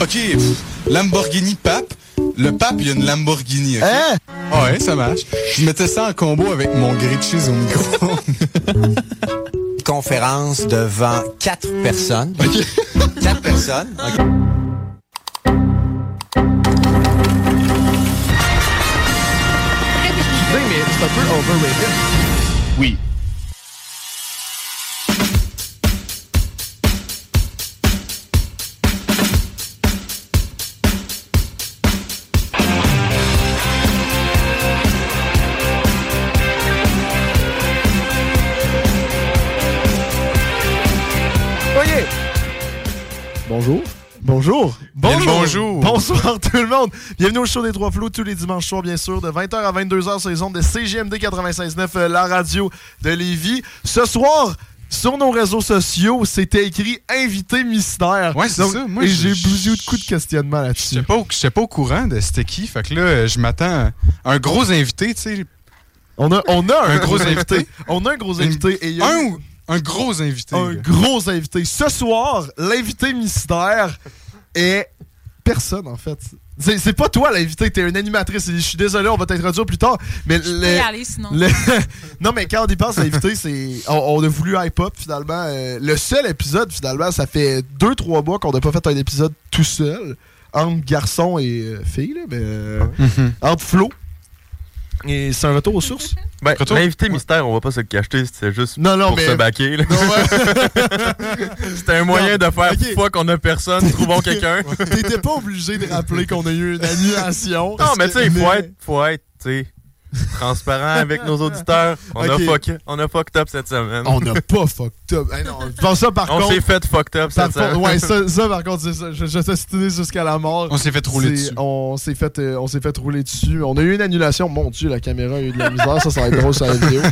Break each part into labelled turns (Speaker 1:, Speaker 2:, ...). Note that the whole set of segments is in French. Speaker 1: Ok, Lamborghini Pape. Le Pape, il y a une Lamborghini. ok? Ah
Speaker 2: Hein?
Speaker 1: Ouais, ça marche. Je mettais ça en combo avec mon grilled cheese au micro.
Speaker 2: Conférence devant quatre personnes. Quatre personnes.
Speaker 3: mais c'est un peu overrated.
Speaker 1: oui.
Speaker 3: Bonjour.
Speaker 4: Bonjour.
Speaker 1: Bien le bonjour.
Speaker 4: Bonsoir tout le monde. Bienvenue au show des Trois Flots tous les dimanches soirs, bien sûr, de 20h à 22h sur les ondes de CGMD 96.9, euh, la radio de Lévis. Ce soir, sur nos réseaux sociaux, c'était écrit invité mystère.
Speaker 1: Ouais, c'est
Speaker 4: Donc,
Speaker 1: ça. Moi,
Speaker 4: et
Speaker 1: je-
Speaker 4: j'ai bousillé de coups de questionnement
Speaker 1: J'étais
Speaker 4: là-dessus.
Speaker 1: pas, au- j'étais pas au courant de c'était qui. Fait que là, euh, je m'attends à un gros invité, tu sais.
Speaker 4: On a, on a un gros
Speaker 1: Un
Speaker 4: invité. On a un gros invité. Et il y a
Speaker 1: Un
Speaker 4: eu
Speaker 1: ou un gros invité.
Speaker 4: un
Speaker 1: là.
Speaker 4: gros invité. Ce soir, l'invité mystère est personne, en fait. C'est c'est pas toi l'invité, t'es une animatrice. Je suis désolé, on va t'introduire plus tard. Mais le-
Speaker 5: y aller sinon.
Speaker 4: Le- non, mais quand on y pense, l'invité, c'est. On, on a voulu hype up, finalement. Euh, le seul épisode, finalement, ça fait 2-3 mois qu'on n'a pas fait un épisode tout seul, entre garçons et euh, filles, là, mais. euh, Entre flots. Et c'est un retour aux sources.
Speaker 6: Ben,
Speaker 1: Retour.
Speaker 6: l'invité mystère, on va pas se le cacher, c'était juste
Speaker 4: Non, non,
Speaker 6: pour
Speaker 4: mais.
Speaker 6: se baquer. là.
Speaker 4: Non, ouais,
Speaker 6: C'était un moyen de faire
Speaker 4: Ok.
Speaker 6: fois qu'on a personne, trouvons quelqu'un.
Speaker 4: T'étais pas obligé de rappeler qu'on a eu une annulation.
Speaker 6: Non, mais tu sais, il faut être, faut être, tu sais, transparent avec nos auditeurs. On,
Speaker 4: Ok.
Speaker 6: a fuck, on a fucked up cette semaine.
Speaker 4: On n'a pas fucked up. Hey, non, je pense ça, par
Speaker 6: On
Speaker 4: contre.
Speaker 6: s'est fait fucked up
Speaker 4: par
Speaker 6: cette
Speaker 4: contre-
Speaker 6: semaine.
Speaker 4: ouais, ça, ça, par contre, c'est ça. Je, je t'ai soutenu jusqu'à la mort.
Speaker 1: On s'est fait rouler
Speaker 4: C'est-
Speaker 1: dessus.
Speaker 4: On s'est fait, euh, on s'est fait rouler dessus. On a eu une annulation. Mon Dieu, la caméra a eu de la misère. Ça, ça va être drôle sur la vidéo.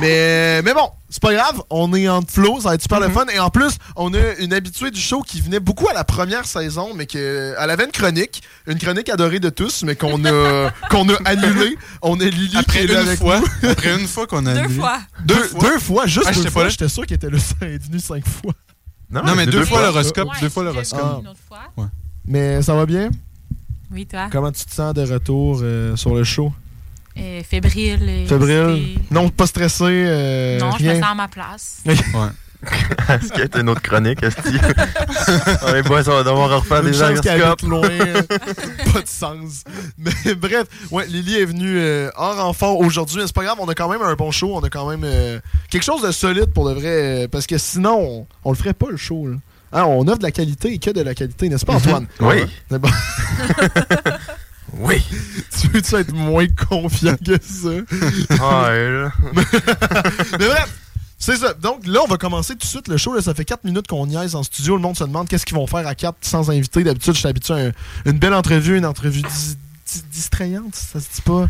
Speaker 4: Mais, mais bon, c'est pas grave. On est en flow. Ça va être super le fun. Et en plus, on a une habituée du show qui venait beaucoup à la première saison, mais que, elle avait une chronique. Une chronique adorée de tous, mais qu'on a, qu'on a annulée. On est Lily qui
Speaker 1: Après
Speaker 4: est là
Speaker 1: une
Speaker 4: avec
Speaker 1: fois. Après une fois qu'on a
Speaker 5: Deux
Speaker 1: annulé.
Speaker 5: fois.
Speaker 4: nous. Deux, deux fois. juste
Speaker 1: Ah,
Speaker 4: deux
Speaker 1: j'étais pas
Speaker 4: fois.
Speaker 1: là.
Speaker 4: J'étais sûr qu'elle était là. Elle est venue cinq fois.
Speaker 1: Non, mais
Speaker 6: c'est
Speaker 1: deux fois l'horoscope.
Speaker 5: Ouais,
Speaker 1: Deux fois
Speaker 5: je
Speaker 1: l'horoscope.
Speaker 5: l'ai vu une autre fois.
Speaker 4: Mais ça va bien?
Speaker 5: Oui, toi.
Speaker 4: Comment tu te sens de retour euh, sur le show?
Speaker 5: Euh, fébrile. euh,
Speaker 4: Fébrile?
Speaker 5: excité.
Speaker 4: Non, pas stressé. euh,
Speaker 5: non, je
Speaker 4: rien.
Speaker 5: me sens à ma place.
Speaker 6: Est-ce qu'il y a une autre chronique, Esti? On est boys, on va devoir refaire
Speaker 4: Une
Speaker 6: des
Speaker 4: chance qu'elle
Speaker 6: horoscopes.
Speaker 4: habite loin. euh, pas de sens. Mais bref, ouais, Lily est venue euh, en renfort aujourd'hui. Mais c'est pas grave, on a quand même un bon show. On a quand même euh, quelque chose de solide pour de vrai. euh, parce que sinon, on, on le ferait pas le show. là. Hein, on offre de la qualité et que de la qualité, n'est-ce pas, Antoine?
Speaker 6: Mm-hmm. Oui.
Speaker 4: C'est bon.
Speaker 6: Oui.
Speaker 4: tu veux-tu être moins confiant que ça?
Speaker 6: Ah, ouais, là.
Speaker 4: Mais bref, c'est ça. Donc là, on va commencer tout de suite le show. Là, ça fait 4 minutes qu'on niaise en studio. Le monde se demande qu'est-ce qu'ils vont faire à 4 sans invité. D'habitude, je suis habitué à un- une belle entrevue, une entrevue dis- dis- distrayante, ça se dit pas.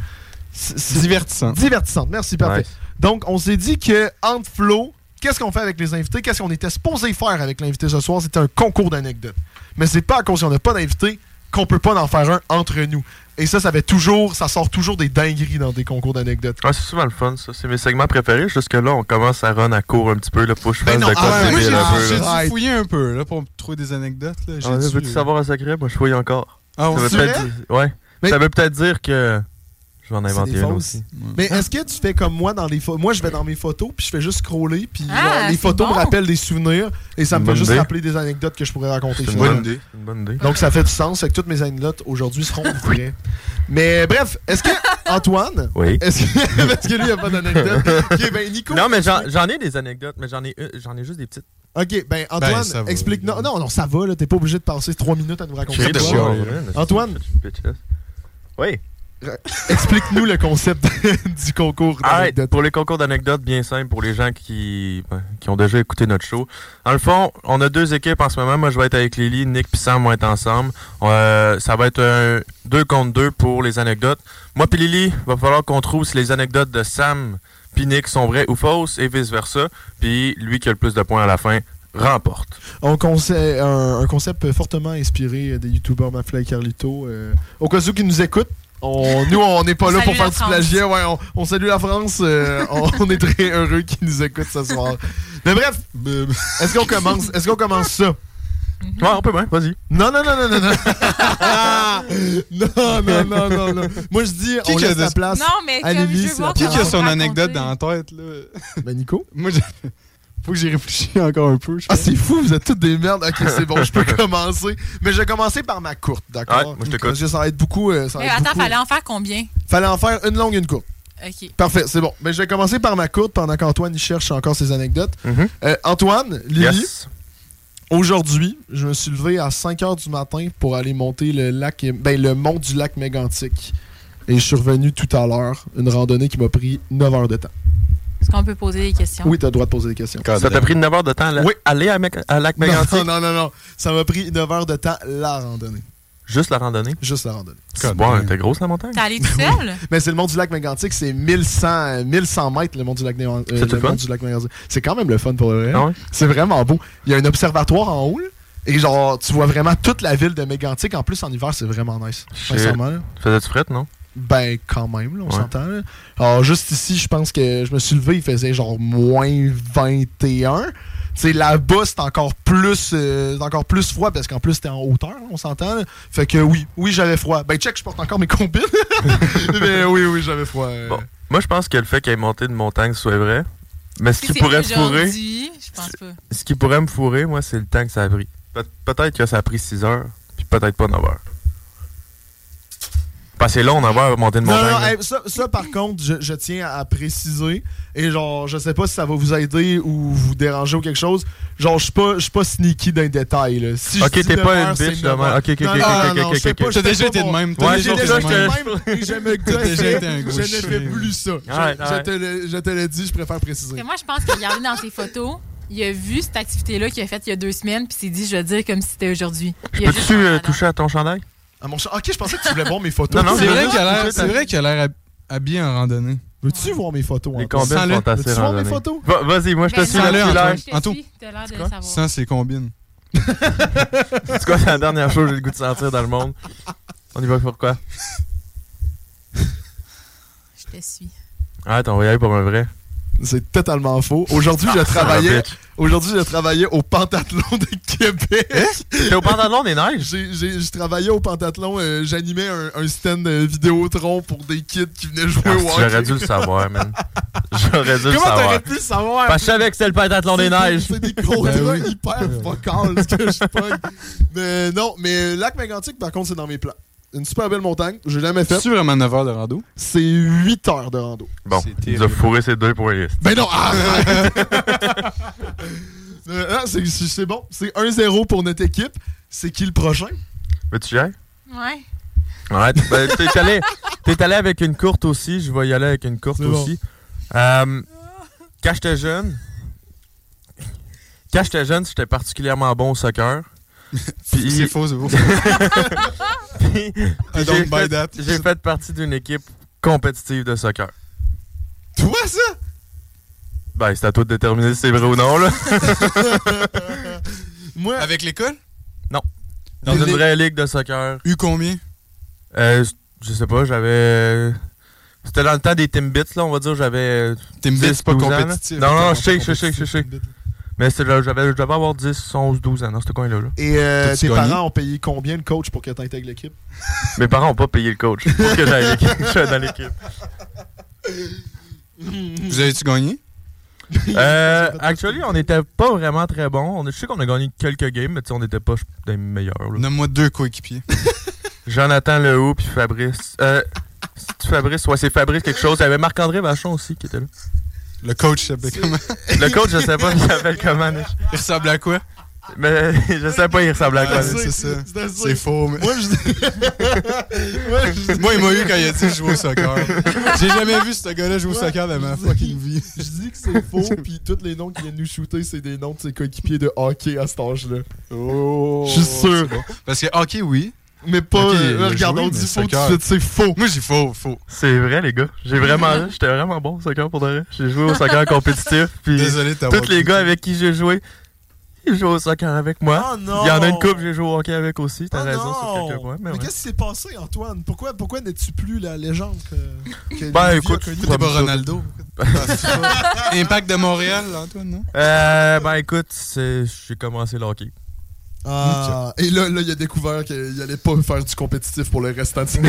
Speaker 4: C'est- c'est-
Speaker 1: Divertissant.
Speaker 4: Divertissante. Merci, parfait.
Speaker 6: Nice.
Speaker 4: Donc, on s'est dit que entre flow, qu'est-ce qu'on fait avec les invités Qu'est-ce qu'on était supposé faire avec l'invité ce soir C'était un concours d'anecdotes. Mais c'est pas à cause qu'on n'a pas d'invité qu'on peut pas en faire un entre nous. Et ça, ça fait toujours, ça sort toujours des dingueries dans des concours d'anecdotes.
Speaker 6: Ah, c'est souvent le fun, ça. C'est mes segments préférés. Jusque-là, on commence à run à court un petit peu. Là, faut que je fasse
Speaker 4: Ben non,
Speaker 6: de
Speaker 4: ah
Speaker 6: quoi
Speaker 4: ouais,
Speaker 6: de
Speaker 1: moi,
Speaker 4: oui,
Speaker 6: débile
Speaker 4: j'ai-
Speaker 6: un peu. là.
Speaker 1: j'ai dû
Speaker 4: Ouais.
Speaker 1: fouiller un peu là, pour trouver des anecdotes. Là. J'ai
Speaker 6: Ah, là,
Speaker 1: dû,
Speaker 6: Veux-tu
Speaker 1: euh,
Speaker 6: savoir un secret? Moi, je fouille encore.
Speaker 1: Ah,
Speaker 6: Ça
Speaker 1: ouais.
Speaker 6: veut
Speaker 4: C'est
Speaker 6: peut-être dire... Ouais.
Speaker 4: Mais-
Speaker 6: Ça veut peut-être dire que Je vais en
Speaker 4: C'est
Speaker 6: inventer
Speaker 4: des
Speaker 6: une
Speaker 4: fausses.
Speaker 6: aussi.
Speaker 4: Mais
Speaker 1: Hein?
Speaker 4: est-ce que tu fais comme moi dans les photos Moi, je vais dans mes photos, puis je fais juste scroller, puis
Speaker 5: Ah,
Speaker 4: genre, les
Speaker 5: c'est
Speaker 4: photos
Speaker 5: bon.
Speaker 4: me rappellent des souvenirs, et ça me
Speaker 6: Bonne
Speaker 4: fait juste
Speaker 6: idée.
Speaker 4: rappeler des anecdotes que je pourrais raconter.
Speaker 6: C'est une
Speaker 4: finalement.
Speaker 6: bonne idée. C'est une bonne idée.
Speaker 4: Donc, ça fait du sens, c'est que toutes mes anecdotes aujourd'hui seront vraies. Mais bref, est-ce que Antoine
Speaker 6: Oui.
Speaker 4: Est-ce que, parce que lui, il a pas d'anecdote. Ok, ben Nico.
Speaker 6: Non, mais j'en j'en ai des anecdotes, mais j'en ai, euh, j'en ai juste des petites.
Speaker 4: Ok, ben Antoine,
Speaker 1: Ben, ça va.
Speaker 4: explique. Non, non, non, ça va, là. T'es pas obligé de passer trois minutes à nous raconter.
Speaker 1: J'ai
Speaker 4: ça.
Speaker 1: de chialer,
Speaker 6: Ouais,
Speaker 1: là.
Speaker 6: ouais, ouais,
Speaker 4: Antoine.
Speaker 6: je suis une bitchesse. Oui.
Speaker 4: Explique-nous le concept du concours
Speaker 6: Alright,
Speaker 4: d'anecdotes.
Speaker 6: pour les concours d'anecdotes, bien simple, pour les gens qui, ouais, qui ont déjà écouté notre show. Dans le fond, on a deux équipes en ce moment. Moi, je vais être avec Lily, Nick puis Sam vont être ensemble. Euh, ça va être un 2 contre 2 pour les anecdotes. Moi puis Lily, va falloir qu'on trouve si les anecdotes de Sam puis Nick sont vraies ou fausses et vice-versa. Puis lui qui a le plus de points à la fin remporte.
Speaker 4: On conseille un, un concept fortement inspiré des youtubeurs Mafla et Carlito. euh, au cas où qui nous écoutent, on- nous, on n'est pas
Speaker 5: On
Speaker 4: là pour
Speaker 5: salue
Speaker 4: faire
Speaker 5: la
Speaker 4: du
Speaker 5: France.
Speaker 4: plagiat. Ouais, on, on salue la France. euh, on, on est très heureux qu'ils nous écoutent ce soir. Mais bref, euh, est-ce qu'on commence, est qu'on commence ça? Mhm.
Speaker 6: Ouais, on peut bien, vas-y.
Speaker 4: Non, non, non, non, non, non. non, non, non, non, non. Moi, je dis,
Speaker 1: Qui
Speaker 4: on
Speaker 1: qui a
Speaker 4: laisse
Speaker 1: dit-
Speaker 4: la place.
Speaker 5: Non, mais
Speaker 4: à
Speaker 5: comme
Speaker 4: Lily,
Speaker 5: je
Speaker 4: c'est
Speaker 5: veux voir
Speaker 4: la
Speaker 1: Qui
Speaker 4: place.
Speaker 1: qui a
Speaker 5: comment
Speaker 1: son
Speaker 5: raconter.
Speaker 1: anecdote dans la tête, là?
Speaker 4: Ben, Nico?
Speaker 1: Moi, j'ai- faut que j'y réfléchisse encore un peu. je
Speaker 4: Ah,
Speaker 1: pense.
Speaker 4: c'est fou, vous êtes toutes des merdes. Ok, c'est bon, je peux commencer. Mais je vais commencer par ma courte, d'accord?
Speaker 6: Ouais, moi, je t'écoute.
Speaker 4: Parce que ça va être beaucoup. euh, ça va
Speaker 5: Mais
Speaker 4: être
Speaker 5: attends,
Speaker 4: beaucoup.
Speaker 5: fallait en faire combien?
Speaker 4: Fallait en faire une longue, une courte.
Speaker 5: OK.
Speaker 4: Parfait, c'est bon. Mais je vais commencer par ma courte pendant qu'Antoine y cherche encore ses anecdotes.
Speaker 6: Mhm.
Speaker 4: Euh, Antoine, Lily, Ah,
Speaker 6: Yes.
Speaker 4: aujourd'hui, je me suis levé à 5 h du matin pour aller monter le lac, ben, le mont du lac Mégantic. Et je suis revenu tout à l'heure, une randonnée qui m'a pris 9 heures de temps.
Speaker 5: Est-ce qu'on peut poser des questions?
Speaker 4: Oui, t'as le droit de poser des questions.
Speaker 6: Ça t'a pris 9 heures de temps là,
Speaker 4: Oui.
Speaker 6: aller à, Mec- à Lac
Speaker 4: Non,
Speaker 6: Mégantic?
Speaker 4: non, non, non. Ça m'a pris 9 heures de temps la randonnée.
Speaker 6: Juste la randonnée?
Speaker 4: Juste la randonnée.
Speaker 6: C'est bon, t'es grosse la montagne?
Speaker 5: T'es allé tout seul?
Speaker 4: Mais c'est le mont du lac Mégantic, c'est 1100, euh, 1100 mètres le mont du lac, Néan- euh,
Speaker 6: C'est tout
Speaker 4: le
Speaker 6: le fun?
Speaker 4: mont du lac Mégantic. C'est quand même le fun pour le vrai.
Speaker 6: Ah ouais?
Speaker 4: C'est vraiment beau. Il y a un observatoire en haut. là, Et genre, tu vois vraiment toute la ville de Mégantic. En plus, en hiver, c'est vraiment nice.
Speaker 6: Shit.
Speaker 4: Sincèrement. là.
Speaker 6: Faisais-tu fret, non?
Speaker 4: Ben, quand même, là, on
Speaker 6: Ouais.
Speaker 4: s'entend. là. Alors, juste ici, je pense que je me suis levé, il faisait genre moins 21. Tu sais, là-bas, c'est encore plus euh, c'est encore plus froid parce qu'en plus, c'était en hauteur, là, on s'entend. là. Fait que oui, oui, j'avais froid. Ben, check, je porte encore mes combines. Mais oui, oui, j'avais froid. euh.
Speaker 6: Bon. Moi, je pense que le fait qu'elle ait monté de montagne soit vrai. Mais ce
Speaker 5: Si
Speaker 6: qui
Speaker 5: c'est
Speaker 6: pourrait fourrer,
Speaker 5: aujourd'hui, Je pense pas.
Speaker 6: ce qui pourrait me fourrer, moi, c'est le temps que ça a pris. Pe- peut-être que ça a pris 6 heures, puis peut-être pas 9 heures. Parce que c'est long, 9 heures, monter de
Speaker 4: Non,
Speaker 6: montagne.
Speaker 4: non,
Speaker 6: là.
Speaker 4: hey, ça, ça, par contre, je, je tiens à préciser. Et genre, je sais pas si ça va vous aider ou vous déranger ou quelque chose. Genre, je suis pas, je suis pas sneaky dans les détails. là. Si je
Speaker 6: Ok,
Speaker 4: dis
Speaker 6: t'es
Speaker 4: neuf
Speaker 6: pas
Speaker 4: heures,
Speaker 6: une
Speaker 4: c'est
Speaker 6: bitch
Speaker 4: neuf
Speaker 6: de
Speaker 4: heures.
Speaker 6: même. Ok, ok,
Speaker 4: Non,
Speaker 6: ok,
Speaker 4: non,
Speaker 6: ok,
Speaker 4: non, non,
Speaker 6: ok,
Speaker 4: je fais
Speaker 6: ok,
Speaker 4: pas-
Speaker 6: ok.
Speaker 4: je
Speaker 1: T'as
Speaker 4: fais
Speaker 1: déjà
Speaker 4: pas
Speaker 1: été de
Speaker 4: mon-
Speaker 1: même.
Speaker 6: Ouais,
Speaker 1: T'as
Speaker 4: J'ai
Speaker 1: déjà
Speaker 6: sauf
Speaker 4: déjà
Speaker 1: été
Speaker 4: été
Speaker 1: de même.
Speaker 4: de même et je me
Speaker 1: déjà
Speaker 4: gossais
Speaker 1: été un
Speaker 4: Je ne fais
Speaker 1: gaucher.
Speaker 4: plus ça. Je,
Speaker 6: Alright,
Speaker 4: je
Speaker 6: alright.
Speaker 4: te le, je te le dis, je préfère préciser.
Speaker 5: Parce que moi, je pense qu'il regardait dans ses photos. Il a vu cette activité-là qu'il a faite il y a deux semaines, puis s'est dit, je vais dire comme si c'était aujourd'hui.
Speaker 6: Je
Speaker 5: Il a juste-
Speaker 6: Peux-tu euh, toucher à ton chandail?
Speaker 4: Ah, mon chat- Ok, je pensais que tu voulais voir mes photos.
Speaker 6: Non, non,
Speaker 1: C'est
Speaker 6: je-
Speaker 1: vrai qu'il a
Speaker 6: je-
Speaker 1: l'air- c'est vrai qu'il a l'air hab- habillé en randonnée.
Speaker 4: Veux-tu voir mes photos?
Speaker 6: Les
Speaker 4: Antoine?
Speaker 6: combines
Speaker 1: Sans-le.
Speaker 6: sont assez
Speaker 4: Veux-tu voir mes
Speaker 6: randonnées.
Speaker 4: photos?
Speaker 6: Va- Vas-y, moi, je te
Speaker 5: Ben,
Speaker 6: suis
Speaker 5: non,
Speaker 1: Sans-le,
Speaker 6: là-dessus.
Speaker 1: Antoine.
Speaker 5: je te
Speaker 1: Anto.
Speaker 5: suis, T'as l'air de
Speaker 6: quoi?
Speaker 5: le savoir.
Speaker 1: Sans ses combines.
Speaker 6: C'est quoi, c'est la dernière chose que j'ai le goût de sentir dans le monde? On y va pour quoi?
Speaker 5: Je te suis.
Speaker 6: Arrête, on va y aller pour un vrai.
Speaker 4: C'est totalement faux. Aujourd'hui, je
Speaker 6: Ah,
Speaker 4: travaillais,
Speaker 6: bitch.
Speaker 4: aujourd'hui, je travaillais au Pentathlon de Québec.
Speaker 6: T'es au pantalon des neiges?
Speaker 4: J'ai- j'ai- Je travaillais au Pentathlon, euh, j'animais un, un stand euh, Vidéotron pour des kids qui venaient jouer
Speaker 6: Ah,
Speaker 4: au hockey.
Speaker 6: J'aurais dû le savoir, man. J'aurais dû le
Speaker 4: Comment
Speaker 6: savoir.
Speaker 4: t'aurais pu le savoir?
Speaker 6: Parce que je savais que c'était le pentathlon des
Speaker 4: C'est-
Speaker 6: neiges.
Speaker 4: C'est des contrats
Speaker 1: Ben oui.
Speaker 4: hyper vocales ce que je pogne. Mais non, mais Lac Mégantic, par contre, c'est dans mes plans. Une super belle montagne, j'ai jamais fait.
Speaker 1: C'est vraiment 9 heures de rando?
Speaker 4: C'est 8 heures de rando.
Speaker 6: Bon,
Speaker 1: C'est
Speaker 6: il nous a
Speaker 1: terrible.
Speaker 6: fourré ses deux points. yes.
Speaker 4: Ben non, arrête! Euh, ah, c'est- c'est c'est bon, c'est 1-0 pour notre équipe. C'est qui le prochain?
Speaker 6: Veux-tu y aller?
Speaker 5: Ouais.
Speaker 6: Ouais, t- ben, t'es allé, t'es allé avec une courte aussi. Je vais y aller avec une courte
Speaker 4: C'est bon.
Speaker 6: aussi. Euh, quand j'étais jeune, quand j'étais jeune, j'étais particulièrement bon au soccer. Puis-
Speaker 1: C'est faux, c'est faux.
Speaker 6: Puis
Speaker 1: I
Speaker 6: j'ai
Speaker 1: don't buy that.
Speaker 6: fait, j'ai fait partie d'une équipe compétitive de soccer.
Speaker 4: Toi, ça?
Speaker 6: Ben, c'est à toi de déterminer si c'est vrai ou non, là.
Speaker 4: Moi,
Speaker 1: Avec l'école?
Speaker 6: Dans une vraie ligue de soccer.
Speaker 1: Eu combien?
Speaker 6: Euh, je- je sais pas, j'avais. euh, C'était dans le temps des Timbits, là, on va dire. J'avais
Speaker 1: T'es me dis,
Speaker 6: 10,
Speaker 1: c'est pas
Speaker 6: 12 ans, là.
Speaker 1: compétitif.
Speaker 6: Non, non,
Speaker 1: Pas
Speaker 6: je sais, je sais,
Speaker 1: compétitif.
Speaker 6: je sais, je sais. Mais c'est- j'avais- je devais avoir 10, 11, 12 ans dans ce coin-là. là.
Speaker 4: Et euh, tes parents ont payé combien le coach pour que tu intègres l'équipe?
Speaker 6: Mes parents n'ont pas payé le coach pour que j'aille à l'équipe- je sois dans l'équipe.
Speaker 1: Vous avez-tu gagné?
Speaker 6: Euh, actually, on n'était pas vraiment très bon. On, je sais qu'on a gagné quelques games, mais tu sais, on n'était pas des meilleurs.
Speaker 1: Nomme-moi deux coéquipiers.
Speaker 6: Jonathan Lehoux puis Fabrice. Euh, c'est-tu Fabrice, ouais, c'est Fabrice quelque chose. Il y avait Marc-André Vachon aussi qui était là.
Speaker 1: Le coach s'appelait comment?
Speaker 6: Le coach, je sais pas, il s'appelle comment. mais-
Speaker 1: Il ressemble à quoi?
Speaker 6: Mais je sais pas, il ressemble à quoi.
Speaker 1: Ah, c'est ça. C'est faux, mais.
Speaker 4: Moi, je... Moi, je-
Speaker 1: Moi, il m'a eu quand il a dit jouer au soccer. J'ai jamais vu ce gars-là jouer au
Speaker 4: Ouais,
Speaker 1: soccer dans ma
Speaker 4: je dis-
Speaker 1: fucking vie.
Speaker 4: Je dis que c'est faux, puis tous les noms qui viennent nous shooter, c'est des noms de ses coéquipiers de hockey à cet âge-là.
Speaker 1: Oh,
Speaker 4: Je suis sûr.
Speaker 1: c'est bon. Parce que hockey, oui.
Speaker 4: Mais pas.
Speaker 1: Ok, il
Speaker 4: euh,
Speaker 1: a
Speaker 4: regarde,
Speaker 1: joué,
Speaker 4: on
Speaker 1: mais
Speaker 4: dit faux tout de
Speaker 1: soccer.
Speaker 4: suite, c'est faux.
Speaker 1: Moi, j'ai faux, faux.
Speaker 6: C'est vrai, les gars. J'ai vraiment, j'étais vraiment bon au soccer pour de vrai. J'ai joué au soccer compétitif. Puis
Speaker 1: Désolé de t'avoir
Speaker 6: tous les
Speaker 1: dit
Speaker 6: gars
Speaker 1: ça.
Speaker 6: avec qui j'ai joué, ils jouent au soccer avec moi.
Speaker 4: Oh non!
Speaker 6: Il y en a une coupe, j'ai joué au hockey avec aussi. T'as
Speaker 4: Ah
Speaker 6: raison
Speaker 4: non!
Speaker 6: sur quelques points. Mais
Speaker 4: Mais
Speaker 6: ouais.
Speaker 4: qu'est-ce qui s'est passé, Antoine? Pourquoi, pourquoi n'es-tu plus la légende que, que
Speaker 6: Ben,
Speaker 4: Olivier a
Speaker 6: écoute,
Speaker 4: connue?
Speaker 6: faut
Speaker 1: T'es pas Ronaldo. Impact de Montréal, Antoine, non?
Speaker 6: Euh, ben écoute, c'est- j'ai commencé le hockey.
Speaker 4: Ah, et là, là, il a découvert qu'il allait pas faire du compétitif pour le restant de sa vie.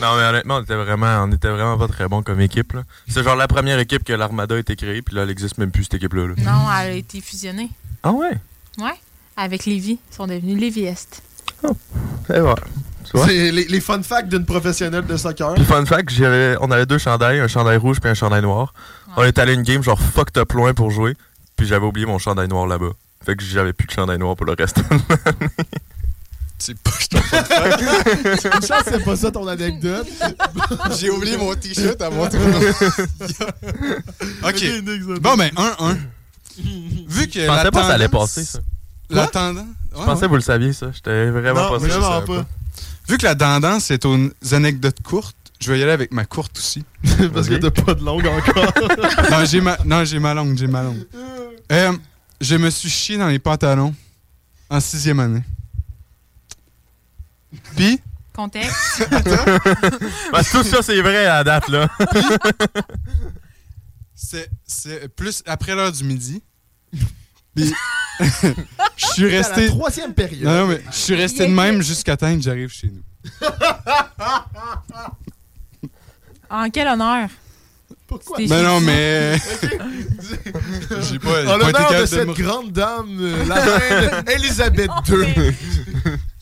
Speaker 6: Non, mais honnêtement, on était vraiment, on était vraiment pas très bon comme équipe. là. C'est genre la première équipe que l'Armada a été créée, puis là, elle existe même plus cette équipe-là. là.
Speaker 5: Non, elle a été fusionnée.
Speaker 6: Ah ouais?
Speaker 5: Ouais. Avec Lévi. Ils sont devenus Lévi Est.
Speaker 6: C'est vrai. Tu vois?
Speaker 4: C'est les, les fun facts d'une professionnelle de soccer.
Speaker 6: Puis fun fact, j'avais- on avait deux chandails, un chandail rouge puis un chandail noir. On est allé à une game genre fuck up loin pour jouer, puis j'avais oublié mon chandail noir là-bas. Fait que j'avais plus de chandail noir pour le reste.
Speaker 1: C'est pas que je t'en fais.
Speaker 4: Une chance, c'est pas ça ton anecdote.
Speaker 1: J'ai oublié mon t-shirt à mon tournoi.
Speaker 4: Une
Speaker 1: ok.
Speaker 4: anecdote.
Speaker 1: Bon, ben, 1-1. Vu que.
Speaker 6: Je pensais
Speaker 1: la
Speaker 6: pas que ça allait
Speaker 1: tendance-
Speaker 6: passer, ça.
Speaker 1: La tendance.
Speaker 6: Je
Speaker 1: Ouais,
Speaker 6: pensais
Speaker 1: Ah, ouais.
Speaker 6: que vous le saviez, ça. J'étais vraiment
Speaker 4: Non,
Speaker 6: pas sûr, je
Speaker 4: vraiment
Speaker 6: savais
Speaker 4: pas.
Speaker 1: Vu que la tendance est aux anecdotes courtes, je vais y aller avec ma courte aussi.
Speaker 4: Parce que
Speaker 6: Ok.
Speaker 4: t'as pas de langue encore.
Speaker 1: non, j'ai ma... non, j'ai ma longue, j'ai ma longue. Euh, je me suis chié dans les pantalons en sixième année. Puis,
Speaker 5: Contexte.
Speaker 6: Ben, tout ça, c'est vrai à la date, là.
Speaker 1: c'est c'est plus après l'heure du midi. Puis, je suis
Speaker 4: C'était la
Speaker 1: resté.
Speaker 4: troisième période.
Speaker 1: Non, non, mais je suis resté de même jusqu'à temps que j'arrive chez nous.
Speaker 5: en quel honneur?
Speaker 4: Pourquoi?
Speaker 5: C'était
Speaker 1: Mais Ben non,
Speaker 5: chez-
Speaker 1: mais. J'ai pas, j'ai
Speaker 4: En l'honneur Ah,
Speaker 1: pas été
Speaker 4: de
Speaker 1: capable de
Speaker 4: cette
Speaker 1: me-
Speaker 4: grande dame, euh, la reine Elisabeth II.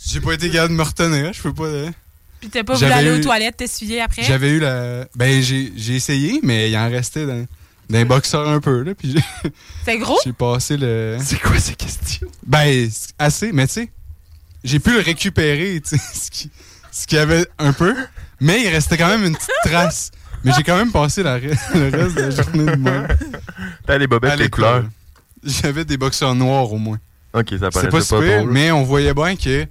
Speaker 1: j'ai pas été capable de me retenir. Je peux pas. euh,
Speaker 4: Hein?
Speaker 5: Puis t'as pas voulu
Speaker 1: J'avais
Speaker 5: aller aux
Speaker 1: eu-
Speaker 5: toilettes, t'essuyer après?
Speaker 1: J'avais eu la. Ben, j'ai j'ai essayé, mais il en restait dans, dans les boxeurs un peu, là. Puis j'ai-
Speaker 5: C'était gros?
Speaker 1: j'ai passé le.
Speaker 4: Oh! C'est quoi ces questions?
Speaker 1: Ben, c'est assez, mais tu sais, j'ai pu le récupérer, tu sais, ce qui- ce qu'il y avait un peu. Mais il restait quand même une petite trace. Mais j'ai quand même passé la re- le reste de la journée de même.
Speaker 6: T'as les
Speaker 1: À
Speaker 6: bobettes, les
Speaker 1: l'école.
Speaker 6: couleurs.
Speaker 1: J'avais des boxeurs noirs au moins.
Speaker 6: Ok, ça paraissait
Speaker 1: C'était
Speaker 6: pas,
Speaker 1: pas super,
Speaker 6: drôle.
Speaker 1: mais on voyait bien que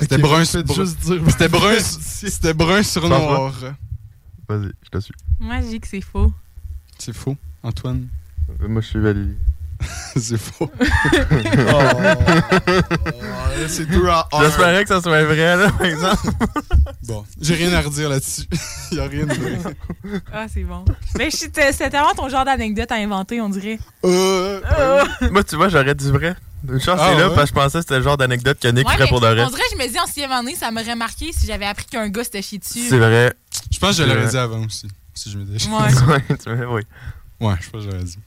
Speaker 1: c'était
Speaker 4: Ok,
Speaker 1: brun
Speaker 4: vous
Speaker 1: sur
Speaker 4: faites
Speaker 1: brun.
Speaker 4: juste dire-
Speaker 1: C'était brun, su- c'était brun sur
Speaker 6: Sans
Speaker 1: noir.
Speaker 6: Vas-y, je te suis.
Speaker 5: Moi, je dis que c'est faux.
Speaker 1: C'est faux, Antoine.
Speaker 6: Moi, je suis Valérie.
Speaker 1: C'est faux.
Speaker 4: Oh. Oh, C'est deux à
Speaker 1: Ah,
Speaker 4: un.
Speaker 6: J'espérais que ça soit vrai, là, par exemple.
Speaker 1: Bon, j'ai rien à redire là-dessus. Il y a rien de vrai.
Speaker 5: Ah, c'est bon. Mais je suis- c'était vraiment ton genre d'anecdote à inventer, on dirait.
Speaker 1: Euh,
Speaker 6: Moi, tu vois, j'aurais dit vrai. Une chance,
Speaker 1: Ah,
Speaker 6: c'est là,
Speaker 1: ouais.
Speaker 6: parce que je pensais que c'était le genre d'anecdote que Nick ferait
Speaker 5: mais
Speaker 6: pour de vrai.
Speaker 5: On dirait, que je me dis en sixième année, ça m'aurait marqué si j'avais appris qu'un gars s'était chié dessus.
Speaker 6: C'est vrai.
Speaker 1: je pense que je l'aurais dit avant aussi. Si je m'étais
Speaker 5: Ouais.
Speaker 6: Ouais, tu vois, oui.
Speaker 1: Ouais, je pense que j'aurais dit.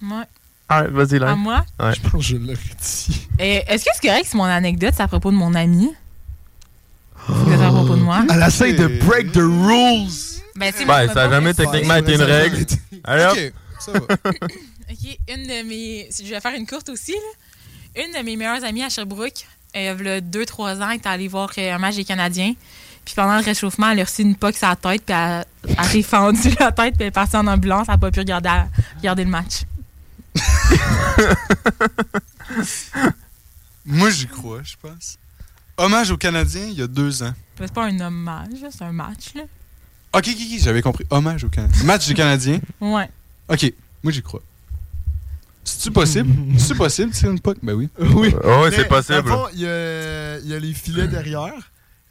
Speaker 5: Moi,
Speaker 6: Ah, vas-y,
Speaker 5: à
Speaker 6: là.
Speaker 5: moi.
Speaker 4: Je pense que je l'aurais dit.
Speaker 5: Et Est-ce que c'est correct si mon anecdote, c'est à propos de mon ami? C'est à propos de moi?
Speaker 4: À la scène de Break the Rules.
Speaker 5: Ben, tu sais,
Speaker 6: Ben,
Speaker 5: moi, je me
Speaker 6: ça a
Speaker 5: pose
Speaker 6: jamais
Speaker 5: la question.
Speaker 6: techniquement été une règle. Allez, hop.
Speaker 1: Ok, ça va.
Speaker 5: Ok, une de mes. Je vais faire une courte aussi, là. Une de mes meilleures amies à Sherbrooke, euh, il y a 2-3 ans, elle est allée voir euh, un match des Canadiens. Puis pendant le réchauffement, elle a reçu une poque sur la tête, puis elle, elle s'est fendue la tête, puis elle est partie en ambulance, elle n'a pas pu regarder, regarder le match.
Speaker 1: Moi, j'y crois, je pense. Hommage aux Canadiens il y a deux ans.
Speaker 5: Mais C'est pas un hommage, là, c'est un match, là.
Speaker 1: Ok, ok, ok, j'avais compris. Hommage aux Canadiens. Match des Canadiens.
Speaker 5: Ouais.
Speaker 1: Ok, moi, j'y crois. C'est-tu possible? C'est-tu possible de tirer une puck? Ben oui.
Speaker 4: Oui.
Speaker 6: Oh, oui,
Speaker 4: Mais,
Speaker 6: c'est possible.
Speaker 4: dans le fond, Il y, a- il y a les filets derrière.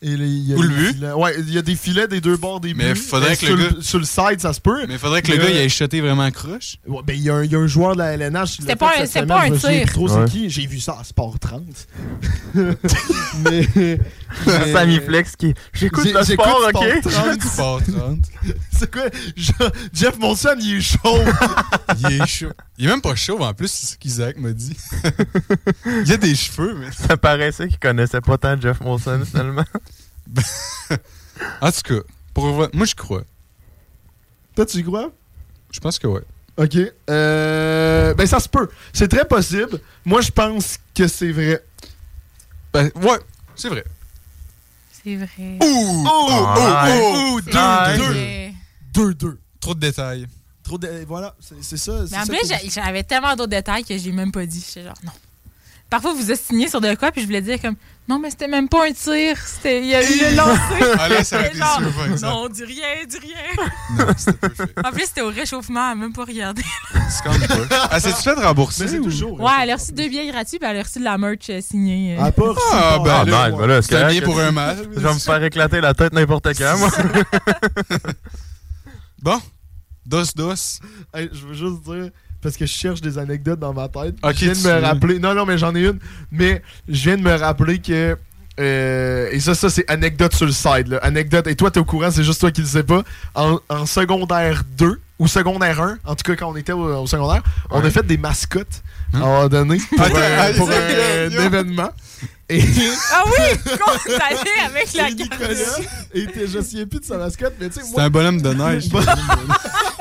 Speaker 4: Et les- il y a
Speaker 1: Ou le
Speaker 4: des
Speaker 1: but.
Speaker 4: filets. Ouais, il y a des filets des deux bords des
Speaker 1: Mais
Speaker 4: buts. Euh,
Speaker 1: faudrait que le
Speaker 4: sur,
Speaker 1: gars-
Speaker 4: sur le side, ça se peut.
Speaker 1: Mais faudrait que le gars, il ait shoté vraiment croche.
Speaker 4: Ouais, ben, il y, a un- il y a un joueur de la LNH. qui l'a
Speaker 5: C'était pas
Speaker 4: fait
Speaker 5: un-
Speaker 4: cette
Speaker 5: c'était
Speaker 4: semaine,
Speaker 5: pas un
Speaker 4: je me souviens
Speaker 5: tir.
Speaker 4: plus trop c'est
Speaker 6: Ouais.
Speaker 4: qui. J'ai vu ça à Sport 30. mais, mais-
Speaker 6: Sammy Flex qui. J'écoute
Speaker 4: J'ai-
Speaker 6: le
Speaker 4: j'écoute
Speaker 6: sport,
Speaker 4: Sport
Speaker 6: ok?
Speaker 4: 30. C'est quoi? Je- Jeff Monson, il est chaud.
Speaker 1: Il est chaud. Il est même pas chaud, en plus, c'est ce qu'Isaac m'a dit. il a des cheveux, mais.
Speaker 6: Ça paraissait qu'il connaissait pas tant Jeff Molson, finalement.
Speaker 1: En tout cas, pour vrai, moi, je crois.
Speaker 4: Toi, tu y crois?
Speaker 1: Je pense que ouais.
Speaker 4: OK. Euh, ben, ça se peut. C'est très possible. Moi, je pense que c'est vrai.
Speaker 1: Ben, ouais, c'est vrai.
Speaker 5: C'est vrai. Ah,
Speaker 1: Ouh!
Speaker 4: Oh!
Speaker 6: Nice.
Speaker 4: Oh! 2-2!
Speaker 6: Nice.
Speaker 5: Mais-
Speaker 4: 2-2.
Speaker 1: Trop de détails.
Speaker 4: Trop de... Voilà, c'est c'est ça. c'est
Speaker 5: Mais en
Speaker 4: ça
Speaker 5: plus,
Speaker 4: que-
Speaker 5: j'a- j'avais tellement d'autres détails que j'ai même pas dit. J'étais genre, non. Parfois, vous assignez sur de quoi, puis je voulais dire comme, non, mais c'était même pas un tir. c'était- Il a eu le lancer.
Speaker 1: Ah là, ça aurait
Speaker 5: J'étais
Speaker 1: été
Speaker 5: genre,
Speaker 1: sûr, par exemple.
Speaker 5: non, dis rien, dis rien.
Speaker 1: Non, c'était pas fait.
Speaker 5: En plus, c'était au réchauffement, elle a même pas regardé.
Speaker 1: C'est quand même pas. Ah, c'est-tu fait de
Speaker 4: Mais
Speaker 1: rembourser?
Speaker 4: c'est
Speaker 1: ou-
Speaker 4: toujours.
Speaker 5: Ouais, elle a reçu deux billets gratuits, puis elle a reçu de la merch euh, signée. euh.
Speaker 4: Ah, pas reçu.
Speaker 1: Ah, ben,
Speaker 6: Ah,
Speaker 1: là,
Speaker 6: nice, ben là, c'est
Speaker 1: C'est un
Speaker 6: correct.
Speaker 1: bien pour un match.
Speaker 6: Je vais me faire éclater la tête n'importe quand, moi.
Speaker 1: Bon. Dos, dos.
Speaker 4: Hey, je veux juste dire, parce que je cherche des anecdotes dans ma tête.
Speaker 1: Ok,
Speaker 4: je viens de
Speaker 1: tu
Speaker 4: me
Speaker 1: veux.
Speaker 4: rappeler. Non, non, mais j'en ai une. Mais je viens de me rappeler que. euh, et ça, ça c'est anecdote sur le side. là. Anecdote. Et toi, t'es au courant, c'est juste toi qui le sais pas. En, en secondaire 2 ou secondaire 1, en tout cas quand on était au, au secondaire, on a fait des mascottes
Speaker 1: Hein?
Speaker 4: à un moment donné pour,
Speaker 1: Attends,
Speaker 4: un, pour
Speaker 1: Isaac,
Speaker 4: un
Speaker 1: yo.
Speaker 4: événement. Et
Speaker 5: Ah oui, on est allé avec la
Speaker 4: et Nicolas
Speaker 5: carte.
Speaker 4: était, je me souviens plus de sa mascotte, mais tu sais,
Speaker 1: C'est
Speaker 4: moi,
Speaker 1: un bonhomme de neige.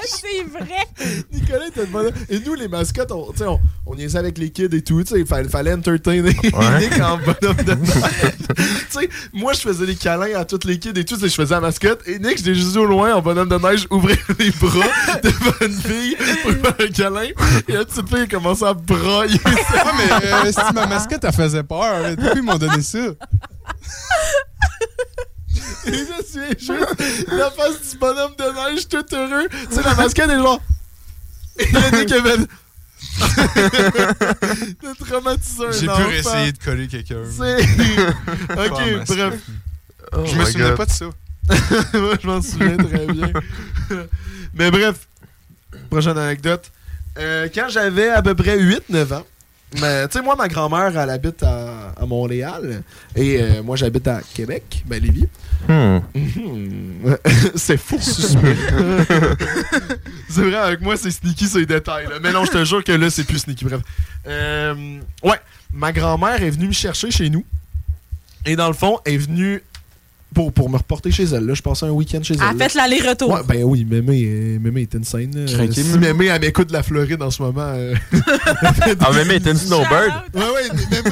Speaker 5: C'est vrai.
Speaker 4: Nicolas était le bonhomme. Et nous, les mascottes, on, tu sais, on, on niaisait avec les kids et tout. Il fallait, fallait entertainer Nick en bonhomme de neige. Tu sais, moi, je faisais des câlins à toutes les kids et tout. tu sais, Je faisais la mascotte. Et Nick, je l'ai juste vu au loin en bonhomme de neige ouvrir les bras devant une fille pour faire un câlin. Et la petite fille a commencé à broyer.
Speaker 1: Ah, mais euh, si ma mascotte, elle faisait peur. Depuis, ils m'ont donné ça.
Speaker 4: Et je suis juste la face du bonhomme de neige tout heureux. Tu sais, la mascotte est genre. Et le Nick avait. de traumatiser un
Speaker 1: J'ai
Speaker 4: enfant.
Speaker 1: pu essayer de coller quelqu'un.
Speaker 4: C'est.
Speaker 1: Pas
Speaker 4: ok,
Speaker 1: masque.
Speaker 4: bref.
Speaker 1: Je me souvenais pas de ça.
Speaker 4: Moi, je m'en souviens très bien. Mais bref, prochaine anecdote. Euh, quand j'avais à peu près 8-9 ans, ben, tu sais, moi, ma grand-mère, elle habite à, à Montréal. Et euh, moi, j'habite à Québec, ben, Lévis.
Speaker 6: Hmm.
Speaker 4: Mhm. c'est fou. c'est vrai, avec moi, c'est sneaky ces détails. là. Mais non, je te jure que là, c'est plus sneaky. Bref. Euh, ouais, ma grand-mère est venue me chercher chez nous. Et dans le fond, elle est venue pour, pour me reporter chez elle. Là. Je passais un week-end chez elle.
Speaker 5: Elle a
Speaker 4: là.
Speaker 5: fait l'aller-retour.
Speaker 4: Ouais, ben oui, Mémé, euh, Mémé est insane. là.
Speaker 1: Craqué,
Speaker 4: si
Speaker 1: Mémé.
Speaker 4: Mémé. elle m'écoute de la Floride en ce moment. euh,
Speaker 6: Ah, mais mais t'es une snowbird.
Speaker 5: Shout out.
Speaker 4: Ouais, ouais, Mémé,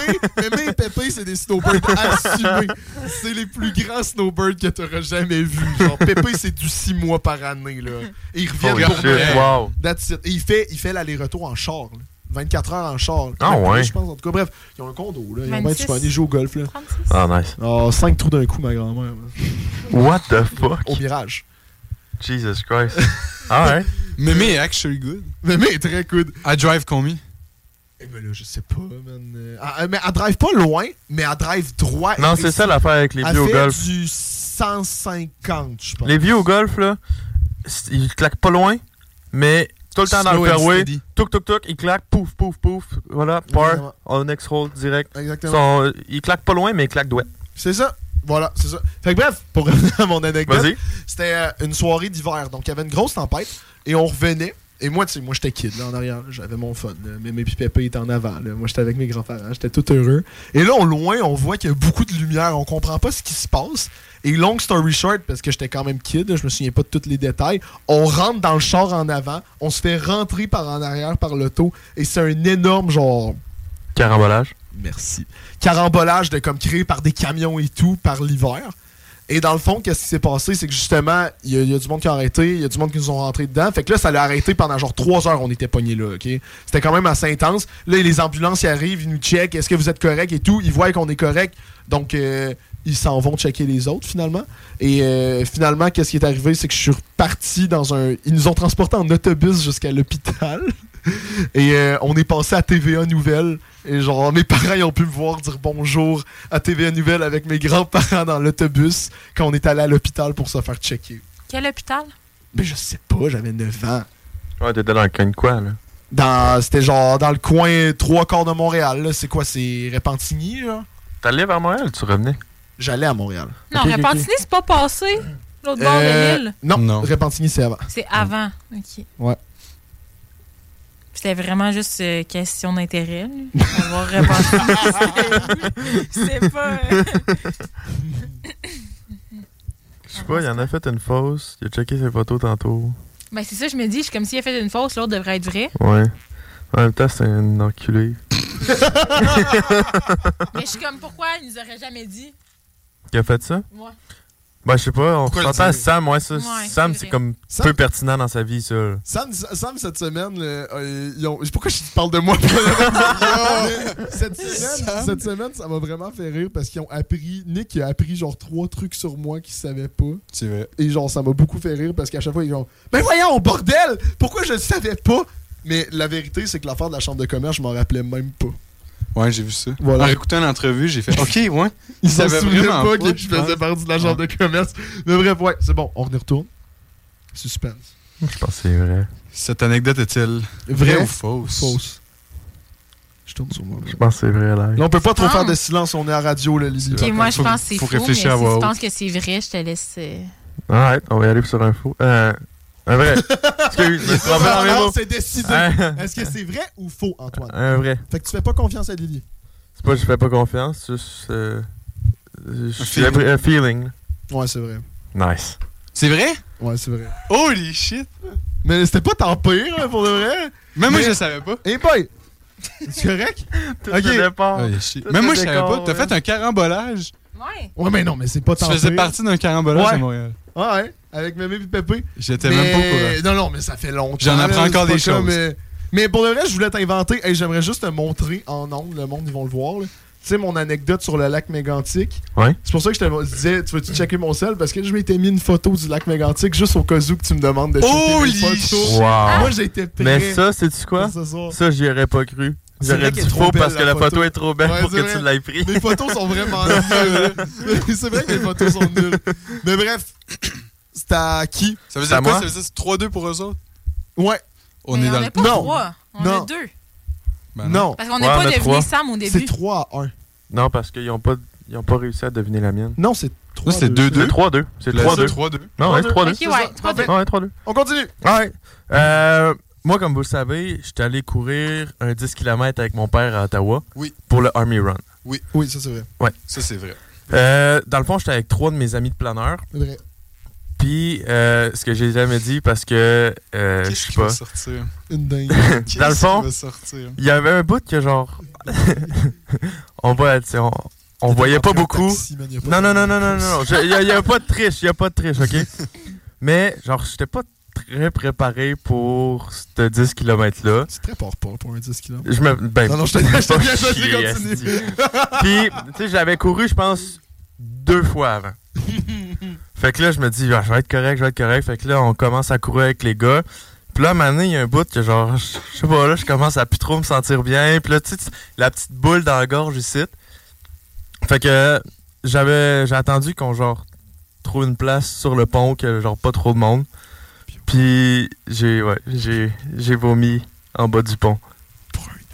Speaker 4: Mémé et Pépé, c'est des snowbirds assumés. C'est les plus grands snowbirds que t'auras jamais vus. Genre, Pépé, c'est du 6 mois par année, là. Et ils
Speaker 6: Oh,
Speaker 4: reviennent pour
Speaker 6: shit,
Speaker 4: Noël.
Speaker 6: wow.
Speaker 4: That's it. Et il fait, il fait l'aller-retour en char, là. 24 heures en char.
Speaker 6: Ah,
Speaker 4: Pépé,
Speaker 6: ouais.
Speaker 4: Je pense, en tout cas, bref, ils ont un condo, là. Ils ont bien
Speaker 5: 26.
Speaker 4: du fun. Ils jouent au golf, là.
Speaker 5: 36.
Speaker 6: Ah, nice.
Speaker 4: Oh, 5 trous d'un coup, ma grand-mère. là.
Speaker 6: What the fuck?
Speaker 4: Au mirage.
Speaker 6: Jesus Christ. Alright.
Speaker 1: Mémé est actually good.
Speaker 4: Mémé est très good.
Speaker 1: I drive combien?
Speaker 4: Eh ben là, je sais pas, man. Euh, elle- mais elle drive pas loin, mais elle drive droit.
Speaker 6: Non, c'est ça l'affaire avec les
Speaker 4: Elle
Speaker 6: vieux au
Speaker 4: fait
Speaker 6: golf.
Speaker 4: du 150, je pense.
Speaker 6: Les vieux au golf, là, c- ils claquent pas loin, mais tout le temps dans
Speaker 1: Slow
Speaker 6: le
Speaker 1: and
Speaker 6: fairway.
Speaker 1: steady.
Speaker 6: Toc, toc, toc, ils claquent, pouf, pouf, pouf. Voilà, par,
Speaker 4: Exactement.
Speaker 6: on next hole, direct. Ils,
Speaker 4: Exactement.
Speaker 6: sont, euh, ils claquent pas loin, mais ils claquent douette.
Speaker 4: C'est ça. Voilà, c'est ça. Fait que bref, pour revenir à mon anecdote,
Speaker 6: Vas-y.
Speaker 4: c'était euh, une soirée d'hiver. Donc, il y avait une grosse tempête et on revenait. Et moi, tu sais, moi, j'étais kid, là, en arrière. là. J'avais mon fun. là. Mais mes pépés étaient en avant. là. Moi, j'étais avec mes grands-parents. J'étais tout heureux. Et là, au loin, on voit qu'il y a beaucoup de lumière. On comprend pas ce qui se passe. Et long story short, parce que j'étais quand même kid, là, je me souviens pas de tous les détails. On rentre dans le char en avant. On se fait rentrer par en arrière par l'auto. Et c'est un énorme, genre,
Speaker 6: Carambolage.
Speaker 4: Merci. Carambolage de comme créé par des camions et tout par l'hiver. Et dans le fond, qu'est-ce qui s'est passé? C'est que justement, il y, a- il y a du monde qui a arrêté, il y a du monde qui nous ont rentré dedans. Fait que là, ça l'a arrêté pendant genre trois heures, on était pognés là, OK? C'était quand même assez intense. Là, les ambulances ils arrivent, ils nous checkent, est-ce que vous êtes correct et tout. Ils voient qu'on est correct. Donc, euh, ils s'en vont checker les autres finalement. Et euh, finalement, qu'est-ce qui est arrivé? C'est que je suis reparti dans un. Ils nous ont transportés en autobus jusqu'à l'hôpital. Et euh, on est passé à TVA Nouvelle. Et genre, mes parents, ils ont pu me voir dire bonjour à TVA Nouvelle avec mes grands-parents dans l'autobus quand on est allé à l'hôpital pour se faire checker.
Speaker 5: Quel hôpital?
Speaker 4: Mais je sais pas, j'avais 9 ans.
Speaker 6: Ouais, t'étais dans le coin de quoi, là?
Speaker 4: Dans, c'était genre dans le coin trois quarts de Montréal. là. C'est quoi, c'est Repentigny, là?
Speaker 6: T'allais vers Montréal ou tu revenais?
Speaker 4: J'allais à Montréal.
Speaker 5: Non,
Speaker 4: Ok, ok, ok.
Speaker 5: Repentigny, c'est pas passé. L'autre bord
Speaker 4: Euh,
Speaker 5: de l'île.
Speaker 4: Non, Repentigny, c'est avant.
Speaker 5: C'est avant. OK.
Speaker 4: Ouais.
Speaker 5: C'était vraiment juste euh, question d'intérêt. là. Avoir Repentigny, c'est c'est pas. euh,
Speaker 6: Je sais pas, il en a fait une fausse. Il a checké ses photos tantôt.
Speaker 5: Ben, c'est ça, je me dis. Je suis comme s'il a fait une fausse, l'autre devrait être vrai.
Speaker 6: Ouais. En même temps, c'est un enculé.
Speaker 5: Mais je suis comme, pourquoi il nous aurait jamais dit?
Speaker 6: Qui a fait ça?
Speaker 5: Moi.
Speaker 6: Ben, je sais pas. On
Speaker 4: le
Speaker 6: s'entend à
Speaker 4: dire?
Speaker 6: Sam. Ouais, ça,
Speaker 4: Ouais,
Speaker 6: Sam,
Speaker 4: c'est
Speaker 6: c'est
Speaker 4: vrai.
Speaker 6: comme
Speaker 4: Sam-
Speaker 6: peu pertinent dans sa vie, ça. là.
Speaker 4: Sam, Sam, cette semaine, euh, euh, ils ont- pourquoi je parle de moi? Mais cette, semaine,
Speaker 7: Sam.
Speaker 4: cette semaine, ça m'a vraiment fait rire parce qu'ils ont appris, Nick il a appris genre trois trucs sur moi qu'il savait pas.
Speaker 1: C'est vrai.
Speaker 4: Et genre, ça m'a beaucoup fait rire parce qu'à chaque fois, ils ont Mais voyons, bordel! Pourquoi je le savais pas? Mais la vérité, c'est que l'affaire de la chambre de commerce, je m'en rappelais même pas.
Speaker 1: Ouais, j'ai vu ça.
Speaker 4: Voilà.
Speaker 1: En écoutant l'entrevue, j'ai fait OK, ouais.
Speaker 4: Ils s'en
Speaker 1: savaient
Speaker 4: souvenaient
Speaker 1: vraiment
Speaker 4: pas que
Speaker 1: je
Speaker 4: je faisais
Speaker 1: pense.
Speaker 4: partie de la chambre de commerce. Mais bref, ouais, c'est bon, on y retourne. Suspense.
Speaker 6: Je pense que c'est vrai.
Speaker 1: Cette anecdote est-elle
Speaker 4: Vrai
Speaker 1: vraie ou fausse?
Speaker 4: Fausse. Je tourne sur moi.
Speaker 6: Je pense que c'est vrai, là.
Speaker 4: Là, on peut pas trop
Speaker 5: Ah.
Speaker 4: faire de silence, on est à radio, là, Lily.
Speaker 5: Ok, moi, je pense que c'est faux. mais si tu
Speaker 4: haute.
Speaker 5: penses que c'est vrai, je te laisse. euh,
Speaker 6: Alright, on va y aller sur un faux. Euh, un vrai. Excuse, je me suis trompé dans mes
Speaker 4: Alors,
Speaker 6: mots.
Speaker 4: c'est décidé.
Speaker 6: Un-
Speaker 4: Est-ce que c'est vrai ou faux, Antoine?
Speaker 6: Un vrai.
Speaker 4: Fait que tu fais pas confiance à Lily.
Speaker 6: C'est pas que je fais pas confiance, juste. Euh, j'ai
Speaker 1: feeling.
Speaker 6: appris- un feeling.
Speaker 4: Ouais, c'est vrai.
Speaker 6: Nice.
Speaker 1: C'est vrai?
Speaker 4: Ouais, c'est vrai.
Speaker 1: Holy shit!
Speaker 4: Mais c'était pas tant pire, hein, pour de vrai.
Speaker 1: Même moi,
Speaker 4: Mais-
Speaker 1: je le savais pas.
Speaker 4: Hey boy! C'est correct?
Speaker 6: Tout le départ.
Speaker 1: Ah, shit.
Speaker 6: Tout
Speaker 1: Même
Speaker 6: le
Speaker 1: moi, je savais
Speaker 6: décor,
Speaker 1: pas. T'as
Speaker 6: ouais.
Speaker 1: fait un carambolage.
Speaker 5: Ouais.
Speaker 4: Ouais, mais non, mais c'est pas
Speaker 1: Tu
Speaker 4: tant
Speaker 1: faisais
Speaker 4: pire.
Speaker 1: partie d'un carambolage
Speaker 4: Ouais.
Speaker 1: à Montréal.
Speaker 4: Ouais, ouais, avec Mémé et Pépé.
Speaker 1: J'étais
Speaker 4: Mais-
Speaker 1: même pas au courant.
Speaker 4: Non, non, mais ça fait longtemps.
Speaker 1: J'en
Speaker 4: là,
Speaker 1: apprends
Speaker 4: c'est
Speaker 1: encore
Speaker 4: pas
Speaker 1: des
Speaker 4: comme,
Speaker 1: choses.
Speaker 4: euh, Mais pour le reste, je voulais t'inventer. Hey, J'aimerais juste te montrer en ondes. Le monde, ils vont le voir. là. Tu sais, mon anecdote sur le lac Mégantic.
Speaker 6: Ouais.
Speaker 4: C'est pour ça que je te disais, tu veux-tu checker mon sel? Parce que je m'étais mis une photo du lac Mégantic juste au cas où que tu me demandes de checker
Speaker 1: Holy
Speaker 4: mes photos.
Speaker 6: shit! Wow.
Speaker 4: Moi, j'étais prêt.
Speaker 6: Mais ça, c'est-tu quoi?
Speaker 4: pour ce soir.
Speaker 6: Ça, j'y aurais pas cru.
Speaker 4: C'est vrai
Speaker 6: J'aurais
Speaker 4: qu'elle
Speaker 6: dit
Speaker 4: est trop
Speaker 6: faux
Speaker 4: belle,
Speaker 6: parce que
Speaker 4: la
Speaker 6: la photo.
Speaker 4: photo.
Speaker 6: est trop belle
Speaker 4: Ouais,
Speaker 6: pour
Speaker 4: c'est
Speaker 6: que
Speaker 4: vrai.
Speaker 6: tu l'aies pris.
Speaker 4: Mes photos sont vraiment nulles. Mais c'est vrai que mes photos sont nulles. Mais bref, c'était à qui?
Speaker 6: C'est
Speaker 1: Ça
Speaker 6: à
Speaker 1: faisait
Speaker 6: moi?
Speaker 1: quoi? Ça faisait 3-2 pour eux autres?
Speaker 4: Ouais.
Speaker 1: On
Speaker 5: Mais Ben,
Speaker 1: est
Speaker 5: on
Speaker 1: dans
Speaker 5: n'a
Speaker 1: le.
Speaker 5: pas
Speaker 4: Non.
Speaker 5: trois. On
Speaker 4: Non.
Speaker 5: a deux.
Speaker 6: Bah
Speaker 1: Ben
Speaker 4: non.
Speaker 5: Parce qu'on n'est
Speaker 6: Ouais, on a
Speaker 5: pas
Speaker 6: trois.
Speaker 5: devenu Sam au
Speaker 4: C'est
Speaker 5: début.
Speaker 4: 3 à 1.
Speaker 6: Non, parce qu'ils ont pas, ils ont pas réussi à deviner la mienne.
Speaker 4: Non, c'est 3
Speaker 1: Non, c'était 2-2.
Speaker 6: C'est 3-2. C'est 3-2.
Speaker 1: 3-2.
Speaker 6: Non, ouais, c'est 3-2.
Speaker 5: Ok, ouais, 3-2.
Speaker 6: Ouais, 3-2.
Speaker 4: On continue.
Speaker 6: Ouais. Euh, moi, comme vous le savez, j'étais allé courir un 10 km avec mon père à Ottawa
Speaker 1: Oui.
Speaker 6: pour le Army Run.
Speaker 4: Oui, ça c'est vrai.
Speaker 1: Ça, c'est vrai.
Speaker 6: Euh, dans le fond, j'étais avec trois de mes amis de planeur.
Speaker 4: C'est vrai.
Speaker 6: Puis, euh, ce que j'ai jamais dit parce que euh, je
Speaker 1: Qu'est-ce
Speaker 6: sais
Speaker 1: qui
Speaker 6: pas.
Speaker 1: va sortir?
Speaker 4: Une dingue.
Speaker 6: Dans le
Speaker 1: Qu'est-ce qui
Speaker 6: fond,
Speaker 1: va sortir?
Speaker 6: il y avait un bout que genre. on va, tu sais, on, on voyait pas beaucoup. Non, non, non, non, non, non. Il n'y a, pas de triche, il a pas de triche, OK? Mais, genre, j'étais pas très préparé pour ce 10 km-là.
Speaker 4: Tu te prépares pas pour un 10 km.
Speaker 6: Je me... Ben,
Speaker 4: Non, non, je te je te bien choisi,
Speaker 6: Chier,
Speaker 4: continue.
Speaker 6: Puis, tu sais, j'avais couru, je pense, deux fois avant. fait que là, je me dis, Ah, je vais être correct, je vais être correct. Fait que là, on commence à courir avec les gars. Puis là, à un moment donné, il y a un bout que genre, je je sais pas, là, je commence à plus trop me sentir bien. Puis là, tu sais, tu- la petite boule dans la gorge ici. Fait que j'avais j'ai attendu qu'on genre trouve une place sur le pont, que genre pas trop de monde. Puis j'ai ouais, j'ai j'ai vomi en bas du pont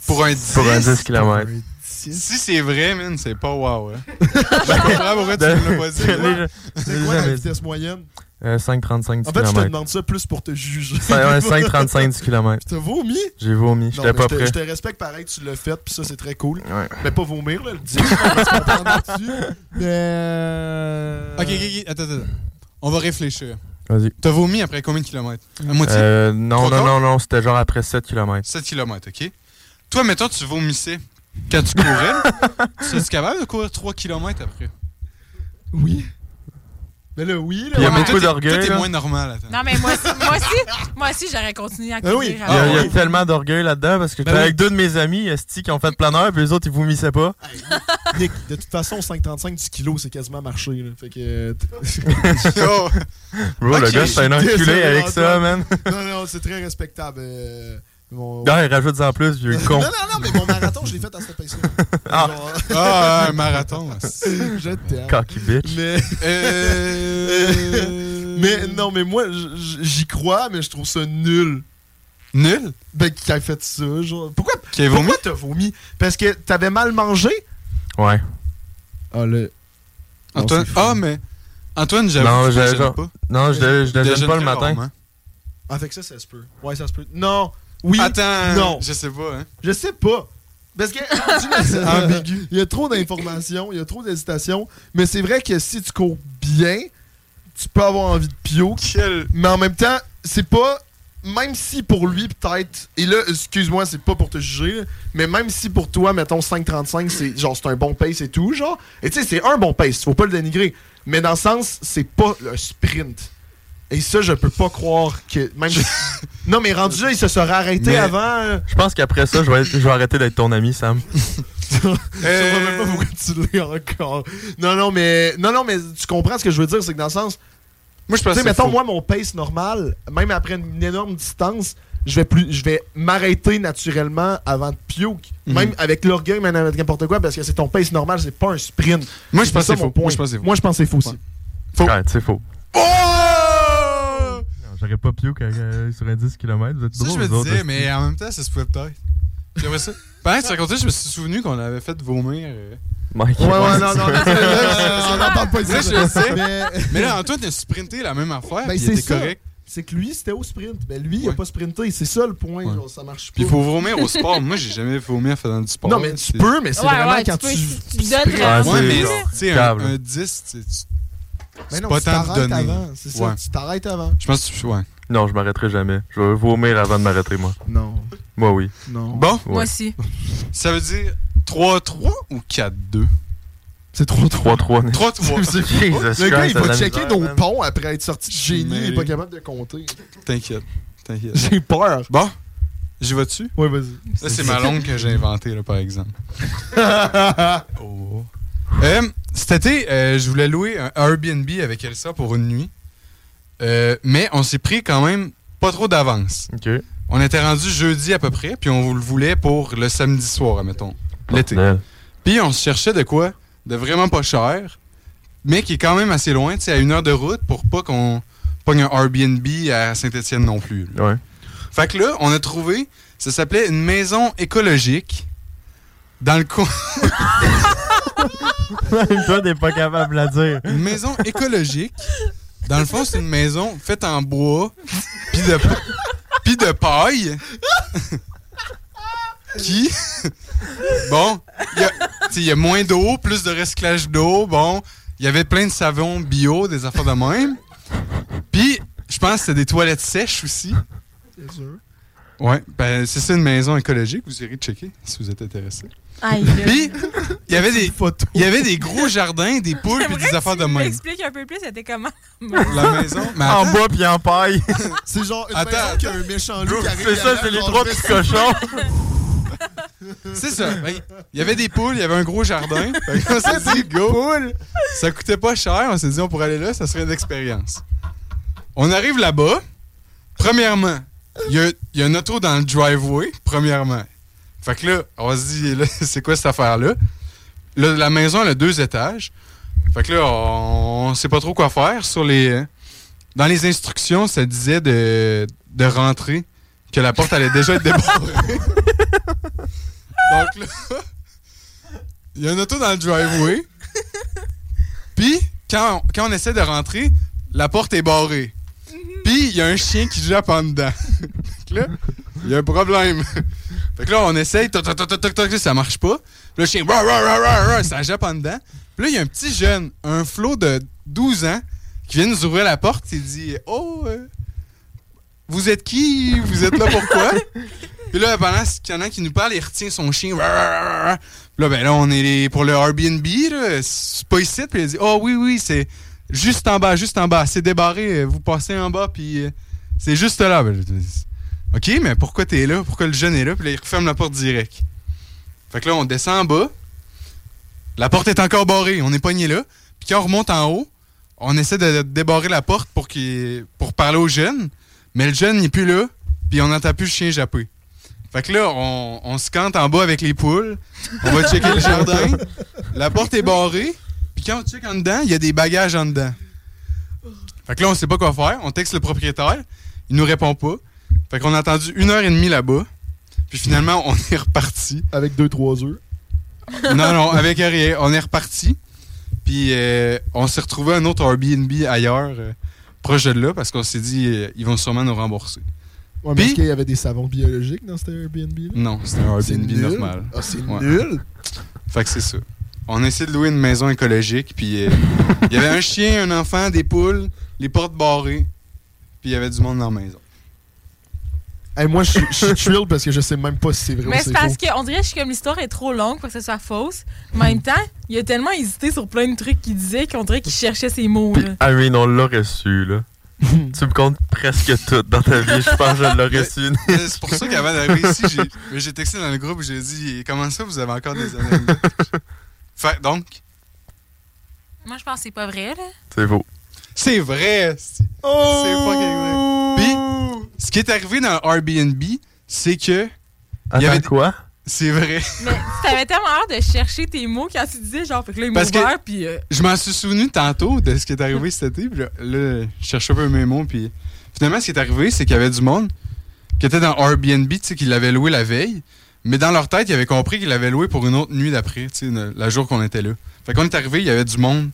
Speaker 1: Pour un 10.
Speaker 6: pour un 10 km.
Speaker 1: Si c'est vrai, man, c'est pas wow. Hein. Je comprends pourquoi tu me l'as pas dit.
Speaker 4: C'est quoi la vitesse moyenne?
Speaker 6: Euh, 5,35
Speaker 4: En
Speaker 6: du
Speaker 4: fait, je te
Speaker 6: kilomètre.
Speaker 4: demande ça plus pour te juger.
Speaker 6: Cin- ouais, 5,35 du kilomètre.
Speaker 4: T'as vomi?
Speaker 6: J'ai vomi,
Speaker 4: Non,
Speaker 6: j'étais
Speaker 4: mais
Speaker 6: pas
Speaker 4: je te-
Speaker 6: prêt.
Speaker 4: Je te respecte pareil, tu l'as fait, puis ça c'est très cool.
Speaker 6: Ouais.
Speaker 4: Mais pas vomir, là, le 10, on va se comprendre là-dessus. Mais.
Speaker 1: Ok, ok, ok, attends, attends. On va réfléchir.
Speaker 6: Vas-y.
Speaker 1: T'as vomi après combien de kilomètres À moitié
Speaker 6: Euh, non,
Speaker 1: Trois
Speaker 6: non, non,
Speaker 1: quarts?
Speaker 6: non, c'était genre après 7 km.
Speaker 1: 7 kilomètres, ok Toi, mettons, tu vomissais quand tu courais. serais-tu capable de courir 3 kilomètres après
Speaker 4: Oui. Mais là, oui, là.
Speaker 6: Puis il y a
Speaker 1: Ouais.
Speaker 6: beaucoup
Speaker 1: Toi, t'es-
Speaker 6: d'orgueil,
Speaker 1: Toi, t'es
Speaker 6: là.
Speaker 1: moins normal, attends.
Speaker 5: Non, mais moi aussi, moi aussi, moi aussi j'aurais continué à
Speaker 4: Ah
Speaker 5: courir.
Speaker 4: oui.
Speaker 6: Il y a,
Speaker 5: avant.
Speaker 6: il y a
Speaker 4: ouais.
Speaker 6: tellement d'orgueil là-dedans parce que j'étais
Speaker 4: Ben oui.
Speaker 6: avec deux de mes amis, Esti, qui ont fait planeur, puis les autres, ils vomissaient pas.
Speaker 4: Nick, de toute façon, 5,35 du kilo, c'est quasiment marché. Là. Fait que. euh, t-
Speaker 1: Yo.
Speaker 6: Bro,
Speaker 1: Ok,
Speaker 6: le gars, c'est un
Speaker 4: je suis
Speaker 6: enculé
Speaker 4: désolé,
Speaker 6: avec ça, man.
Speaker 4: Antoine. non, non, c'est très respectable. euh, Mon-
Speaker 6: Ah, rajoute en plus, vieux con.
Speaker 4: Non, non, non, mais mon marathon, je l'ai fait à cette pace
Speaker 6: Ah.
Speaker 1: Ah, un marathon.
Speaker 4: Je t'aime.
Speaker 6: Cocky bitch.
Speaker 4: Mais...
Speaker 1: Euh,
Speaker 4: mais non, mais moi, j- j'y crois, mais je trouve ça nul.
Speaker 1: Nul?
Speaker 4: Ben, qui a fait ça, genre. Pourquoi,
Speaker 1: Qui a vomi?
Speaker 4: pourquoi t'as vomi? Parce que t'avais mal mangé?
Speaker 6: Ouais.
Speaker 4: Ah, le...
Speaker 1: Antoine, ah, mais. Antoine, j'avoue.
Speaker 6: Non,
Speaker 1: que
Speaker 6: je,
Speaker 1: déjeune
Speaker 6: genre-
Speaker 1: pas.
Speaker 6: non, je, dé- je déjeune
Speaker 1: Déjeune
Speaker 6: pas le
Speaker 1: très
Speaker 6: matin.
Speaker 1: rarement.
Speaker 4: Avec Ah, ça, ça se peut. Ouais, ça se peut. Non. Oui.
Speaker 1: Attends,
Speaker 4: Non.
Speaker 1: je sais pas, hein.
Speaker 4: Je sais pas. Parce que rendu là, c'est ambigu. Il y a trop d'informations, il y a trop d'hésitations. Mais c'est vrai que si tu cours bien, tu peux avoir envie de pio.
Speaker 1: Quel.
Speaker 4: Mais en même temps, c'est pas. Même si pour lui, peut-être. Et là, excuse-moi, c'est pas pour te juger. là, Mais même si pour toi, mettons 5,35, c'est genre c'est un bon pace et tout, genre. Et tu sais, c'est un bon pace, faut pas le dénigrer. Mais dans le sens, c'est pas le sprint. Et ça, je peux pas croire que. Même si- Non, mais rendu là, il se serait arrêté
Speaker 1: Mais-
Speaker 4: avant. euh,
Speaker 6: Je pense qu'après ça, je vais, être- je vais arrêter d'être ton ami, Sam.
Speaker 4: Je comprends même pas pourquoi tu l'es encore. Non, non, mais, non, non, mais tu comprends ce que je veux dire, c'est que dans le sens,
Speaker 1: Moi, je
Speaker 4: tu
Speaker 1: pense
Speaker 4: sais,
Speaker 1: que.
Speaker 4: mettons,
Speaker 1: c'est
Speaker 4: moi, mon pace normal, même après une énorme distance, je vais plus, je vais m'arrêter naturellement avant de puke.
Speaker 1: Mhm.
Speaker 4: Même avec l'orgueil, même avec n'importe quoi, parce que c'est ton pace normal, c'est pas un sprint.
Speaker 1: faux. Moi, je pense
Speaker 4: C'est ça
Speaker 1: que c'est
Speaker 4: mon
Speaker 1: faux.
Speaker 4: point.
Speaker 1: Moi, je pense que c'est faux.
Speaker 4: Moi, je pense que c'est faux aussi. Faux.
Speaker 6: Ouais, c'est faux.
Speaker 1: Oh!
Speaker 6: Non, J'aurais pas puke euh, sur un 10 km. Vous êtes
Speaker 1: Ça, je
Speaker 6: drôles,
Speaker 1: me
Speaker 6: vous autres.
Speaker 1: disais, mais en même temps, ça se pouvait peut-être. Puis après ça. Pendant que tu racontais, je me suis souvenu qu'on avait fait vomir. euh.
Speaker 6: Mike.
Speaker 4: Ouais, ouais, non, non, non,
Speaker 1: Euh,
Speaker 4: on n'en parle pas ici.
Speaker 1: Là, je le sais.
Speaker 4: Mais,
Speaker 1: Mais là, Antoine, t'as sprinté la même affaire.
Speaker 4: ben,
Speaker 1: puis il
Speaker 4: c'est
Speaker 1: était
Speaker 4: ça.
Speaker 1: correct.
Speaker 4: C'est que lui, c'était au sprint. Mais lui, il a
Speaker 1: Ouais.
Speaker 4: pas sprinté. C'est ça le point.
Speaker 1: Ouais.
Speaker 4: genre, ça marche pas.
Speaker 1: Puis il faut vomir au sport. Moi, j'ai jamais vomi en faisant du sport.
Speaker 4: Non, mais tu
Speaker 1: C'est-
Speaker 4: peux, mais c'est
Speaker 5: Ouais,
Speaker 4: vraiment
Speaker 5: ouais,
Speaker 4: quand
Speaker 5: tu
Speaker 4: tu.
Speaker 5: peux, si tu donnes
Speaker 6: Ah,
Speaker 5: vraiment.
Speaker 1: Ouais,
Speaker 6: c'est
Speaker 1: mais tu
Speaker 6: genre
Speaker 1: sais, un,
Speaker 6: câble.
Speaker 1: un 10, tu sais, tu-
Speaker 4: Mais
Speaker 1: c'est
Speaker 4: non,
Speaker 1: pas
Speaker 4: tu
Speaker 1: tant de
Speaker 4: t'arrêtes
Speaker 1: données.
Speaker 4: avant. C'est ça,
Speaker 1: Ouais.
Speaker 4: tu t'arrêtes avant.
Speaker 1: Je pense que tu. Ouais.
Speaker 6: Non, je m'arrêterai jamais. Je vais vomir avant de m'arrêter, moi.
Speaker 4: Non,
Speaker 6: Moi, oui.
Speaker 4: non.
Speaker 1: Bon,
Speaker 5: Moi aussi.
Speaker 1: ça veut dire 3-3 ou 4-2
Speaker 4: c'est trop trop.
Speaker 6: 3-3.
Speaker 1: 3-3.
Speaker 6: Jesus
Speaker 4: Le gars,
Speaker 6: Christ,
Speaker 4: il
Speaker 6: ça
Speaker 4: va
Speaker 6: a de la
Speaker 4: checker
Speaker 6: misère,
Speaker 4: nos
Speaker 6: man.
Speaker 4: ponts après être sorti de génie.
Speaker 1: Mais-
Speaker 4: Il est pas capable de compter.
Speaker 1: T'inquiète. T'inquiète.
Speaker 4: J'ai peur.
Speaker 1: Bon, j'y vais dessus.
Speaker 4: Ouais, vas-y.
Speaker 1: Là, c'est ma longue que j'ai inventée, là, par exemple. oh. Euh, cet été, euh, je voulais louer un Airbnb avec Elsa pour une nuit. Euh, mais on s'est pris quand même pas trop d'avance.
Speaker 6: Ok.
Speaker 1: On était rendu jeudi à peu près, puis on le voulait pour le samedi soir, admettons. L'été.
Speaker 6: Bordel.
Speaker 1: Puis on se cherchait de quoi de vraiment pas cher, mais qui est quand même assez loin, tu sais, à une heure de route pour pas qu'on pogne un Airbnb à Saint-Étienne non plus. là.
Speaker 6: Ouais.
Speaker 1: Fait que là, on a trouvé, ça s'appelait une maison écologique dans le coin.
Speaker 6: Toi, t'es pas capable de la dire.
Speaker 1: Une maison écologique. Dans le fond, c'est une maison faite en bois, puis de, pa- puis de paille. Qui. Bon, il y a- tu sais, il y, a moins d'eau, plus de recyclage d'eau. Bon, il y avait plein de savons bio, des affaires de même. Puis, je pense que c'était des toilettes sèches aussi.
Speaker 4: C'est sûr.
Speaker 1: Ouais, ben, c'est ça une maison écologique. Vous irez checker si vous êtes intéressé.
Speaker 5: Aïe, là.
Speaker 1: Puis, il y avait des.
Speaker 4: Photo.
Speaker 1: Il y avait des gros jardins, des poules et
Speaker 5: J'aimerais
Speaker 1: des
Speaker 5: que
Speaker 1: affaires
Speaker 5: tu
Speaker 1: de même.
Speaker 5: m'expliques un peu plus, c'était comment?
Speaker 1: La maison. mais
Speaker 6: En
Speaker 1: attends.
Speaker 6: bas puis en paille.
Speaker 4: C'est genre une
Speaker 1: Attends,
Speaker 4: maison qui a un méchant loup qui arrive.
Speaker 6: C'est ça,
Speaker 4: derrière,
Speaker 6: c'est les
Speaker 4: genre,
Speaker 6: trois
Speaker 4: je
Speaker 6: petits
Speaker 4: fais-
Speaker 6: cochons.
Speaker 1: C'est ça. Ben, Il y avait des poules, il y avait un gros jardin. Fait qu'on s'est dit, go. Ça coûtait pas cher. On s'est dit, on pourrait aller là, ça serait une expérience. On arrive là-bas. Premièrement, il y a, il y a un auto dans le driveway, premièrement. Fait que là, on se dit, là, c'est quoi cette affaire-là? Là, la maison, elle a deux étages. Fait que là, on, on sait pas trop quoi faire. Sur les, hein. dans les instructions, ça disait de, de rentrer, que la porte allait déjà être débarrée. Donc là, il y a un auto dans le driveway. Puis, quand, quand on essaie de rentrer, la porte est barrée. Puis, il y a un chien qui jappe en dedans. Fait que là, il y a un problème. Fait que là, on essaye, toc, toc, toc, toc, toc, toc, ça marche pas. Puis le chien, rah, rah, rah, rah, rah, ça jappe en dedans. Puis là, il y a un petit jeune, un flot de 12 ans, qui vient nous ouvrir la porte. Il dit Oh, euh, vous êtes qui Vous êtes là pourquoi puis là, pendant ce qu'il y en a qui nous parle, il retient son chien. Puis là, ben là, on est les- pour le Airbnb, là. C'est pas ici. Puis il dit Oh oui, oui, c'est juste en bas, juste en bas. C'est débarré. euh, Vous passez en bas, puis euh, c'est juste là. Ben, je dis, OK, mais pourquoi t'es là Pourquoi le jeune est là Puis là, il referme la porte direct. Fait que là, on descend en bas. La porte est encore barrée. On est pogné là. Puis quand on remonte en haut, on essaie de débarrer la porte pour, qu'il- pour parler au jeune. Mais le jeune, il est plus là. Puis on n'entend plus le chien japper. Fait que là, on, on se cante en bas avec les poules. On va checker le jardin. La porte est barrée. Puis quand on check en dedans, il y a des bagages en dedans. Fait que là, on sait pas quoi faire. On texte le propriétaire. Il nous répond pas. Fait qu'on a attendu une heure et demie là-bas. Puis finalement, on est reparti.
Speaker 4: Avec deux, trois œufs.
Speaker 1: Non, non, avec rien. On est reparti. Puis euh, on s'est retrouvé un autre Airbnb ailleurs, euh, proche de là, parce qu'on s'est dit, euh, ils vont sûrement nous rembourser.
Speaker 4: Ouais, mais est-ce qu'il y avait des savons biologiques dans cet Airbnb? là?
Speaker 1: Non, c'était un
Speaker 4: C'est
Speaker 1: Airbnb
Speaker 4: nul.
Speaker 1: normal.
Speaker 4: Ah, c'est
Speaker 1: Ouais.
Speaker 4: nul?
Speaker 1: Fait que c'est ça. On a essayé de louer une maison écologique, puis euh, il y avait un chien, un enfant, des poules, les portes barrées, puis il y avait du monde dans la maison.
Speaker 4: Hey, moi, je suis- je suis thrilled parce que je sais même pas si c'est vrai
Speaker 5: Mais
Speaker 4: ou
Speaker 5: c'est
Speaker 4: c'est
Speaker 5: parce
Speaker 4: faux.
Speaker 5: qu'on dirait que comme l'histoire est trop longue pour que ce soit fausse. En même temps, il a tellement hésité sur plein de trucs qu'il disait qu'on dirait qu'il cherchait ses mots. là.
Speaker 6: I mean, on l'aurait su, là. tu me comptes presque tout dans ta vie. Je pense que je l'aurais su.
Speaker 1: Mais Euh, C'est pour ça qu'avant d'arriver ici, j'ai- mais j'ai texté dans le groupe, j'ai dit Comment ça, vous avez encore des anecdotes Fait donc,
Speaker 5: Moi, je pense que c'est pas vrai. Là.
Speaker 6: C'est beau.
Speaker 1: c'est vrai C'est c'est fucking vrai. Puis, ce qui est arrivé dans le Airbnb, c'est que. Il y avait
Speaker 6: quoi
Speaker 1: C'est vrai.
Speaker 5: Mais t'avais tellement hâte de chercher tes mots quand tu disais genre, fait que là, il m'a
Speaker 1: Parce que-
Speaker 5: ouvert, puis euh,
Speaker 1: Je m'en suis souvenu tantôt de ce qui est arrivé cet été. Puis là, là, je cherchais un peu mes mots. Puis finalement, ce qui est arrivé, c'est qu'il y avait du monde qui était dans Airbnb, tu sais, qui l'avait loué la veille. Mais dans leur tête, ils avaient compris qu'ils l'avaient loué pour une autre nuit d'après, tu sais, le- la jour qu'on était là. Fait qu'on est arrivé, il y avait du monde.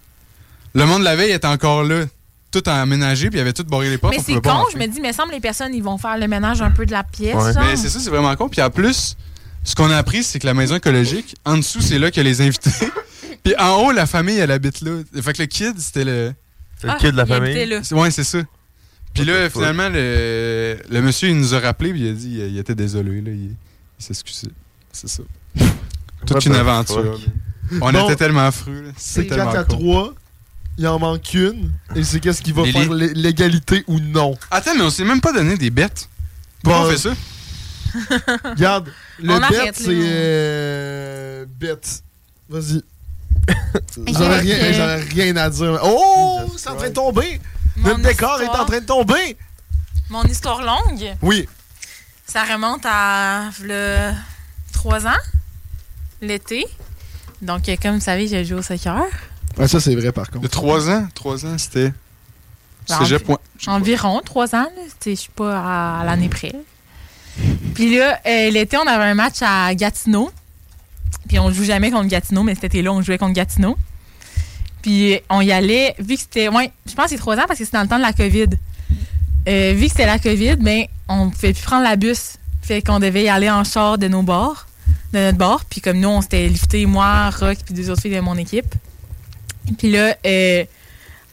Speaker 1: Le monde de la veille était encore là, tout aménagé, puis il avait tout barré les portes.
Speaker 5: Mais
Speaker 1: on
Speaker 5: c'est
Speaker 1: pouvait pas
Speaker 5: con,
Speaker 1: rentrer.
Speaker 5: je me dis, mais semble les personnes, ils vont faire le ménage un peu de la pièce. genre.
Speaker 1: Mais c'est ça, c'est vraiment con. Puis en plus, ce qu'on a appris, c'est que la maison écologique, en dessous, c'est là que les invités. Puis en haut, la famille, elle habite là. Fait que le kid, c'était le.
Speaker 6: C'est le Ah, kid de la il famille. habitait là.
Speaker 1: C'est- Ouais, c'est ça. Puis là, finalement, le, le monsieur, il nous a rappelé, puis il a dit, il était désolé, là. Il, il s'excusait. C'est ça.
Speaker 6: What
Speaker 1: Toute une
Speaker 6: the
Speaker 1: aventure.
Speaker 6: fuck?
Speaker 1: là. On
Speaker 4: Bon,
Speaker 1: était tellement affreux, là.
Speaker 4: C'est 4
Speaker 1: tellement
Speaker 4: à
Speaker 1: con.
Speaker 4: 3. Il en manque une. Et c'est qu'est-ce qui va
Speaker 1: Lily.
Speaker 4: faire l'é- l'égalité ou non.
Speaker 1: Attends, mais on s'est même pas donné des bêtes. Pourquoi
Speaker 4: Bon.
Speaker 1: on fait ça?
Speaker 4: Regarde, le
Speaker 5: On
Speaker 4: bet,
Speaker 5: arrête,
Speaker 4: c'est.
Speaker 5: là.
Speaker 4: euh, bet. Vas-y. J'avais
Speaker 5: Avec,
Speaker 4: rien,
Speaker 5: euh,
Speaker 4: j'avais rien à dire. Oh, c'est en train de tomber. Notre décor est
Speaker 5: histoire.
Speaker 4: en train de tomber.
Speaker 5: Mon histoire longue,
Speaker 4: Oui.
Speaker 5: ça remonte à le 3 ans, l'été. Donc, euh, comme vous savez, j'ai joué au soccer.
Speaker 4: Ouais, ça, c'est vrai, par contre.
Speaker 1: De 3 ans, 3 ans, c'était.
Speaker 5: Ben,
Speaker 1: Cégep,
Speaker 5: envi-
Speaker 1: ouais.
Speaker 5: Environ trois ans. là. Tu sais, Je suis pas à, à l'année près. Puis là, euh, l'été, on avait un match à Gatineau. Puis on joue jamais contre Gatineau, mais cet été-là, on jouait contre Gatineau. Puis euh, on y allait, vu que c'était. Ouais, je pense que c'est trois ans parce que c'est dans le temps de la COVID. Euh, vu que c'était la COVID, ben, on ne pouvait plus prendre la bus. Fait qu'on devait y aller en char de nos bords, de notre bord. Puis comme nous, on s'était lifté, moi, Rock, puis deux autres filles de mon équipe. Puis là, euh,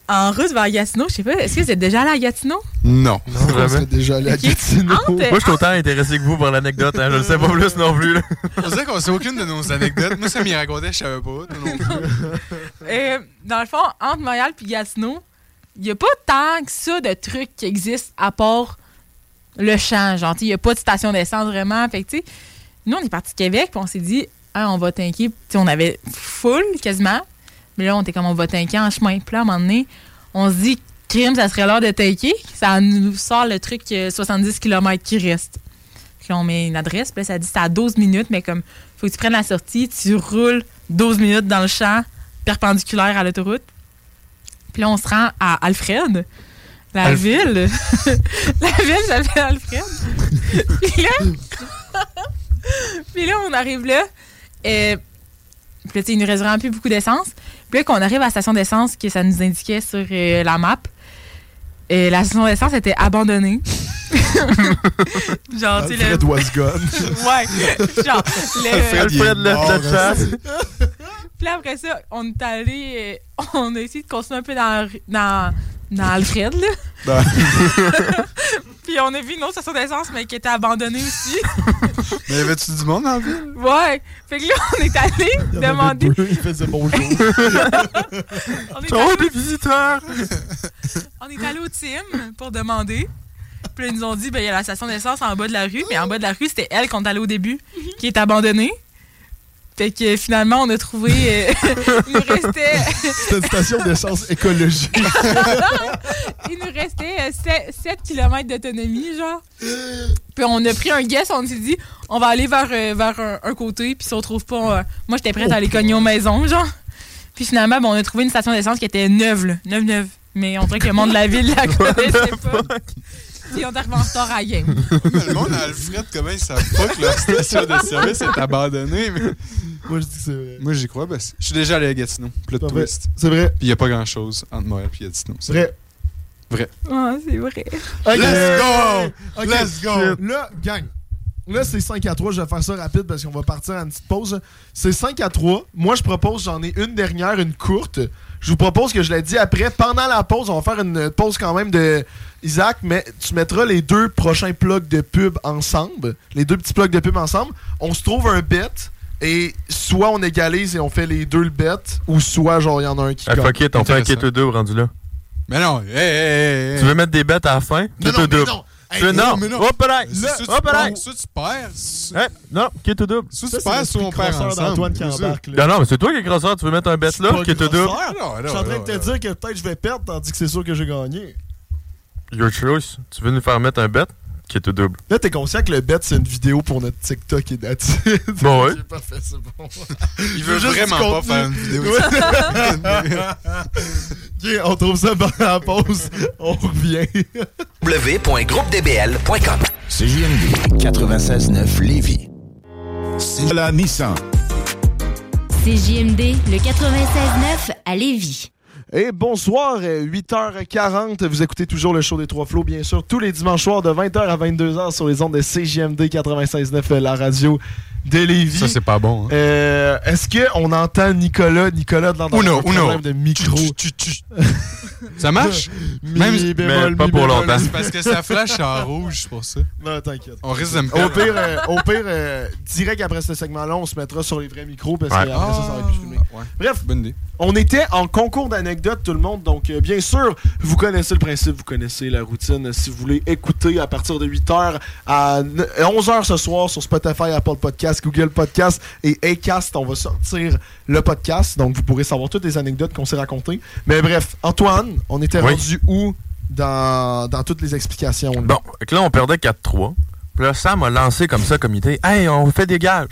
Speaker 5: en route vers Gatineau, je sais pas, est-ce que vous êtes déjà allé à Gatineau?
Speaker 1: Non.
Speaker 4: On serait déjà allé à Gatineau.
Speaker 5: Hante.
Speaker 6: Moi, je suis autant intéressé que vous par l'anecdote. hein. Je ne sais pas plus non plus. là.
Speaker 1: On dirait qu'on sait aucune de nos anecdotes. Moi, ça m'y racontait, je savais pas. toi non plus.
Speaker 5: Euh, dans le fond, entre Montréal puis Gatineau, il n'y a pas tant que ça de trucs qui existent à part le champ. Genre, il n'y a pas de station d'essence vraiment. Fait que, tu sais, nous, on est parti de Québec puis on s'est dit, Ah, on va tanker. Tu sais, on avait full quasiment. Mais là, on était comme, on va tanker en chemin. Puis là, à un moment donné, on se dit, crime, ça serait l'heure de tanker. Ça nous sort le truc euh, 70 km qui reste. Puis là, on met une adresse, puis là, ça dit c'est à 12 minutes, mais comme faut que tu prennes la sortie, tu roules 12 minutes dans le champ perpendiculaire à l'autoroute. Puis là, on se rend à Alfred, la
Speaker 1: Alf-
Speaker 5: ville. la ville s'appelle Alfred. puis là, puis là, on arrive là. et puis là, tu sais, il nous reste vraiment plus beaucoup d'essence. Puis là, qu'on arrive à la station d'essence, que ça nous indiquait sur euh, la map, et la station d'essence était abandonnée. Genre, tu sais, le
Speaker 4: Fred was gone.
Speaker 5: Ouais. Genre, le...
Speaker 1: Alfred, il est
Speaker 6: Alfred le-
Speaker 1: mort,
Speaker 6: le chat.
Speaker 5: Puis là, après ça, on est allé. euh, on a essayé de continuer un peu dans, dans, dans Alfred, là. Puis on a vu une autre station d'essence, mais qui était abandonnée aussi.
Speaker 1: Mais y avait-tu du monde en ville?
Speaker 5: Ouais. Fait que là, on est allé demander.
Speaker 4: Il faisait bonjour.
Speaker 5: On est
Speaker 6: Oh, des
Speaker 5: allé,
Speaker 6: visiteurs!
Speaker 5: on est allé au team pour demander. Puis là, ils nous ont dit, ben, il y a la station d'essence en bas de la rue. Mais en bas de la rue, c'était elle qu'on est allé au début, qui est abandonnée. Fait que finalement, on a trouvé. euh, il nous restait.
Speaker 4: C'est une station d'essence écologique.
Speaker 5: euh, Il nous restait 7, km d'autonomie, genre. Puis on a pris un guess, on s'est dit, on va aller vers, euh, vers un, un côté, puis si on trouve pas. euh, moi, j'étais prête à aller cogner aux maisons, genre. Puis finalement, ben, on a trouvé une station d'essence qui était neuve, là. Neuve, neuve. Mais on dirait que le monde de la ville la connaissait pas. Puis on est arrivé en retard à la game.
Speaker 1: Mais le monde à Alfred, comment ils savent pas que leur station de service est abandonnée? mais-
Speaker 4: Moi, je dis que c'est vrai.
Speaker 1: Moi, j'y crois. parce que je suis déjà allé à Gatineau. Plot
Speaker 4: Parfait.
Speaker 1: twist.
Speaker 4: C'est vrai.
Speaker 1: Puis il n'y a pas grand-chose entre Montréal et Gatineau. C'est
Speaker 4: Vrai.
Speaker 1: Vrai.
Speaker 5: Ah, c'est vrai.
Speaker 4: Ok. Euh,
Speaker 1: Let's go!
Speaker 4: Ok.
Speaker 1: Let's go!
Speaker 4: Là, gang. Là, c'est 5 à 3. Je vais faire ça rapide parce qu'on va partir à une petite pause. C'est 5 à 3. Moi, je propose, j'en ai une dernière, une courte. Je vous propose que je la dis après. Pendant la pause, on va faire une pause quand même de Isaac, mais tu mettras les deux prochains plugs de pub ensemble. Les deux petits plugs de pub ensemble. On se trouve un bet. Et soit on égalise et on fait les deux le bet, ou soit genre il y en a un qui
Speaker 6: Ah,
Speaker 4: gagne.
Speaker 6: fuck it, on fait un
Speaker 1: Intéressant. Eh.
Speaker 6: kit ou deux rendu là.
Speaker 1: Mais non, hey, hey, hey, hey.
Speaker 6: Tu veux mettre des bêtes à la fin? Kit
Speaker 4: non,
Speaker 6: ou
Speaker 4: mais
Speaker 6: double?
Speaker 4: non.
Speaker 6: Tu veux-
Speaker 4: Hey,
Speaker 6: Non,
Speaker 1: mais non.
Speaker 6: hop là!
Speaker 1: Si tu
Speaker 6: Hop là!
Speaker 1: perds, soit tu perds, soit
Speaker 6: Hey, Non, kit ou double?
Speaker 1: soit
Speaker 4: Ça,
Speaker 1: tu
Speaker 4: c'est
Speaker 1: perds, soit on
Speaker 4: l'esprit
Speaker 1: perd
Speaker 4: crosseur
Speaker 1: ensemble.
Speaker 4: d'Antoine qui
Speaker 1: C'est ça.
Speaker 4: embarque, là.
Speaker 6: Non, non, mais c'est toi qui es grosseur, tu veux mettre un bet là,
Speaker 4: Pas
Speaker 6: kit ou double?
Speaker 4: grosseur.
Speaker 1: Non, non,
Speaker 4: Je suis en train
Speaker 1: non,
Speaker 4: de te
Speaker 1: non.
Speaker 4: dire que peut-être je vais perdre tandis que c'est sûr que j'ai gagné.
Speaker 6: Your choice. Tu veux nous faire mettre un bet? Kit ou double?
Speaker 4: Là, t'es conscient que le bet, c'est une vidéo pour notre TikTok et d'attitude.
Speaker 6: Bon, ouais.
Speaker 4: J'ai pas fait, c'est bon.
Speaker 1: Il veut
Speaker 4: Juste du
Speaker 1: vraiment pas
Speaker 4: contenu.
Speaker 1: faire une vidéo.
Speaker 4: Ok, on trouve ça pendant la pause. On revient.
Speaker 7: www.groupedbl.com
Speaker 2: CJMD 96.9 Lévis. C'est la Nissan.
Speaker 8: CJMD, le 96.9 à Lévis.
Speaker 4: Et Eh, bonsoir, euh, 8h40. Vous écoutez toujours le show des Trois Flots, bien sûr, tous les dimanches soirs de 20h à 22h sur les ondes de CJMD 96.9, euh, la radio de Lévis.
Speaker 1: Ça, c'est pas bon. hein.
Speaker 4: Euh, Est-ce qu'on entend Nicolas, Nicolas de l'Andre-
Speaker 1: Uno,
Speaker 4: un
Speaker 1: Uno.
Speaker 4: problème de micro?
Speaker 6: Oh,
Speaker 1: Ça marche?
Speaker 4: Mi
Speaker 1: Même-
Speaker 4: bémol,
Speaker 6: mais pas
Speaker 4: mi
Speaker 6: pour
Speaker 4: bémol.
Speaker 6: longtemps.
Speaker 1: C'est parce que ça flash en rouge, c'est pour ça.
Speaker 4: Non, t'inquiète.
Speaker 1: On risque de
Speaker 6: Oh.
Speaker 1: me
Speaker 4: Au
Speaker 1: perdre.
Speaker 4: pire, euh, au pire euh, direct après ce segment-là, on se mettra sur les vrais micros parce
Speaker 6: Ouais.
Speaker 4: que après Ah, ça, ça va être plus filmé.
Speaker 1: Ah, Ouais.
Speaker 4: Bref,
Speaker 1: Bonne idée.
Speaker 4: on était en concours d'anecdotes, tout le monde. Donc, euh, bien sûr, vous connaissez le principe, vous connaissez la routine. Si vous voulez écouter à partir de 8h à 11h ce soir sur Spotify, Apple Podcast, Google Podcast et Acast, on va sortir le podcast. Donc, vous pourrez savoir toutes les anecdotes qu'on s'est racontées. Mais bref, Antoine, on était
Speaker 6: Oui.
Speaker 4: rendu où dans, dans toutes les explications? là?
Speaker 6: Bon, fait que là, on perdait 4-3. Puis là, Sam a lancé comme ça, comme idée, hey, on fait des gages.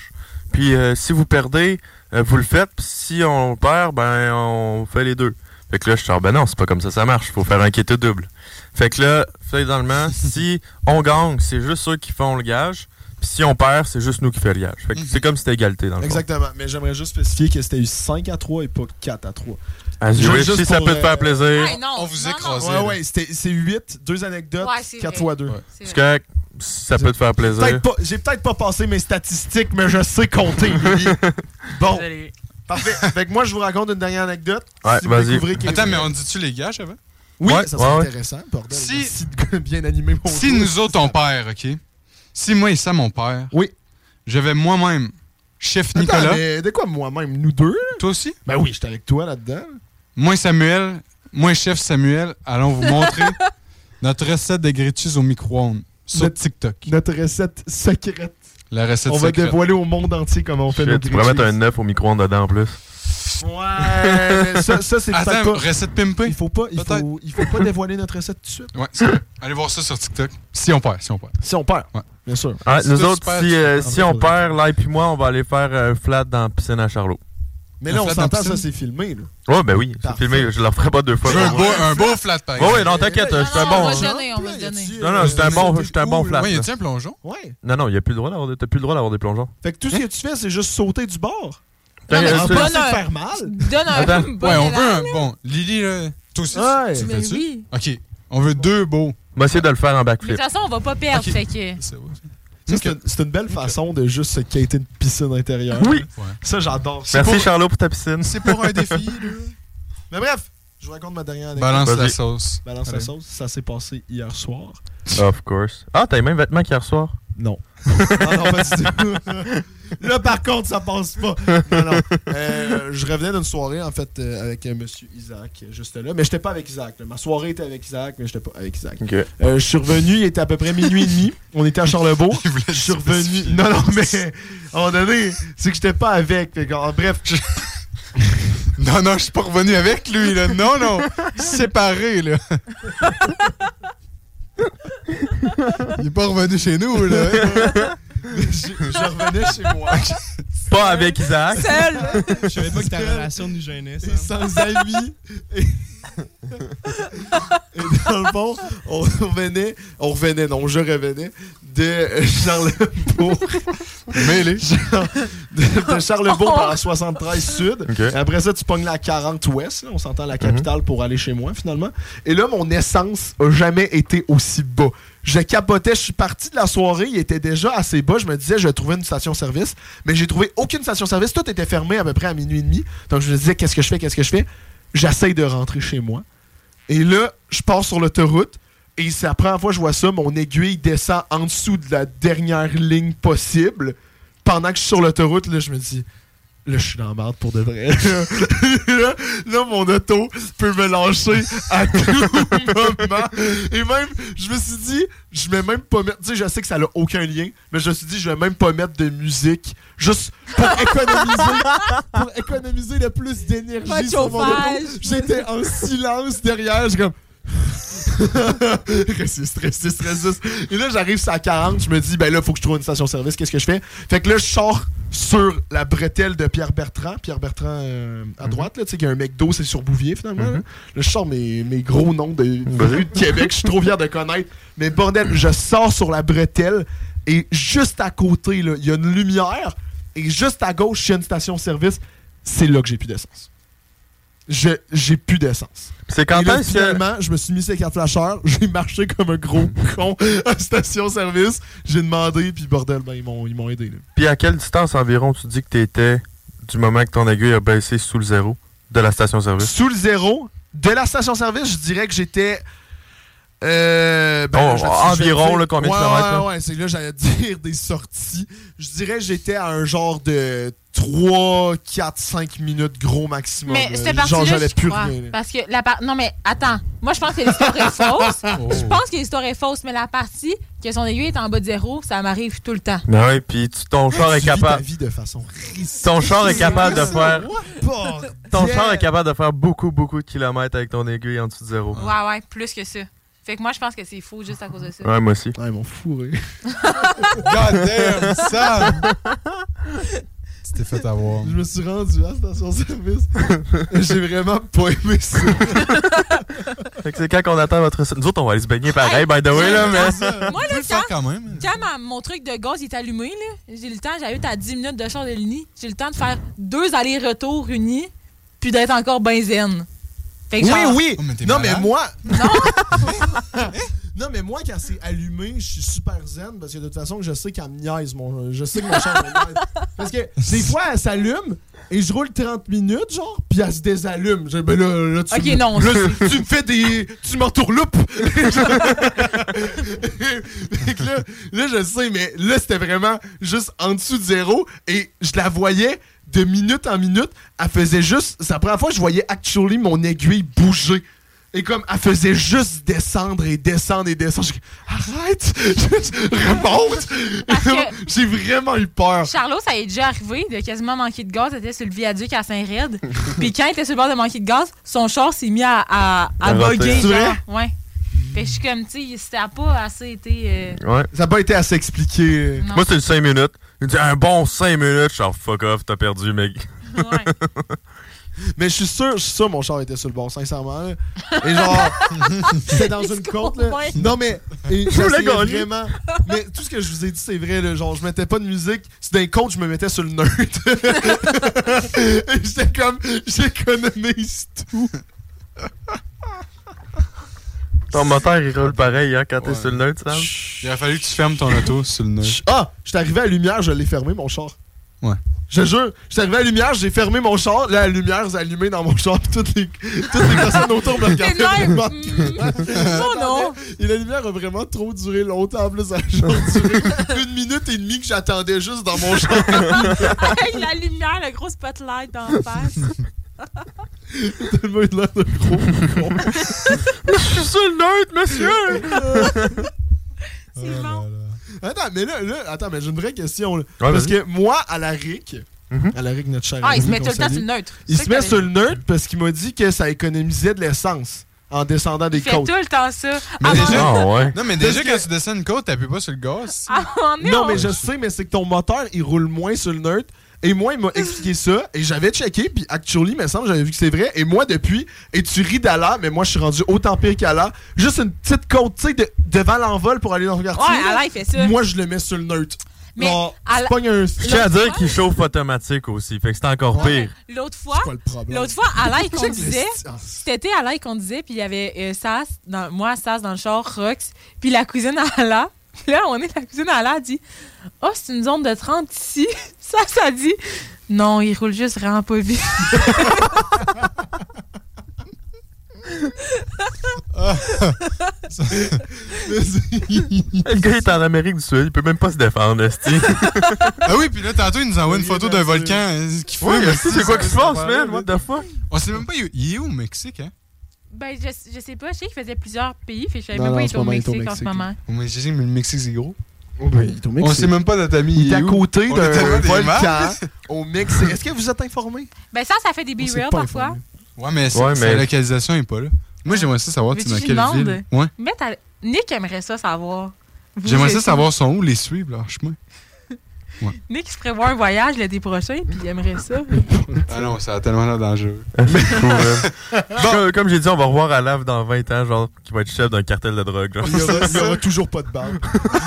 Speaker 6: Puis euh, si vous perdez, euh, vous le faites. Puis si on perd, ben, on fait les deux. Fait que là, je suis genre, ben non, c'est pas comme ça, ça marche. Faut faire un kit double. Fait que là, finalement, si on gagne, c'est juste ceux qui font le gage. Puis si on perd, c'est juste nous qui fait le gage.
Speaker 4: Mhm.
Speaker 6: Fait que c'est comme si c'était égalité, dans le fond.
Speaker 4: Exactement, mais j'aimerais juste spécifier que c'était eu 5 à 3 et pas 4 à 3.
Speaker 6: As you
Speaker 4: Juste-
Speaker 6: wish,
Speaker 4: juste
Speaker 6: si ça
Speaker 4: pour,
Speaker 6: peut te
Speaker 4: euh,
Speaker 6: faire plaisir.
Speaker 5: Hey, Ah, non,
Speaker 1: On vous
Speaker 5: non,
Speaker 1: écrase.
Speaker 5: non,
Speaker 4: Ouais, ouais, c'était- c'est 8, deux anecdotes,
Speaker 5: Ouais, c'est
Speaker 4: 4
Speaker 5: vrai.
Speaker 4: fois 2.
Speaker 5: c'est
Speaker 6: C'est
Speaker 5: vrai.
Speaker 6: correct, si ça peut te faire plaisir.
Speaker 4: Peut-être pas- J'ai peut-être pas passé mes statistiques, mais je sais compter, Émilie. Bon,
Speaker 5: Désolé.
Speaker 4: parfait. Fait que moi, je vous raconte une dernière anecdote.
Speaker 6: Ouais,
Speaker 4: si vous
Speaker 6: vas-y.
Speaker 4: découvrez qu'il est
Speaker 1: Attends,
Speaker 4: vrai.
Speaker 1: mais on dit-tu les gages avant?
Speaker 4: Oui,
Speaker 6: Ouais,
Speaker 4: ça c'est
Speaker 6: ouais, ouais.
Speaker 4: intéressant, bordel.
Speaker 1: Si-
Speaker 4: Merci de gars bien animé mon
Speaker 1: Si
Speaker 4: jeu.
Speaker 1: nous autres, on perd, OK? Si moi et Sam, on perd,
Speaker 4: Oui.
Speaker 1: je vais moi-même, chef
Speaker 4: Attends,
Speaker 1: Nicolas,
Speaker 4: mais de quoi moi-même, nous deux?
Speaker 1: toi aussi,
Speaker 4: Ben oui, j'étais avec toi là-dedans.
Speaker 1: moi et Samuel, moi et chef Samuel, allons vous montrer notre recette de grilled au micro-ondes sur
Speaker 4: Le-
Speaker 1: TikTok.
Speaker 4: Notre recette secrète.
Speaker 1: La recette
Speaker 4: On va
Speaker 1: secrète.
Speaker 4: dévoiler au monde entier comment on fait
Speaker 6: Shit,
Speaker 4: notre
Speaker 6: tu pourrais mettre
Speaker 4: grilled
Speaker 6: un œuf au micro-ondes dedans en plus.
Speaker 4: cheese. Ouais, mais ça, ça c'est peut-être
Speaker 1: Attends,
Speaker 4: pas...
Speaker 1: recette pimpée.
Speaker 4: Il faut pas, il
Speaker 1: Peut-être.
Speaker 4: faut, il faut pas dévoiler notre recette tout de suite.
Speaker 1: Ouais, c'est vrai. Allez voir ça sur TikTok. Si on perd, si on perd.
Speaker 4: Si on perd,
Speaker 1: Ouais.
Speaker 4: bien sûr.
Speaker 6: Ah,
Speaker 1: Si
Speaker 6: nous
Speaker 1: toi,
Speaker 6: autres,
Speaker 1: tu perds,
Speaker 6: si,
Speaker 1: tu
Speaker 6: euh,
Speaker 4: perds.
Speaker 6: si on perd, Live puis moi, on va aller faire un flat dans la piscine à Charlot.
Speaker 4: Mais
Speaker 1: Un
Speaker 4: là, on
Speaker 1: flat dans la
Speaker 4: s'entend, ça,
Speaker 1: piscine.
Speaker 4: c'est filmé. Là.
Speaker 6: Ouais, ben oui, c'est
Speaker 4: Parfait.
Speaker 6: filmé, je le ferai pas deux fois.
Speaker 1: Je veux un beau, un beau flat pack.
Speaker 6: Ouais, ouais, non, t'inquiète, je suis un
Speaker 5: non,
Speaker 6: bon.
Speaker 5: moi, je-
Speaker 6: hein.
Speaker 5: donner, on va se donner.
Speaker 6: Non, non, c'est un bon- c'est un bon flat.
Speaker 1: Ouais, y a-tu un plongeon?
Speaker 4: euh, Ouais.
Speaker 6: Non, non, il a plus le droit d'avoir, des- t'as plus le droit d'avoir des plongeons.
Speaker 4: Fait que tout ce que tu fais, c'est juste sauter du bord.
Speaker 5: Non, mais
Speaker 6: Euh,
Speaker 5: tu
Speaker 6: c'est-
Speaker 4: pas
Speaker 5: donnes un-
Speaker 4: faire mal.
Speaker 5: tu donnes un
Speaker 6: Attends.
Speaker 5: bon
Speaker 1: Ouais, on
Speaker 5: élan.
Speaker 1: veut un. Bon, Lily, là, toi aussi.
Speaker 4: Ouais.
Speaker 1: tu- tu
Speaker 5: Mais
Speaker 1: fais-tu?
Speaker 5: oui.
Speaker 1: Ok, on veut deux beaux.
Speaker 6: Moi, essayer de le faire en
Speaker 5: Mais de
Speaker 6: backflip.
Speaker 5: toute façon, on va pas perdre.
Speaker 1: Ok.
Speaker 5: Fait que.
Speaker 1: C'est vrai.
Speaker 4: Ça, C'est une- c'est une belle façon de juste se quitter une piscine intérieure.
Speaker 6: Oui.
Speaker 1: Ouais.
Speaker 4: Ça, j'adore. ça.
Speaker 6: Merci,
Speaker 4: Pour-
Speaker 6: Charlot, pour ta piscine.
Speaker 1: C'est pour un défi, là.
Speaker 4: Mais bref, je vous raconte ma dernière anecdote.
Speaker 1: Balance
Speaker 6: Vas-y.
Speaker 1: la sauce.
Speaker 4: Balance la
Speaker 1: Allez.
Speaker 4: sauce, ça s'est passé hier soir.
Speaker 6: Of course. Ah, t'as les mêmes vêtements qu'hier soir.
Speaker 4: Non. Ah non, non, pas du tout. Là, par contre, ça passe pas. Non, non. Euh, je revenais d'une soirée, en fait, euh, avec M. monsieur Isaac, juste là. Mais j'étais pas avec Isaac. là. Ma soirée était avec Isaac, mais j'étais pas avec Isaac.
Speaker 6: Ok.
Speaker 4: Euh, je suis revenu, il était à peu près minuit et demi. On était à Charlebourg.
Speaker 1: Il voulait
Speaker 4: Je suis
Speaker 1: spécifier.
Speaker 4: revenu. Non, non, mais à un moment donné, c'est que j'étais pas avec. Fait qu'en- en bref, je-
Speaker 1: Non, non, je suis pas revenu avec lui, là. Non, non. Séparé, là. Il est pas revenu chez nous, là. je, je revenais chez moi.
Speaker 6: Pas avec Isaac.
Speaker 5: Seul.
Speaker 7: Je savais pas que ta relation nous gênait.
Speaker 1: Et
Speaker 4: hein.
Speaker 1: sans amis. Et... Et dans le fond, on revenait, on revenait, non, je revenais de Charlebourg. Mêlé.
Speaker 4: de Charlebourg par la 73 Sud. Et Après ça, tu pognes la 40 Ouest. là. on s'entend la capitale pour aller chez moi, finalement. Et là, mon essence a jamais été aussi bas. Je capotais, je suis parti de la soirée, il était déjà assez bas. Je me disais, je vais trouver une station-service, mais j'ai trouvé aucune station-service. Tout était fermé à peu près à minuit et demi. Donc, je me disais, qu'est-ce que je fais, qu'est-ce que je fais? J'essaye de rentrer chez moi. Et là, je pars sur l'autoroute. Et c'est la première fois que je vois ça. Mon aiguille descend en dessous de la dernière ligne possible. Pendant que je suis sur l'autoroute, là, je me dis. Là, je suis dans la merde pour de vrai. là, là, mon auto peut me lâcher à tout moment. Et même, je me suis dit, je vais même pas mettre. Tu sais, je sais que ça n'a aucun lien, mais je me suis dit, je vais même pas mettre de musique. Juste pour économiser, pour économiser le plus
Speaker 7: Pas de
Speaker 4: d'énergie sur mon auto.
Speaker 7: chauffage.
Speaker 4: J'étais en silence derrière. Je suis comme. Restez stressé, stressé. Et là, j'arrive sur la 40, je me dis, ben là, faut que je trouve une station-service, qu'est-ce que je fais? Fait que là, je sors sur la bretelle de Pierre Bertrand. Pierre Bertrand euh, à droite, là, tu sais, qu'il y a un McDo, c'est sur Bouvier, finalement. là. Là, je sors mes, mes gros noms de de rue de Québec, je suis trop fier de connaître. Mais bordel, je sors sur la bretelle et juste à côté, là, il y a une lumière et juste à gauche, il y a une station-service. C'est là que j'ai plus d'essence. Je- J'ai plus d'essence.
Speaker 6: C'est quand
Speaker 4: Et là,
Speaker 6: est-ce que-
Speaker 4: finalement, je me suis mis ces cartes flasheurs, j'ai marché comme un gros con à station-service, j'ai demandé, puis bordel, ben, ils m'ont ils m'ont aidé. là.
Speaker 6: Puis à quelle distance environ tu dis que tu étais du moment que ton aiguille a baissé sous le zéro de la station-service?
Speaker 4: Sous le zéro, de la station-service, je dirais que j'étais... euh, ben,
Speaker 6: Oh,
Speaker 4: je vais- je vais
Speaker 6: environ,
Speaker 4: dire-
Speaker 6: là, combien de
Speaker 4: Ouais,
Speaker 6: kilomètres, là?
Speaker 4: Ouais, ouais, c'est là, j'allais dire des sorties. Je dirais que j'étais à un genre de 3, 4, 5 minutes gros maximum.
Speaker 5: Mais
Speaker 4: là.
Speaker 5: cette partie-là,
Speaker 4: euh, Genre, j'avais
Speaker 5: j'y
Speaker 4: plus
Speaker 5: crois.
Speaker 4: rien. là.
Speaker 5: Parce que la part... Non, mais attends. Moi, je pense que l'histoire est fausse.
Speaker 4: Oh.
Speaker 6: Oh.
Speaker 5: Je pense que l'histoire est fausse, mais la partie que son aiguille est en bas de zéro, ça m'arrive tout le temps.
Speaker 6: Ben oui, puis tu- ton char est
Speaker 4: Tu vis
Speaker 6: capable.
Speaker 4: ta vie de façon
Speaker 6: Ton char est capable de faire.
Speaker 4: What?
Speaker 6: Ton char est capable de faire beaucoup, beaucoup de kilomètres avec ton aiguille en dessous de zéro.
Speaker 5: Ouais, ouais, plus que ça. Fait que moi, je pense que c'est faux juste à cause de ça.
Speaker 6: Ouais, moi aussi.
Speaker 4: Ah, ils m'ont fourré.
Speaker 1: God damn, Sam! Tu t'es fait avoir.
Speaker 4: Je me suis rendu à la station-service. J'ai vraiment pas aimé ça.
Speaker 6: Fait que c'est quand qu'on attend votre. Nous autres, on va aller se baigner pareil, by the way, là, mais.
Speaker 5: Moi, là,
Speaker 1: faire
Speaker 5: quand,
Speaker 1: quand même.
Speaker 5: quand ma- mon truc de gaz est allumé, là, j'ai le temps, j'arrive à 10 minutes de char de l'Uni, j'ai le temps de faire deux allers-retours unis, puis d'être encore ben zen. Fait que genre-
Speaker 4: non, mais moi. Non. non, mais moi, quand c'est allumé, je suis super zen parce que de toute façon, je sais qu'elle me niaise. Mon... Je sais que mon char me niaise. Parce que des fois, elle s'allume et je roule 30 minutes, genre, puis elle se désallume. Je, ben là, là, tu
Speaker 5: Ok,
Speaker 4: me-
Speaker 5: non,
Speaker 4: là,
Speaker 5: c'est-
Speaker 4: tu me fais des. Tu m'entourloupes. Fait que là, là, je sais, mais là, c'était vraiment juste en dessous de zéro et je la voyais de minute en minute. Elle faisait juste. C'est la première fois que je voyais actually mon aiguille bouger. Et comme elle faisait juste descendre et descendre et descendre, je arrête, remonte. J'ai vraiment eu peur.
Speaker 5: Charlot, ça est déjà arrivé de quasiment manquer de gaz. Elle était sur le viaduc à Saint-Red. Puis quand elle était sur le bord de manquer de gaz, son char s'est mis à, à, à
Speaker 4: À roter.
Speaker 5: bugger. genre.
Speaker 4: C'est vrai?
Speaker 5: Ouais. Fait que je suis comme, tu sais, ça a pas assez été. euh,
Speaker 6: Ouais.
Speaker 4: Ça n'a pas été assez expliqué.
Speaker 6: Moi, c'est le 5 minutes. Il dit un bon 5 minutes. Je suis genre, fuck off, t'as perdu, mec.
Speaker 4: Mais je suis sûr, je suis sûr, mon char était sur le bord, sincèrement. là. Et genre, c'était dans une côte, là.
Speaker 7: Ouais.
Speaker 4: Non, mais. et
Speaker 7: Je voulais
Speaker 4: j'essayais
Speaker 7: gagner.
Speaker 4: vraiment. Mais tout ce que je vous ai dit, c'est vrai, là. Genre, je mettais pas de musique. C'est d'un côte, je me mettais sur le neutre. Et J'étais comme, j'économise tout.
Speaker 6: Ton moteur, il roule pareil, hein, quand t'es sur le neutre, Sam.
Speaker 1: Il aurait fallu que tu fermes ton auto sur le nez.
Speaker 4: Ah, j'étais arrivé à la lumière, je l'ai fermé, mon char.
Speaker 1: Ouais.
Speaker 4: Je jure, j'étais arrivé à la lumière, j'ai fermé mon char. Là, la lumière s'est allumée dans mon char. puis Toutes les, toutes les personnes autour me regardaient.
Speaker 7: T'es de même.
Speaker 4: vraiment.
Speaker 7: Oh non.
Speaker 4: Et la lumière a vraiment trop duré longtemps. En plus, ça a genre duré une minute et demie que j'attendais juste dans mon char.
Speaker 5: Avec la lumière, le gros spotlight en face.
Speaker 4: Tellement eu l'air de gros con.
Speaker 7: Je suis
Speaker 6: sur le neutre,
Speaker 7: monsieur.
Speaker 4: C'est bon. Attends, mais là, là, attends, mais j'ai une vraie question. là.
Speaker 7: Ouais,
Speaker 4: parce
Speaker 7: vas-y. Mhm.
Speaker 4: que moi, à la RIC, à la RIC, notre chère
Speaker 5: Ah, il se met
Speaker 4: amie
Speaker 5: tout le
Speaker 4: qu'on
Speaker 5: temps
Speaker 4: salue,
Speaker 5: sur le neutre.
Speaker 4: Il
Speaker 5: C'est
Speaker 4: se
Speaker 5: ça
Speaker 4: met
Speaker 5: que
Speaker 4: sur le neutre parce qu'il m'a dit que ça économisait de l'essence. en descendant des
Speaker 5: Il fait
Speaker 4: côtes.
Speaker 5: tout le temps ça.
Speaker 4: Mais
Speaker 5: À un
Speaker 4: déjà-
Speaker 5: moment-
Speaker 4: Ah ouais.
Speaker 1: Non, mais déjà, quand tu descends une côte, t'appuies pas sur le gaz.
Speaker 5: à un moment donné,
Speaker 4: Non,
Speaker 5: on-
Speaker 4: mais je sais, mais c'est que ton moteur, il roule moins sur le neutre. Et moi, il m'a expliqué ça, et j'avais checké, puis actually, il me semble, j'avais vu que c'est vrai. Et moi, depuis, et tu ris d'Ala, mais moi, je suis rendu autant pire qu'Ala. Juste une petite côte, tu sais, de- devant l'envol pour aller dans le quartier.
Speaker 5: Ouais,
Speaker 4: là,
Speaker 5: Ala, il fait ça.
Speaker 4: Moi, je le mets sur le neutre.
Speaker 5: Mais
Speaker 4: Genre,
Speaker 5: Ala-
Speaker 4: tu pognes un-
Speaker 6: Je tiens à dire qu'il chauffe automatique aussi, fait que c'est encore
Speaker 5: Ouais.
Speaker 6: pire.
Speaker 5: L'autre fois, l'autre fois, à l'ail qu'on disait,
Speaker 4: Ah,
Speaker 5: c'était à l'ail qu'on disait, puis il y avait euh, Sass, dans, moi, Sass dans le char, Rox, puis la cousine à Ala. Puis là, on est la cousine à Ala, elle dit « Oh, c'est une zone de 30 ici. » Ça, ça dit « Non, il roule juste vraiment pas vite.
Speaker 6: Le gars est en Amérique du Sud, il peut même pas se défendre, esti.
Speaker 1: Ah oui, puis là, tantôt, il nous envoie une photo d'un volcan euh, qui
Speaker 6: Ouais,
Speaker 1: fume.
Speaker 6: mais c'est quoi qui se passe, man? What
Speaker 1: the fuck? On sait même pas, il il est où au Mexique, hein? »
Speaker 5: Ben, je, je sais pas. Je sais qu'il faisait plusieurs pays, fait que je savais même pas qu'il était au Mexique en ce moment.
Speaker 1: Mais je sais, mais le Mexique, c'est gros.
Speaker 4: ben, il est au Mexique.
Speaker 1: On sait même pas notre ami.
Speaker 4: Il est à
Speaker 1: où.
Speaker 4: côté
Speaker 1: On
Speaker 4: d'un
Speaker 1: est tellement des
Speaker 4: volcan
Speaker 1: marques.
Speaker 4: au Mexique. Est-ce que vous êtes informé?
Speaker 5: Ben, ça, ça fait des
Speaker 4: s'est
Speaker 5: b-reels
Speaker 4: pas
Speaker 5: parfois.
Speaker 1: Ouais, mais, c'est-
Speaker 6: Ouais,
Speaker 1: sa
Speaker 6: mais-
Speaker 1: localisation est pas là. Moi, j'aimerais ça savoir, tu
Speaker 5: Veux-tu
Speaker 1: dans
Speaker 5: que je
Speaker 1: quelle
Speaker 5: demande?
Speaker 1: ville. Ouais.
Speaker 5: Mais t'as- Nick aimerait ça savoir. Vous,
Speaker 1: J'aimerais
Speaker 5: c'est-
Speaker 1: ça savoir son où, les suivre, leur chemin.
Speaker 5: Nick se prévoit un voyage l'été prochain, puis il aimerait ça.
Speaker 1: Ah non, ça a tellement l'air dangereux.
Speaker 6: hein. Comme, comme j'ai dit, on va revoir à lave dans 20 ans, genre, qui va être chef d'un cartel de drogue. Genre.
Speaker 4: Il y aura, il y aura toujours pas de barbe.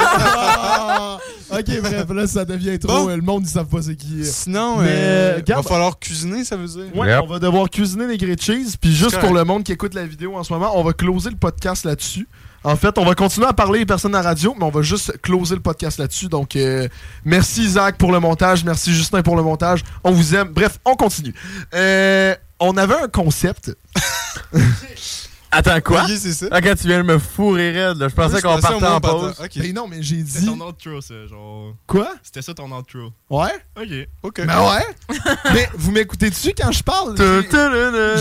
Speaker 4: Ah! ok, bref, là, ça devient trop. Le monde, ils savent pas c'est qui.
Speaker 1: Sinon,
Speaker 4: Mais,
Speaker 1: euh,
Speaker 4: regarde-
Speaker 1: va falloir cuisiner, ça veut dire?
Speaker 4: Ouais, on va devoir cuisiner les grilled cheese. Puis juste
Speaker 1: C'est
Speaker 4: pour
Speaker 1: correct.
Speaker 4: le monde qui écoute la vidéo en ce moment, on va closer le podcast là-dessus. En fait, on va continuer à parler des personnes à la radio, mais on va juste closer le podcast là-dessus. Donc, euh, merci Isaac pour le montage, merci Justin pour le montage. On vous aime. Bref, on continue. Euh, on avait un concept.
Speaker 6: Attends, quoi?
Speaker 4: Ok, c'est ça.
Speaker 6: Ah, quand tu viens de me fourrer raide, là, je pensais
Speaker 4: Oui,
Speaker 6: qu'on
Speaker 4: je pensais au
Speaker 6: partait
Speaker 4: moins
Speaker 6: en
Speaker 4: on
Speaker 6: pause.
Speaker 4: partait. Ok.
Speaker 1: hein.
Speaker 4: Mais Ben non, mais j'ai
Speaker 7: C'était
Speaker 4: dit.
Speaker 7: ton outro, ça, genre.
Speaker 4: Quoi?
Speaker 7: C'était ça ton outro.
Speaker 4: Ouais?
Speaker 7: Ok.
Speaker 1: Ok.
Speaker 4: Ben ouais! mais vous m'écoutez dessus quand je parle?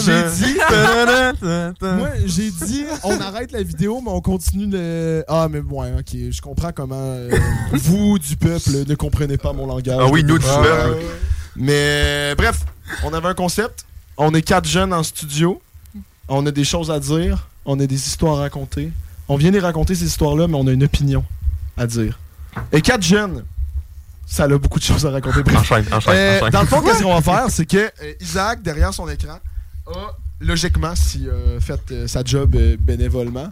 Speaker 4: J'ai dit. Moi, hein. j'ai dit, on arrête la vidéo, mais on continue le. Ah, mais bon, ouais, ok, je comprends comment euh, vous, du peuple, ne comprenez pas mon langage.
Speaker 6: Ah oui, nous, du
Speaker 4: Ah,
Speaker 6: peuple.
Speaker 4: ouais. Mais bref, on avait un concept. On est quatre jeunes en studio. On a des choses à dire. On a des histoires à raconter. On vient les raconter, ces histoires-là, mais on a une opinion à dire. Et quatre jeunes, ça a beaucoup de choses à raconter. Bref.
Speaker 6: Enchaîne, enchaîne,
Speaker 4: Euh,
Speaker 6: enchaîne.
Speaker 4: Dans le fond,
Speaker 6: Quoi?
Speaker 4: qu'est-ce qu'on va faire? C'est que euh, Isaac, derrière son écran, a logiquement, si euh, fait euh, sa job euh, bénévolement,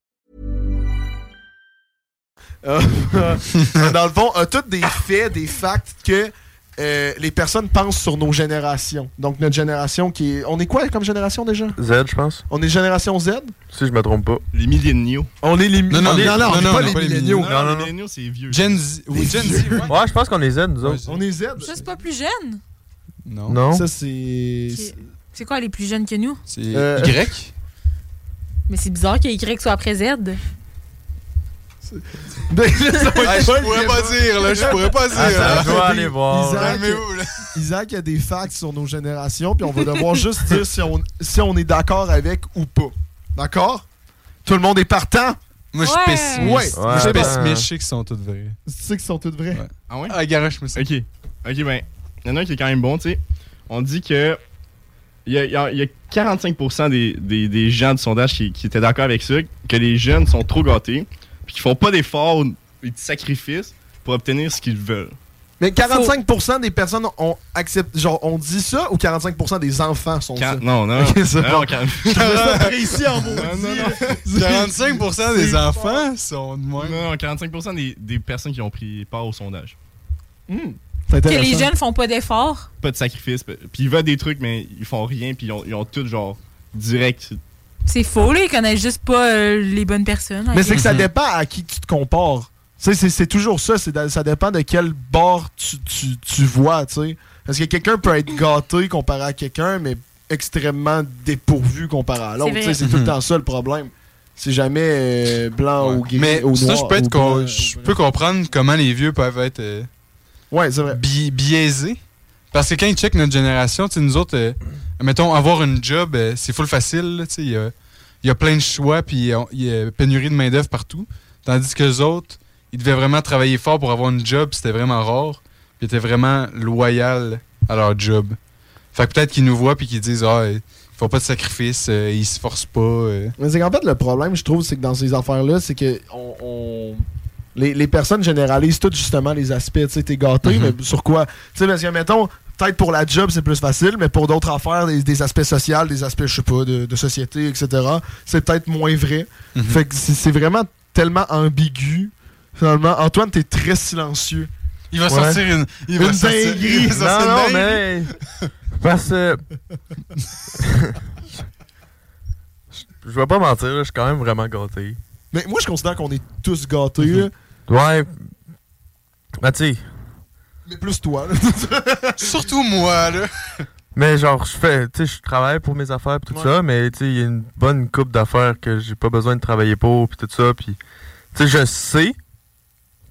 Speaker 4: dans le fond, a tous des faits, des facts que euh, les personnes pensent sur nos générations. Donc, notre génération qui est. On est quoi comme génération déjà
Speaker 6: Z, je pense.
Speaker 4: On est génération Z
Speaker 6: Si je me trompe pas.
Speaker 7: Les milléniaux.
Speaker 4: On est les
Speaker 6: Non, non,
Speaker 4: on est-
Speaker 6: non, non,
Speaker 4: on est
Speaker 6: non,
Speaker 4: pas
Speaker 6: on est
Speaker 4: les
Speaker 6: pas les
Speaker 4: milléniaux.
Speaker 6: milléniaux. Non, non, non.
Speaker 7: Milléniaux, c'est vieux.
Speaker 1: Gen Z. Oui, Gen Z. ouais.
Speaker 6: Ouais, je pense qu'on est Z, nous autres.
Speaker 4: On est Z.
Speaker 5: Juste pas plus jeune.
Speaker 1: Non.
Speaker 6: Non.
Speaker 4: Ça, c'est.
Speaker 5: C'est- C'est quoi les plus jeunes que nous?
Speaker 1: C'est
Speaker 4: Euh,
Speaker 1: Y?
Speaker 5: Mais c'est bizarre que Y soit après Z.
Speaker 4: Ben, là, ça va être
Speaker 1: Ah, je
Speaker 4: Paul qui
Speaker 1: pourrais
Speaker 4: est
Speaker 1: pas
Speaker 4: là.
Speaker 1: dire, là, Ben, je pourrais pas dire.
Speaker 6: Ah, ça
Speaker 1: là.
Speaker 6: doit aller voir.
Speaker 4: Isaac,
Speaker 1: Calmez-vous, là.
Speaker 4: Isaac a des facts sur nos générations, puis on va devoir juste dire si on, si on est d'accord avec ou pas. D'accord? Tout le monde est partant?
Speaker 1: Moi, je
Speaker 5: Ouais.
Speaker 1: pisse.
Speaker 4: Ouais.
Speaker 1: Moi, je
Speaker 6: Ouais,
Speaker 1: pisse,
Speaker 6: ben.
Speaker 1: mais je sais qu'ils sont tous vrais.
Speaker 4: Tu sais qu'ils sont toutes vrais.
Speaker 7: Ah ouais?
Speaker 1: Ah, garoche, me ça.
Speaker 7: Ok. Ok, ben, il y en a un qui est quand même bon, tu sais. On dit que. Il y a, il y a- il y a 45% des, des- des gens du sondage qui, qui étaient d'accord avec ça, que les jeunes sont trop gâtés, puis qu'ils font pas d'efforts et de sacrifices pour obtenir ce qu'ils veulent.
Speaker 4: Mais 45% des personnes ont accepté, genre, on dit ça ou 45% des enfants sont
Speaker 7: Quand-
Speaker 4: ça?
Speaker 7: non, non.
Speaker 4: Ok, c'est
Speaker 7: non,
Speaker 4: bon.
Speaker 7: quand-
Speaker 4: Je trouvais ça précis en maudit.
Speaker 7: Non, non, non.
Speaker 1: 45% des enfants sont de
Speaker 7: Non,
Speaker 1: moins.
Speaker 7: non, 45% des, des personnes qui ont pris part au sondage.
Speaker 4: C'est
Speaker 5: Que
Speaker 4: intéressant.
Speaker 5: les jeunes font pas d'efforts.
Speaker 7: Pas de sacrifice, pe- puis ils veulent des trucs, mais ils font rien, puis ils ont, ils ont tout genre direct.
Speaker 5: C'est faux, là. Ils connaissent juste pas euh, les bonnes personnes.
Speaker 4: Mais
Speaker 5: I
Speaker 4: c'est que
Speaker 5: guess.
Speaker 1: Mhm.
Speaker 4: ça dépend à qui tu te compares. Tu sais, C'est, c'est toujours ça, c'est de- ça dépend de quel bord tu, tu- tu vois, tu sais. Parce que quelqu'un peut être gâté comparé à quelqu'un, mais extrêmement dépourvu comparé à l'autre.
Speaker 1: C'est vrai.
Speaker 4: Tu sais, C'est tout le
Speaker 1: Mhm.
Speaker 4: temps ça le problème. C'est jamais euh, blanc ou gris
Speaker 1: Mais
Speaker 4: ou
Speaker 1: ça,
Speaker 4: noir.
Speaker 1: je peux,
Speaker 4: ou
Speaker 1: être con-
Speaker 4: blanc.
Speaker 1: je peux comprendre comment les vieux peuvent être euh, bi- biaisés. Parce que quand ils checkent notre génération, tu sais, nous autres, euh, mettons, avoir une job, euh, c'est full facile. là, tu sais, Il y a, il y a plein de choix, puis on- il y a pénurie de main-d'œuvre partout. Tandis que les autres, ils devaient vraiment travailler fort pour avoir une job, puis c'était vraiment rare. Puis ils étaient vraiment loyaux à leur job. Fait que peut-être qu'ils nous voient, puis qu'ils disent Ah, euh, ils font pas de sacrifice, euh, ils se forcent pas. euh.
Speaker 4: Mais c'est qu'en fait, le problème, je trouve, c'est que dans ces affaires-là, c'est que on, on- Les, les personnes généralisent tout justement les aspects. Tu sais, t'es gâté, mais sur quoi Tu sais, parce que, mettons, peut-être pour la job, c'est plus facile, mais pour d'autres affaires, des, des aspects sociaux, des aspects, je sais pas, de, de société, etc., c'est peut-être moins vrai. Fait que c'est c'est vraiment tellement ambigu. Finalement, Antoine, t'es très silencieux.
Speaker 1: Il va
Speaker 4: Ouais.
Speaker 1: sortir une. Il va
Speaker 4: Une
Speaker 1: sortir-
Speaker 4: dinguerie.
Speaker 1: il va sortir
Speaker 6: Non,
Speaker 1: une
Speaker 6: non,
Speaker 1: dinguerie.
Speaker 6: Parce que. je vais pas mentir, là, je suis quand même vraiment gâté.
Speaker 4: Mais moi, je considère qu'on est tous gâtés. là.
Speaker 6: Ouais. Bah, tu sais,
Speaker 4: Mais plus toi.
Speaker 1: Surtout moi, là.
Speaker 6: Mais genre, je fais, tu sais, je travaille pour mes affaires pis tout
Speaker 1: Ouais.
Speaker 6: ça, mais tu sais, il y a une bonne coupe d'affaires que j'ai pas besoin de travailler pour puis tout ça, puis tu sais, je sais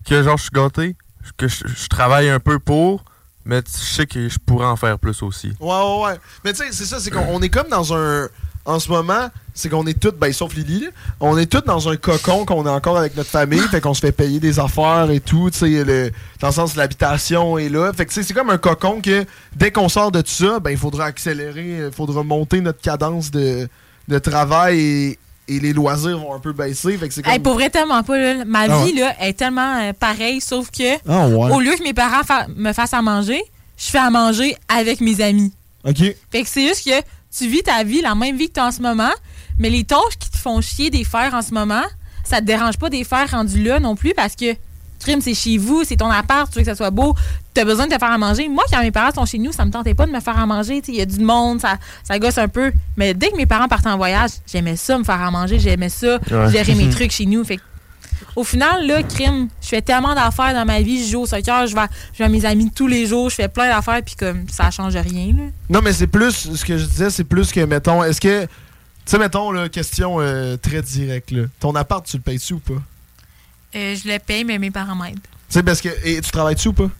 Speaker 6: que genre je suis gâté, que je je travaille un peu pour, mais tu- je sais que je pourrais en faire plus aussi.
Speaker 4: Ouais, ouais, ouais. Mais tu sais, c'est ça, c'est qu'on on est comme dans un. En ce moment, c'est qu'on est tous, ben, sauf Lily, là, on est tous dans un cocon qu'on est encore avec notre famille, fait qu'on se fait payer des affaires et tout, tu sais, le- dans le sens de l'habitation est là. Fait que tu sais, c'est comme un cocon que dès qu'on sort de tout ça, ben, il faudra accélérer, il faudra monter notre cadence de, de travail et, et les loisirs vont un peu baisser. Fait que c'est comme.
Speaker 5: Hey, pour vrai, tellement pas. là. Ma
Speaker 4: Ah
Speaker 5: vie
Speaker 4: ouais.
Speaker 5: là, est tellement euh, pareille, sauf que
Speaker 4: Ah ouais.
Speaker 5: au lieu que mes parents fa- me fassent à manger, je fais à manger avec mes amis.
Speaker 4: Ok.
Speaker 5: Fait que c'est juste que tu vis ta vie, la même vie que tu en ce moment, mais les tâches qui te font chier des faire en ce moment, ça te dérange pas des faire rendus là non plus parce que crime, c'est chez vous, c'est ton appart, tu veux que ça soit beau, tu as besoin de te faire à manger. Moi, quand mes parents sont chez nous, ça me tentait pas de me faire à manger. tu sais, Il y a du monde, ça, ça gosse un peu. Mais dès que mes parents partent en voyage, j'aimais ça, me faire à manger, j'aimais ça,
Speaker 9: Ouais.
Speaker 5: gérer mes
Speaker 9: Mhm.
Speaker 5: trucs chez nous. Fait que au final, là, crime, je fais tellement d'affaires dans ma vie. Je joue au soccer, je vais, à- je vais à mes amis tous les jours, je fais plein d'affaires, puis comme ça change rien. Là.
Speaker 4: Non, mais c'est plus, ce que je disais, c'est plus que, mettons, est-ce que. Tu sais, mettons, là, question euh, très directe, là. Ton appart, tu le payes-tu ou pas?
Speaker 5: Euh, je le paye, mais mes parents m'aident.
Speaker 4: Tu sais, parce que. Et tu travailles-tu ou pas?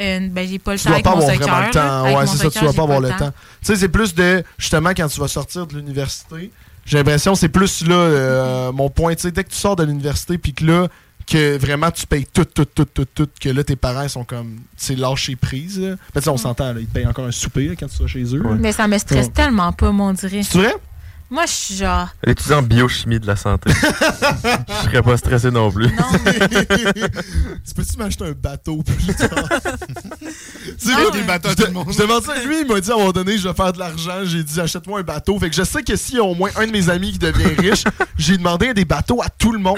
Speaker 5: Euh, ben, j'ai pas le
Speaker 4: Tu
Speaker 5: temps
Speaker 4: dois
Speaker 5: avec
Speaker 4: pas
Speaker 5: mon
Speaker 4: avoir
Speaker 5: soccer,
Speaker 4: vraiment
Speaker 5: là.
Speaker 4: le temps.
Speaker 5: Avec
Speaker 4: Ouais,
Speaker 5: mon
Speaker 4: c'est ça, tu
Speaker 5: soccer,
Speaker 4: dois
Speaker 5: j'ai
Speaker 4: pas avoir le temps. Tu sais, c'est plus de. Justement, quand tu vas sortir de l'université, j'ai l'impression, c'est plus là, euh, mon point. Tu sais, dès que tu sors de l'université, puis que là, que vraiment tu payes tout, tout, tout, tout, tout, que là, tes parents sont comme. Tu sais, lâchés prise. là. Ben, tu
Speaker 5: Mm.
Speaker 4: sais, on s'entend, là, ils te payent encore un souper là, quand tu vas chez eux. là.
Speaker 5: Mais ça me stresse
Speaker 4: Ouais.
Speaker 5: tellement pas, mon dirait.
Speaker 4: C'est vrai?
Speaker 5: Moi, je suis genre.
Speaker 6: L'étudiant en biochimie de la santé. Je serais pas stressé non plus.
Speaker 4: tu peux-tu m'acheter un bateau plus tard? C'est
Speaker 1: Non,
Speaker 4: vrai,
Speaker 1: mais-
Speaker 4: des bateaux à tout le monde. Ah Je demande ça à lui, il m'a dit à un moment donné, je vais faire de l'argent. J'ai dit, achète-moi un bateau. Fait que je sais que s'il y a au moins un de mes amis qui devient riche, j'ai demandé des bateaux à tout le monde.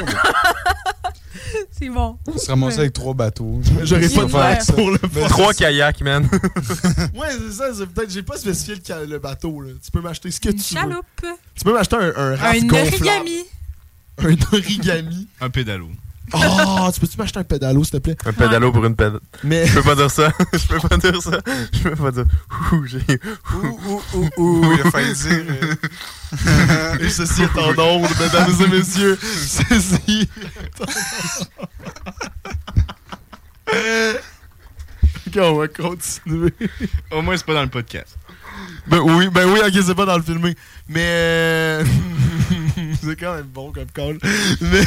Speaker 5: C'est bon.
Speaker 1: On se ramassait avec trois bateaux.
Speaker 4: J'aurais pas de
Speaker 1: Faire
Speaker 4: bateau
Speaker 1: ça.
Speaker 4: pour le
Speaker 1: Ben,
Speaker 4: faire.
Speaker 6: Trois kayaks, man.
Speaker 4: Ouais, c'est ça, c'est peut-être, j'ai pas spécifié le, ca- le bateau. là. Tu peux m'acheter ce que tu
Speaker 5: chaloupe.
Speaker 4: veux. Tu peux m'acheter un, un raft
Speaker 5: Un
Speaker 4: gonflable.
Speaker 5: origami.
Speaker 4: Un origami.
Speaker 7: Un pédalo.
Speaker 4: Oh, tu peux-tu m'acheter un pédalo, s'il te plaît?
Speaker 6: Un pédalo pour une pédale.
Speaker 4: Mais-
Speaker 6: Je peux pas dire ça. Je peux pas dire ça. Je peux pas dire. Ouh, j'ai. Ouh,
Speaker 4: ouh, ouh, ouh. Il a failli dire. Et ceci est en ondes, mesdames et messieurs. Ceci est en ondes. Ok, on va continuer.
Speaker 7: Au moins, c'est pas dans le podcast.
Speaker 4: Ben oui, ben oui, ok, c'est pas dans le filmé. Mais. euh, c'est quand même bon comme call. Mais.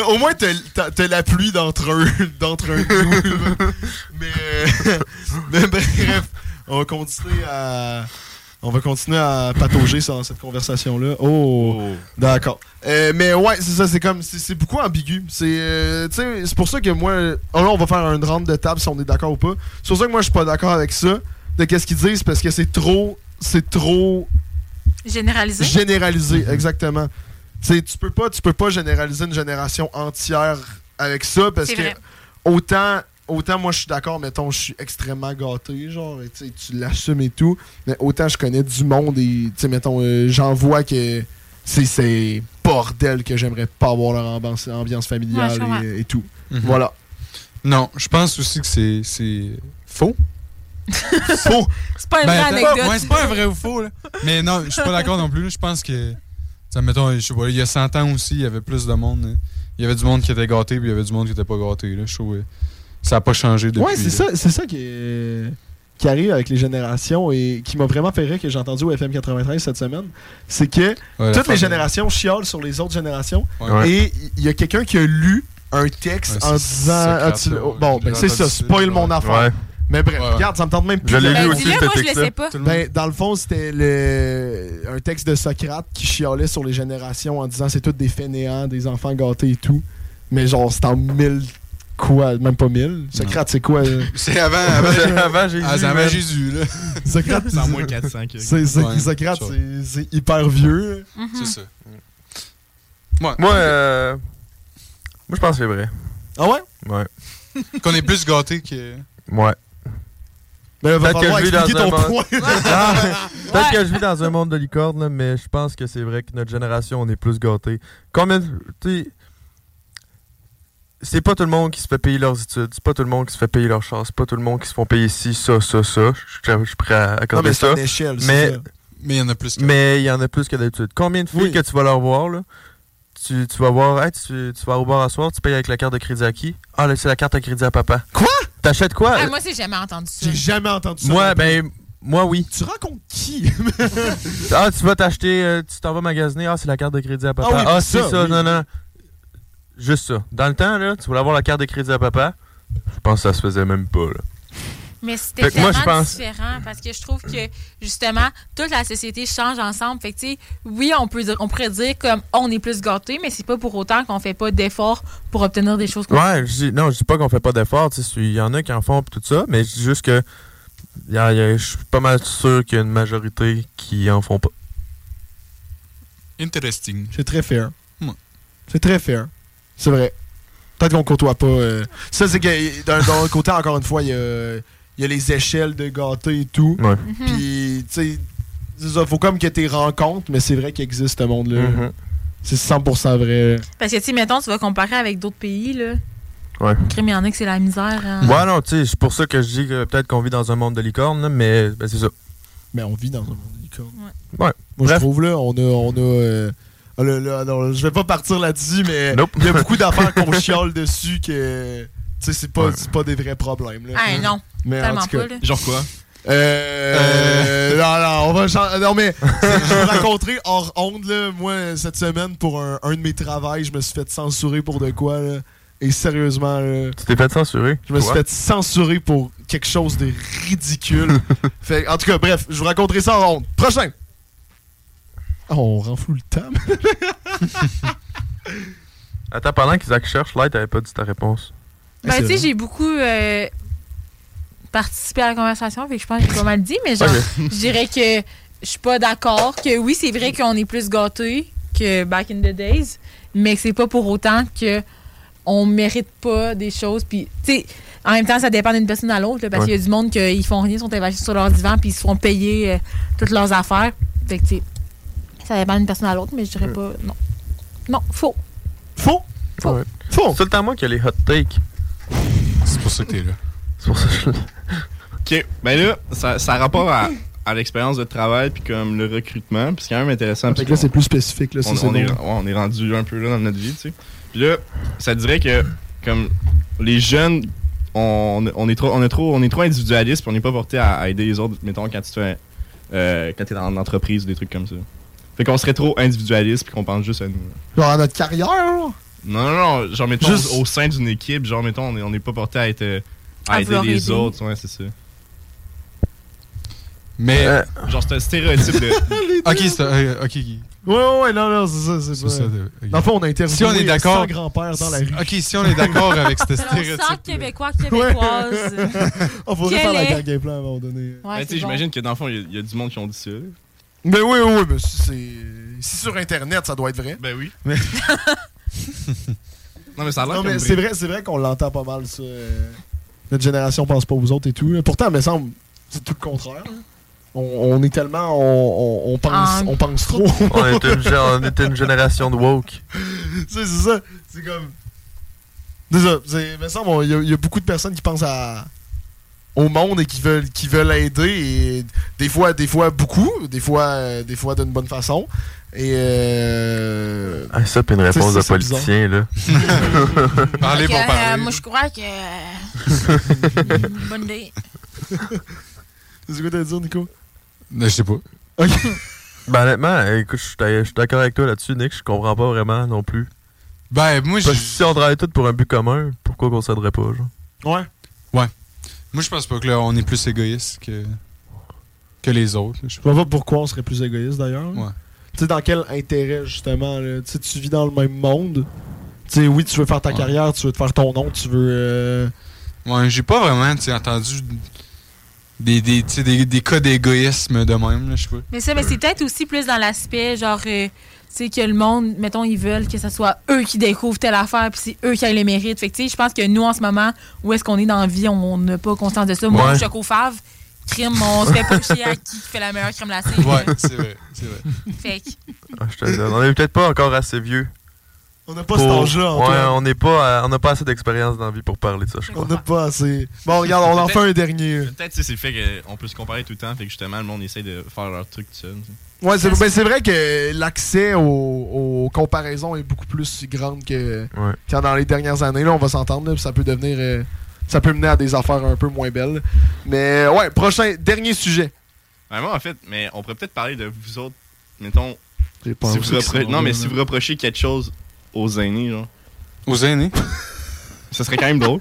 Speaker 4: Au moins, t'as- t'as t'as la pluie d'entre eux. D'entre un coup. Mais. euh, Mais bref, on va continuer à. On va continuer à patauger dans cette conversation-là. Oh! D'accord. Euh, mais ouais, c'est ça, c'est comme. C'est c'est beaucoup ambigu. C'est euh, tu sais, c'est pour ça que moi. oh là, on va faire un round de table si on est d'accord ou pas. C'est pour ça que moi, je suis pas d'accord avec ça, de qu'est-ce qu'ils disent, parce que c'est trop. C'est trop
Speaker 5: Généralisé.
Speaker 4: généralisé,
Speaker 1: Mm-hmm.
Speaker 4: exactement. Tu sais, tu peux pas, tu peux pas généraliser une génération entière avec ça parce
Speaker 5: C'est
Speaker 4: que
Speaker 5: vrai.
Speaker 4: autant autant moi je suis d'accord, mettons je suis extrêmement gâté genre et tu sais, tu l'assumes et tout, mais autant je connais du monde et tu sais mettons euh, j'en vois que c'est c'est bordel que j'aimerais pas avoir leur ambiance, ambiance
Speaker 1: Ouais, je
Speaker 4: familiale
Speaker 1: comprends.
Speaker 4: et, et tout.
Speaker 1: Mhm.
Speaker 4: Voilà.
Speaker 1: Non, je pense aussi que c'est- c'est faux. Faux.
Speaker 5: C'est pas une
Speaker 4: Ben,
Speaker 5: vraie
Speaker 1: t'as-
Speaker 5: anecdote.
Speaker 1: ouais, Ben, c'est pas un vrai ou faux, là. Mais non, je suis pas d'accord non plus. là. Je pense que, ça mettons, je sais pas, il y a 100 ans aussi, il y avait plus de monde. là. Il y avait du monde qui était gâté, puis il y avait du monde qui était pas gâté. Là. Je trouve euh, ça a pas changé depuis.
Speaker 4: Ouais, c'est
Speaker 1: là.
Speaker 4: ça, c'est ça qui, est- qui arrive avec les générations et qui m'a vraiment fait rire que j'ai entendu au FM 93 cette semaine. C'est que
Speaker 10: la
Speaker 4: toutes
Speaker 10: femme-
Speaker 4: les générations chiolent sur les autres générations
Speaker 10: Ouais.
Speaker 4: et il y a quelqu'un qui a lu un texte
Speaker 10: Ouais,
Speaker 4: en
Speaker 10: c'est
Speaker 4: disant
Speaker 10: sacré,
Speaker 4: Ah, tu-
Speaker 10: ça,
Speaker 4: oh,
Speaker 10: ouais.
Speaker 4: Bon,
Speaker 10: J'ai
Speaker 4: ben c'est ça,
Speaker 10: entendu ça,
Speaker 4: spoil mon
Speaker 10: ouais.
Speaker 4: affaire.
Speaker 10: Ouais.
Speaker 4: Mais bref,
Speaker 10: Ouais.
Speaker 4: regarde, ça me tente même plus.
Speaker 10: Je l'ai
Speaker 4: de-
Speaker 10: lu Ben, aussi, dis-le, ce moi, je le texte-là. sais pas. Tout le monde.
Speaker 4: Ben, dans le fond, c'était le... un texte de Socrate qui chialait sur les générations en disant c'est toutes des fainéants, des enfants gâtés et tout. Mais genre, c'était en mille quoi, même pas mille. Socrate, c'est quoi euh?
Speaker 1: C'est avant, avant,
Speaker 6: bah, avant Jésus,
Speaker 1: Ah, c'est avant
Speaker 6: man.
Speaker 1: Jésus, là.
Speaker 4: Socrate,
Speaker 7: C'est en moins 400 que-
Speaker 4: C'est- c'est-
Speaker 7: Ouais,
Speaker 4: Socrate,
Speaker 7: sure.
Speaker 4: c'est- c'est hyper vieux.
Speaker 5: Mhm.
Speaker 1: C'est ça.
Speaker 6: Moi, euh, moi je pense que c'est vrai.
Speaker 4: Ah ouais?
Speaker 6: Ouais.
Speaker 1: Qu'on est plus gâté que.
Speaker 6: Ouais.
Speaker 4: Ben,
Speaker 1: va
Speaker 6: Peut-être que,
Speaker 1: falloir
Speaker 6: je vis dans
Speaker 1: expliquer
Speaker 6: un
Speaker 1: ton
Speaker 6: monde...
Speaker 1: point.
Speaker 6: Ah, peut-être
Speaker 1: Ouais.
Speaker 6: que je vis dans un monde de licorne, là, mais je pense que c'est vrai que notre génération, on est plus gâtés. Combien. de- tu sais, C'est pas tout le monde qui se fait payer leurs études, c'est pas tout le monde qui se fait payer leurs chances, c'est pas tout le monde qui se font payer ci, ça, ça, ça. Je je- je suis prêt à accorder
Speaker 1: mais c'est
Speaker 6: ça.
Speaker 1: une échelle, c'est
Speaker 6: mais
Speaker 1: ça. Mais il y en a plus que-
Speaker 6: Mais il y en a plus que d'habitude. Combien de filles
Speaker 1: Oui.
Speaker 6: que tu vas leur voir, là, tu, tu vas voir, Hey, tu, tu vas au bar à soir, tu payes avec la carte de crédit à qui? Ah, là, c'est la carte de crédit à papa. Quoi? T'achètes quoi?
Speaker 5: Ah, moi, j'ai jamais entendu ça.
Speaker 4: J'ai jamais entendu
Speaker 6: Moi, ben, moi, oui.
Speaker 4: Tu rencontres qui?
Speaker 6: ah, tu vas t'acheter, euh, tu t'en vas magasiner. Ah, c'est la carte de crédit à papa.
Speaker 4: Ah oui,
Speaker 6: Ah,
Speaker 4: puis
Speaker 6: c'est
Speaker 4: ça,
Speaker 6: ça,
Speaker 4: oui.
Speaker 6: non, non. Juste ça. Dans le temps, là, tu voulais avoir la carte de crédit à papa. Je pense que ça se faisait même pas, là.
Speaker 5: Mais c'était
Speaker 6: Fait que moi,
Speaker 5: tellement
Speaker 6: je pense-
Speaker 5: différent parce que je trouve que justement toute la société change ensemble. Fait que tu sais, oui, on peut dire, on pourrait dire comme on est plus gâtés, mais c'est pas pour autant qu'on fait pas d'efforts pour obtenir des choses. qu'on-
Speaker 6: Ouais, je dis- non, je dis pas qu'on fait pas d'efforts. tu sais, Il y en a qui en font pis tout ça, mais je dis juste que y a- y a- je suis pas mal sûr qu'il y a une majorité qui en font pas.
Speaker 1: Interesting.
Speaker 4: C'est très fair.
Speaker 1: Ouais.
Speaker 4: C'est très fair. C'est vrai. Peut-être qu'on côtoie pas. euh. Ça, c'est que d'un d'un autre côté, encore une fois, il y a, il y a les échelles de gâtés et tout.
Speaker 6: Ouais.
Speaker 1: Mm-hmm.
Speaker 4: Puis, tu sais, c'est ça, faut comme que tu rencontres, mais c'est vrai qu'il existe ce monde-là.
Speaker 1: Mm-hmm.
Speaker 6: Mhm.
Speaker 4: C'est 100% vrai.
Speaker 5: Parce que tu sais, mettons, tu vas comparer avec d'autres pays là.
Speaker 6: Ouais.
Speaker 5: Crime, il y en a que c'est la misère. hein.
Speaker 6: Ouais, non, tu sais, c'est pour ça que je dis que peut-être qu'on vit dans un monde de licorne, là, mais ben, c'est ça.
Speaker 4: Mais on vit dans un monde de licorne.
Speaker 6: Ouais.
Speaker 4: Moi, je trouve, là, on a. On a euh, ah, là, là, non, je vais pas partir là-dessus, mais il
Speaker 6: Nope.
Speaker 4: y a beaucoup d'affaires qu'on chiale dessus que. Tu sais, c'est pas, c'est pas des vrais problèmes. Là.
Speaker 5: Ah, non.
Speaker 4: Mais en
Speaker 5: Tellement
Speaker 4: tout cas,
Speaker 5: pas, là.
Speaker 7: Genre quoi?
Speaker 4: Euh, non, non, on va chan- euh, Non, mais je vous raconterai hors onde, là. Moi, cette semaine, pour un, un de mes travails, je me suis fait censurer pour de quoi, là. Et sérieusement, là.
Speaker 6: Tu t'es fait censurer.
Speaker 4: Je me suis
Speaker 6: toi?
Speaker 4: fait censurer pour quelque chose de ridicule. Fait- en tout cas, bref, je vous raconterai ça en honte. Prochain! Oh, on renfloue le temps.
Speaker 6: Attends, pendant qu'Isaac cherche, là, t'avais pas dit ta réponse.
Speaker 5: Ben, tu sais, j'ai beaucoup euh, participé à la conversation, fait que je pense que j'ai pas mal dit, mais genre,
Speaker 6: Ok.
Speaker 5: je dirais que je suis pas d'accord, que oui, c'est vrai qu'on est plus gâtés que back in the days, mais que c'est pas pour autant que on mérite pas des choses. Puis, tu sais, en même temps, ça dépend d'une personne à l'autre, là, parce
Speaker 6: Ouais.
Speaker 5: qu'il y a du monde qui font rien, ils sont évachés sur leur divan, puis ils se font payer euh, toutes leurs affaires. Fait que, tu sais, ça dépend d'une personne à l'autre, mais je dirais pas non. Non, faux.
Speaker 4: Faux?
Speaker 6: Faux. C'est tout le temps moi qui ai les hot takes.
Speaker 1: C'est pour ça que t'es là.
Speaker 6: C'est pour ça que je
Speaker 7: OK. Ben là, ça, ça a rapport à, à l'expérience de travail puis comme le recrutement. Puis c'est quand même intéressant.
Speaker 4: Fait que
Speaker 7: parce
Speaker 4: là,
Speaker 7: qu'on-
Speaker 4: c'est plus spécifique, là. Ça,
Speaker 7: on,
Speaker 4: c'est
Speaker 7: on est,
Speaker 4: bon.
Speaker 7: ouais, on est rendu un peu là dans notre vie, tu sais. Puis là, ça dirait que comme les jeunes, on, on est trop, on est trop, on est trop individualiste, puis on n'est pas porté à, à aider les autres, mettons quand tu fais, euh, quand t'es en entreprise ou des trucs comme ça. Fait qu'on serait trop individualiste puis qu'on pense juste à nous.
Speaker 4: Genre, à notre carrière, là.
Speaker 7: Non, non, non, genre mettons
Speaker 4: Juste-
Speaker 7: au sein d'une équipe, genre mettons on est, on est pas porté à être, euh, à
Speaker 4: À
Speaker 7: aider
Speaker 4: vouloir
Speaker 7: les
Speaker 4: aider.
Speaker 7: autres, ouais c'est ça.
Speaker 1: Mais.
Speaker 7: Genre c'est un stéréotype de. Ben,
Speaker 1: ok, c'est. euh, ok, ok.
Speaker 4: Ouais, ouais, ouais, non, non, c'est ça, c'est
Speaker 1: ça,
Speaker 4: pas-
Speaker 1: de- ok.
Speaker 4: Dans le fond, on a interviewé
Speaker 1: Si on est d'accord-
Speaker 4: 100 grands-pères dans la rue.
Speaker 1: Ok, si on est d'accord avec ce
Speaker 5: Alors,
Speaker 1: stéréotype.
Speaker 5: sans Québécois, Québécoises.
Speaker 4: On faudrait
Speaker 5: Quel
Speaker 4: faire la
Speaker 5: est-
Speaker 4: carte game plan à un moment donné.
Speaker 7: Ben, tu sais, J'imagine que dans le fond, il y a- il y, a du monde qui ont dit ça. là.
Speaker 4: Mais oui, oui, oui, mais si c'est. Si sur Internet, ça doit être vrai.
Speaker 7: Ben oui. Non, mais ça a l'air
Speaker 4: Non,
Speaker 7: comme
Speaker 4: mais c'est
Speaker 7: vrai.
Speaker 4: vrai, c'est vrai qu'on l'entend pas mal, ça. euh, Notre génération pense pas aux autres et tout. Pourtant, me semble, c'est tout le contraire. hein. On, on est tellement. On, on- on pense,
Speaker 6: En-
Speaker 4: on pense trop.
Speaker 6: on, est une, gé- on est une génération de woke.
Speaker 4: Tu sais, c'est ça. C'est comme. C'est ça. C'est- me semble, il y, a- il y a beaucoup de personnes qui pensent à. au monde et qui veulent, qui veulent aider. Et des fois, des fois beaucoup, des fois, euh, des fois d'une bonne façon. Et euh,
Speaker 6: Ah, ça, puis une réponse
Speaker 4: c'est-
Speaker 6: de
Speaker 4: c'est bizarre.
Speaker 6: politicien, là.
Speaker 1: Parlez
Speaker 5: Fait que,
Speaker 1: pour parler.
Speaker 5: euh, moi, je crois que. euh, bonne idée.
Speaker 4: C'est quoi t'as dit, Nico?
Speaker 1: Je sais pas.
Speaker 6: Ben, honnêtement, écoute, je suis d'ac- je suis d'accord avec toi là-dessus, Nick. Je comprends pas vraiment non plus.
Speaker 1: Ben, moi,
Speaker 6: je. Si on travaille tous pour un but commun, pourquoi qu'on s'aiderait pas, genre?
Speaker 4: Ouais.
Speaker 1: Ouais. Moi, je pense pas que là, on est plus égoïste que, que les autres. là, je sais
Speaker 9: Je vois pas pourquoi on serait plus égoïste d'ailleurs.
Speaker 1: Ouais.
Speaker 9: Tu sais, dans quel intérêt justement là? Tu sais, tu vis dans le même monde. Tu sais, oui, tu veux faire ta carrière, tu veux te faire ton nom, tu veux. euh,
Speaker 1: pas. Ouais, j'ai pas vraiment tu sais, entendu des, des, tu sais, des, des cas d'égoïsme de même, là, je sais pas.
Speaker 5: Mais ça, ben, c'est peut-être aussi plus dans l'aspect, genre, euh, tu sais, que le monde, mettons, ils veulent que ce soit eux qui découvrent telle affaire, puis c'est eux qui aient les mérites. Fait que, tu sais, je pense que nous, en ce moment, où est-ce qu'on est dans la vie, on on n'a pas conscience de ça. Moi,
Speaker 1: Ouais.
Speaker 5: je suis au fave, crime, on se fait pas chier à qui fait la meilleure crème glacée.
Speaker 1: Ouais, c'est vrai, c'est vrai.
Speaker 5: Fait que,
Speaker 6: Ah, je te le donne. On est peut-être pas encore assez vieux.
Speaker 4: On n'a pas cet âge-là, en tout
Speaker 6: Ouais,
Speaker 4: cas.
Speaker 6: on n'est pas, à- on n'a pas assez d'expérience dans la vie pour parler de ça, je
Speaker 4: On
Speaker 6: crois.
Speaker 4: n'a pas assez. Bon, regarde, on en
Speaker 7: Peut-être-
Speaker 4: fait un dernier.
Speaker 7: Peut-être, tu sais, c'est le fait qu'on peut se comparer tout le temps, fait que justement, le monde essaie de faire leur truc tout seul. tu sais.
Speaker 4: Ouais, c'est ben, c'est vrai que l'accès aux, aux comparaisons est beaucoup plus grande que
Speaker 6: Ouais.
Speaker 4: quand dans les dernières années. Là, on va s'entendre, là, puis ça peut devenir. euh, ça peut mener à des affaires un peu moins belles. Mais ouais, prochain, dernier sujet.
Speaker 7: Ouais, moi, en fait, mais on pourrait peut-être parler de vous autres, mettons.
Speaker 4: J'ai pas
Speaker 7: si
Speaker 4: envie
Speaker 7: vous
Speaker 4: que
Speaker 7: repro-
Speaker 4: ça soit
Speaker 7: Non, mais
Speaker 4: là,
Speaker 7: si
Speaker 4: là.
Speaker 7: vous reprochez quelque chose aux aînés, genre.
Speaker 1: Aux aînés
Speaker 7: Ça serait quand même drôle.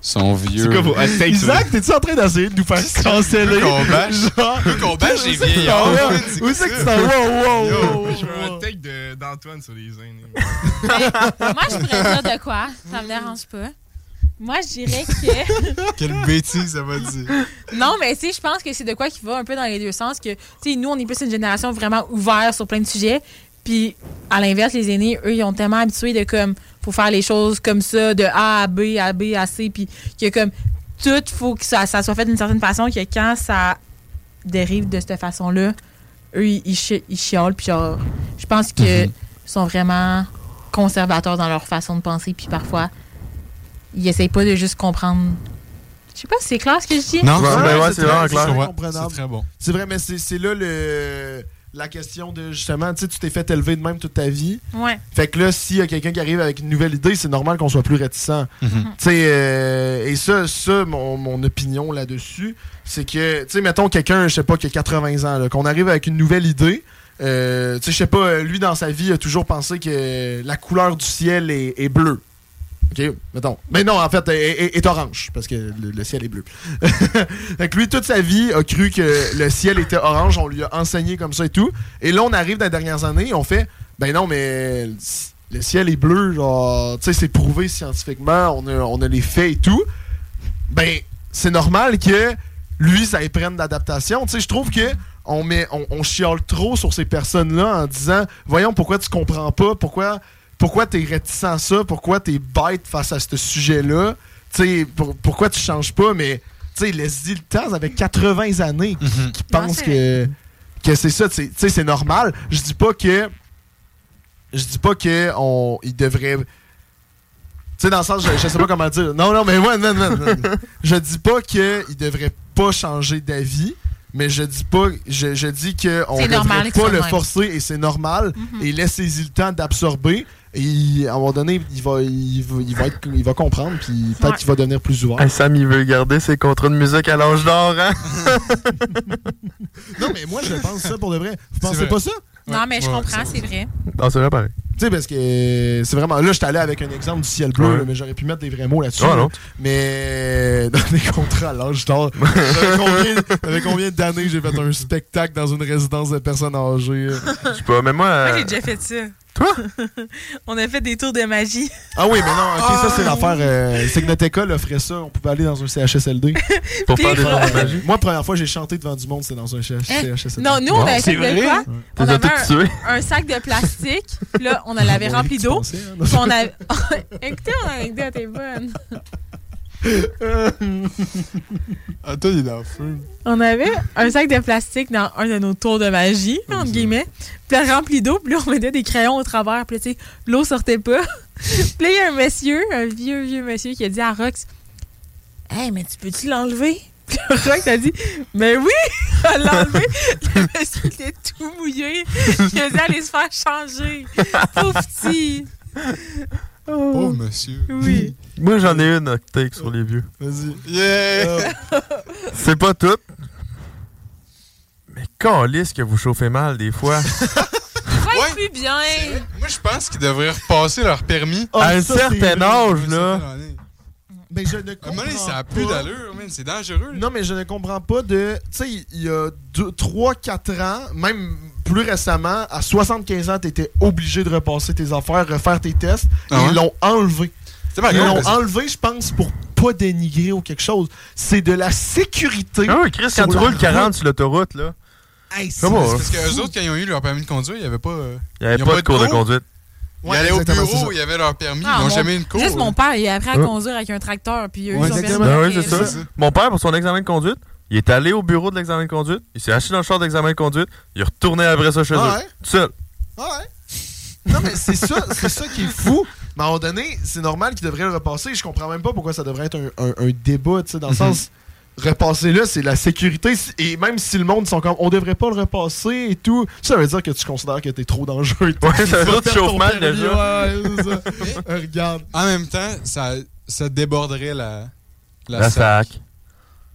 Speaker 1: Son vieux.
Speaker 7: C'est quoi vos hashtags,
Speaker 9: Isaac, t'es-tu en train d'essayer de nous faire canceller?
Speaker 1: Veux qu'on bâche?
Speaker 9: Genre-
Speaker 1: Veux qu'on bâche les
Speaker 9: Où c'est que
Speaker 1: vieillards?
Speaker 9: t'en vas?
Speaker 1: Ouais, c'est
Speaker 9: Où
Speaker 1: quoi
Speaker 9: c'est que
Speaker 1: ça?
Speaker 9: tu t'en vas? Wow, wow, wow, wow.
Speaker 7: Je veux un take de- d'Antoine sur les aînés.
Speaker 5: moi, je pourrais dire de quoi, ça me dérange pas. Moi, je dirais que.
Speaker 1: Quelle bêtise, ça va dire.
Speaker 5: Non, mais tu sais, je pense que c'est de quoi qui va un peu dans les deux sens. Que, tu sais, nous, on est plus une génération vraiment ouverte sur plein de sujets. Puis, à l'inverse, les aînés, eux, ils ont tellement habitué de comme, faut faire les choses comme ça, de A à B, à B à C. Puis, que comme, tout, faut que ça, ça soit fait d'une certaine façon, que quand ça dérive de cette façon-là, eux, ils, ils chi- ils chiolent. Puis, genre, je pense que ils sont vraiment conservateurs dans leur façon de penser. Puis, parfois, ils essayent pas de juste comprendre. Je sais pas, c'est clair ce que je dis?
Speaker 4: très- très
Speaker 1: C'est très bon.
Speaker 4: C'est vrai, mais c'est c'est là le, la question de justement, tu sais, tu t'es fait élever de même toute ta vie.
Speaker 5: Ouais.
Speaker 4: Fait que là, s'il y a quelqu'un qui arrive avec une nouvelle idée, c'est normal qu'on soit plus réticent.
Speaker 1: Mhm.
Speaker 4: Tu sais, euh, et ça, ça mon, mon opinion là-dessus, c'est que, tu sais, mettons quelqu'un, je sais pas, qui a 80 ans, là, qu'on arrive avec une nouvelle idée. euh, tu sais, je sais pas, euh, lui dans sa vie, il a toujours pensé que la couleur du ciel est, est bleue. OK, mettons. Mais non, en fait, est, est- est orange, parce que le, le ciel est bleu. fait que lui, toute sa vie, a cru que le ciel était orange, on lui a enseigné comme ça et tout. Et là, on arrive dans les dernières années, on fait, ben non, mais le c- le ciel est bleu, genre, tu sais, c'est prouvé scientifiquement, on a, on a les faits et tout. Ben, c'est normal que lui, ça y prenne d'adaptation. Tu sais, je trouve que on, met, on, on chiale trop sur ces personnes-là en disant Voyons, pourquoi tu comprends pas Pourquoi, pourquoi t'es réticent à ça Pourquoi t'es bête face à ce sujet-là Tu sais, pour- pourquoi tu changes pas Mais, tu sais, laisse-y le temps avec 80 années qui, qui pense que, que c'est ça. Tu sais- tu sais, c'est normal. Je dis pas que. Je dis pas que on, il devrait. Tu sais, dans le sens, je, je sais pas comment dire. Non, non, mais ouais, non, non, non. Je dis pas qu'il devrait pas changer d'avis, mais je dis pas, je, je dis qu'on
Speaker 9: C'est
Speaker 4: devrait
Speaker 9: normal qu'ils
Speaker 4: pas
Speaker 9: soient
Speaker 4: le
Speaker 9: de même. Mm-hmm.
Speaker 4: forcer et c'est normal. Et laissez-y le temps d'absorber. Et il- à un moment donné, il va, il va, il va, être- il va comprendre, puis peut-être qu'il va devenir plus ouvert.
Speaker 6: Hey, Sam, il veut garder ses contrats de musique à l'âge d'or, hein?
Speaker 4: Non, mais moi, je pense ça pour de vrai. Vous
Speaker 6: vrai.
Speaker 4: pensez pas ça?
Speaker 5: Non, mais je comprends, c'est vrai.
Speaker 6: Non, c'est vrai, pareil.
Speaker 4: Tu sais, parce que c'est vraiment. Là, je suis allé avec un exemple du ciel bleu,
Speaker 6: Ouais.
Speaker 4: là, mais j'aurais pu mettre des vrais mots là-dessus.
Speaker 6: Ah,
Speaker 4: là.
Speaker 6: non.
Speaker 4: Mais euh, dans les contrats à l'âge d'or, j'avais combien, j'avais combien d'années j'ai fait un spectacle dans une résidence de personnes âgées?
Speaker 6: Je sais pas, mais moi.
Speaker 5: Moi,
Speaker 6: euh,
Speaker 5: j'ai déjà fait ça. Toi? on a fait des tours de magie.
Speaker 4: Ah oui, mais non, ok, ça c'est
Speaker 5: Ah!
Speaker 4: l'affaire. Euh, Signoteca offrait ça, on pouvait aller dans un CHSLD.
Speaker 5: Pour faire des tours de
Speaker 6: magie?
Speaker 4: Moi, première fois, j'ai chanté devant du monde, c'était dans un CH-
Speaker 5: Hein?
Speaker 4: CHSLD.
Speaker 5: Non, nous, on avait fait de quoi? On
Speaker 4: T'es
Speaker 5: avait
Speaker 4: tout
Speaker 5: un,
Speaker 4: tué.
Speaker 5: un sac de plastique, puis là, on l'avait
Speaker 4: Ouais,
Speaker 5: rempli
Speaker 4: tu
Speaker 5: d'eau.
Speaker 4: pensais, hein, non?
Speaker 5: puis on avait... Écoutez, mon anecdote est bonne.
Speaker 4: hein. Ah, toi, il est dans le feu.
Speaker 5: On avait un sac de plastique dans un de nos tours de magie, entre guillemets, puis là, rempli d'eau, puis là, on mettait des crayons au travers, puis là, tu sais, l'eau sortait pas. puis là, il y a un monsieur, un vieux, vieux monsieur qui a dit à Rox, « Hey, mais tu peux-tu l'enlever? » Rock, t'as dit, mais oui, on l'a enlevé. Le monsieur il était tout mouillé. Il faisait aller se faire changer. Pauvre petit. Oh.
Speaker 1: Pauvre monsieur.
Speaker 5: Oui.
Speaker 6: Moi, j'en ai une take sur les vieux.
Speaker 1: Vas-y. Yeah!
Speaker 6: C'est pas tout. Mais calisse que vous chauffez mal des fois.
Speaker 5: Ouais, plus bien.
Speaker 1: Moi, je pense qu'ils devraient repasser leur permis.
Speaker 4: Oh,
Speaker 1: Ah,
Speaker 6: à un certain âge, là.
Speaker 4: Mais Ben, je ne
Speaker 1: À un moment
Speaker 4: comprends
Speaker 1: donné, ça a plus
Speaker 4: pas.
Speaker 1: d'allure, man, c'est dangereux.
Speaker 4: Non, mais je ne comprends pas de. Tu sais, il y a 3-4 ans, même plus récemment, à 75 ans, tu étais obligé de repasser tes affaires, refaire tes tests.
Speaker 1: Ah ouais? Ah,
Speaker 4: Ils l'ont enlevé.
Speaker 1: C'est pas
Speaker 4: Ils
Speaker 1: grave,
Speaker 4: l'ont
Speaker 1: parce que-
Speaker 4: enlevé, je pense, pour pas dénigrer ou quelque chose. C'est de la sécurité.
Speaker 6: Ah oui, Chris,
Speaker 4: sur
Speaker 6: quand tu
Speaker 4: la
Speaker 6: roules 40
Speaker 4: route.
Speaker 6: sur l'autoroute, là.
Speaker 4: Hey,
Speaker 6: c'est
Speaker 1: C'est
Speaker 6: pas,
Speaker 1: parce
Speaker 6: hein.
Speaker 1: qu'eux autres, quand ils ont eu leur permis de conduire, il n'y avait pas. euh,
Speaker 6: Il n'y avait
Speaker 1: ils ont
Speaker 6: pas de cours de conduite.
Speaker 1: Ils
Speaker 4: Ouais,
Speaker 1: allaient au
Speaker 4: exactement, c'est ça.
Speaker 1: bureau, ils avaient leur permis,
Speaker 5: Ah,
Speaker 1: ils n'ont
Speaker 5: mon-
Speaker 1: jamais eu une cour. hein.
Speaker 5: Juste mon père, il a appris à
Speaker 6: Ouais.
Speaker 5: conduire avec un tracteur, puis euh, il a eu
Speaker 6: Ouais,
Speaker 5: son
Speaker 6: exactement.
Speaker 5: permis.
Speaker 6: Ben oui, c'est
Speaker 5: Et-
Speaker 6: ça. Mon père, pour son examen de conduite, il est allé au bureau de l'examen de conduite, il s'est acheté dans le char d'examen de conduite, il est retourné après ça chez
Speaker 4: Ah
Speaker 6: eux.
Speaker 4: ouais?
Speaker 6: Tout seul.
Speaker 4: Ah ouais. Non, mais c'est ça, c'est ça qui est fou. Mais à un moment donné, c'est normal qu'il devrait le repasser. Je comprends même pas pourquoi ça devrait être un, un- un débat, tu sais,
Speaker 6: Mm-hmm.
Speaker 4: dans le sens. Repasser là, c'est la sécurité. Et même si le monde sont comme on devrait pas le repasser et tout, ça veut dire que tu considères que t'es trop dangereux.
Speaker 6: Ouais, ça veut dire que tu
Speaker 4: Tu vas
Speaker 6: chauffes
Speaker 4: perdre
Speaker 6: mal
Speaker 4: ton permis,
Speaker 6: déjà.
Speaker 4: ouais, c'est ça. Euh, Regarde.
Speaker 1: En même temps, ça, ça déborderait la. Ben,
Speaker 6: La sac.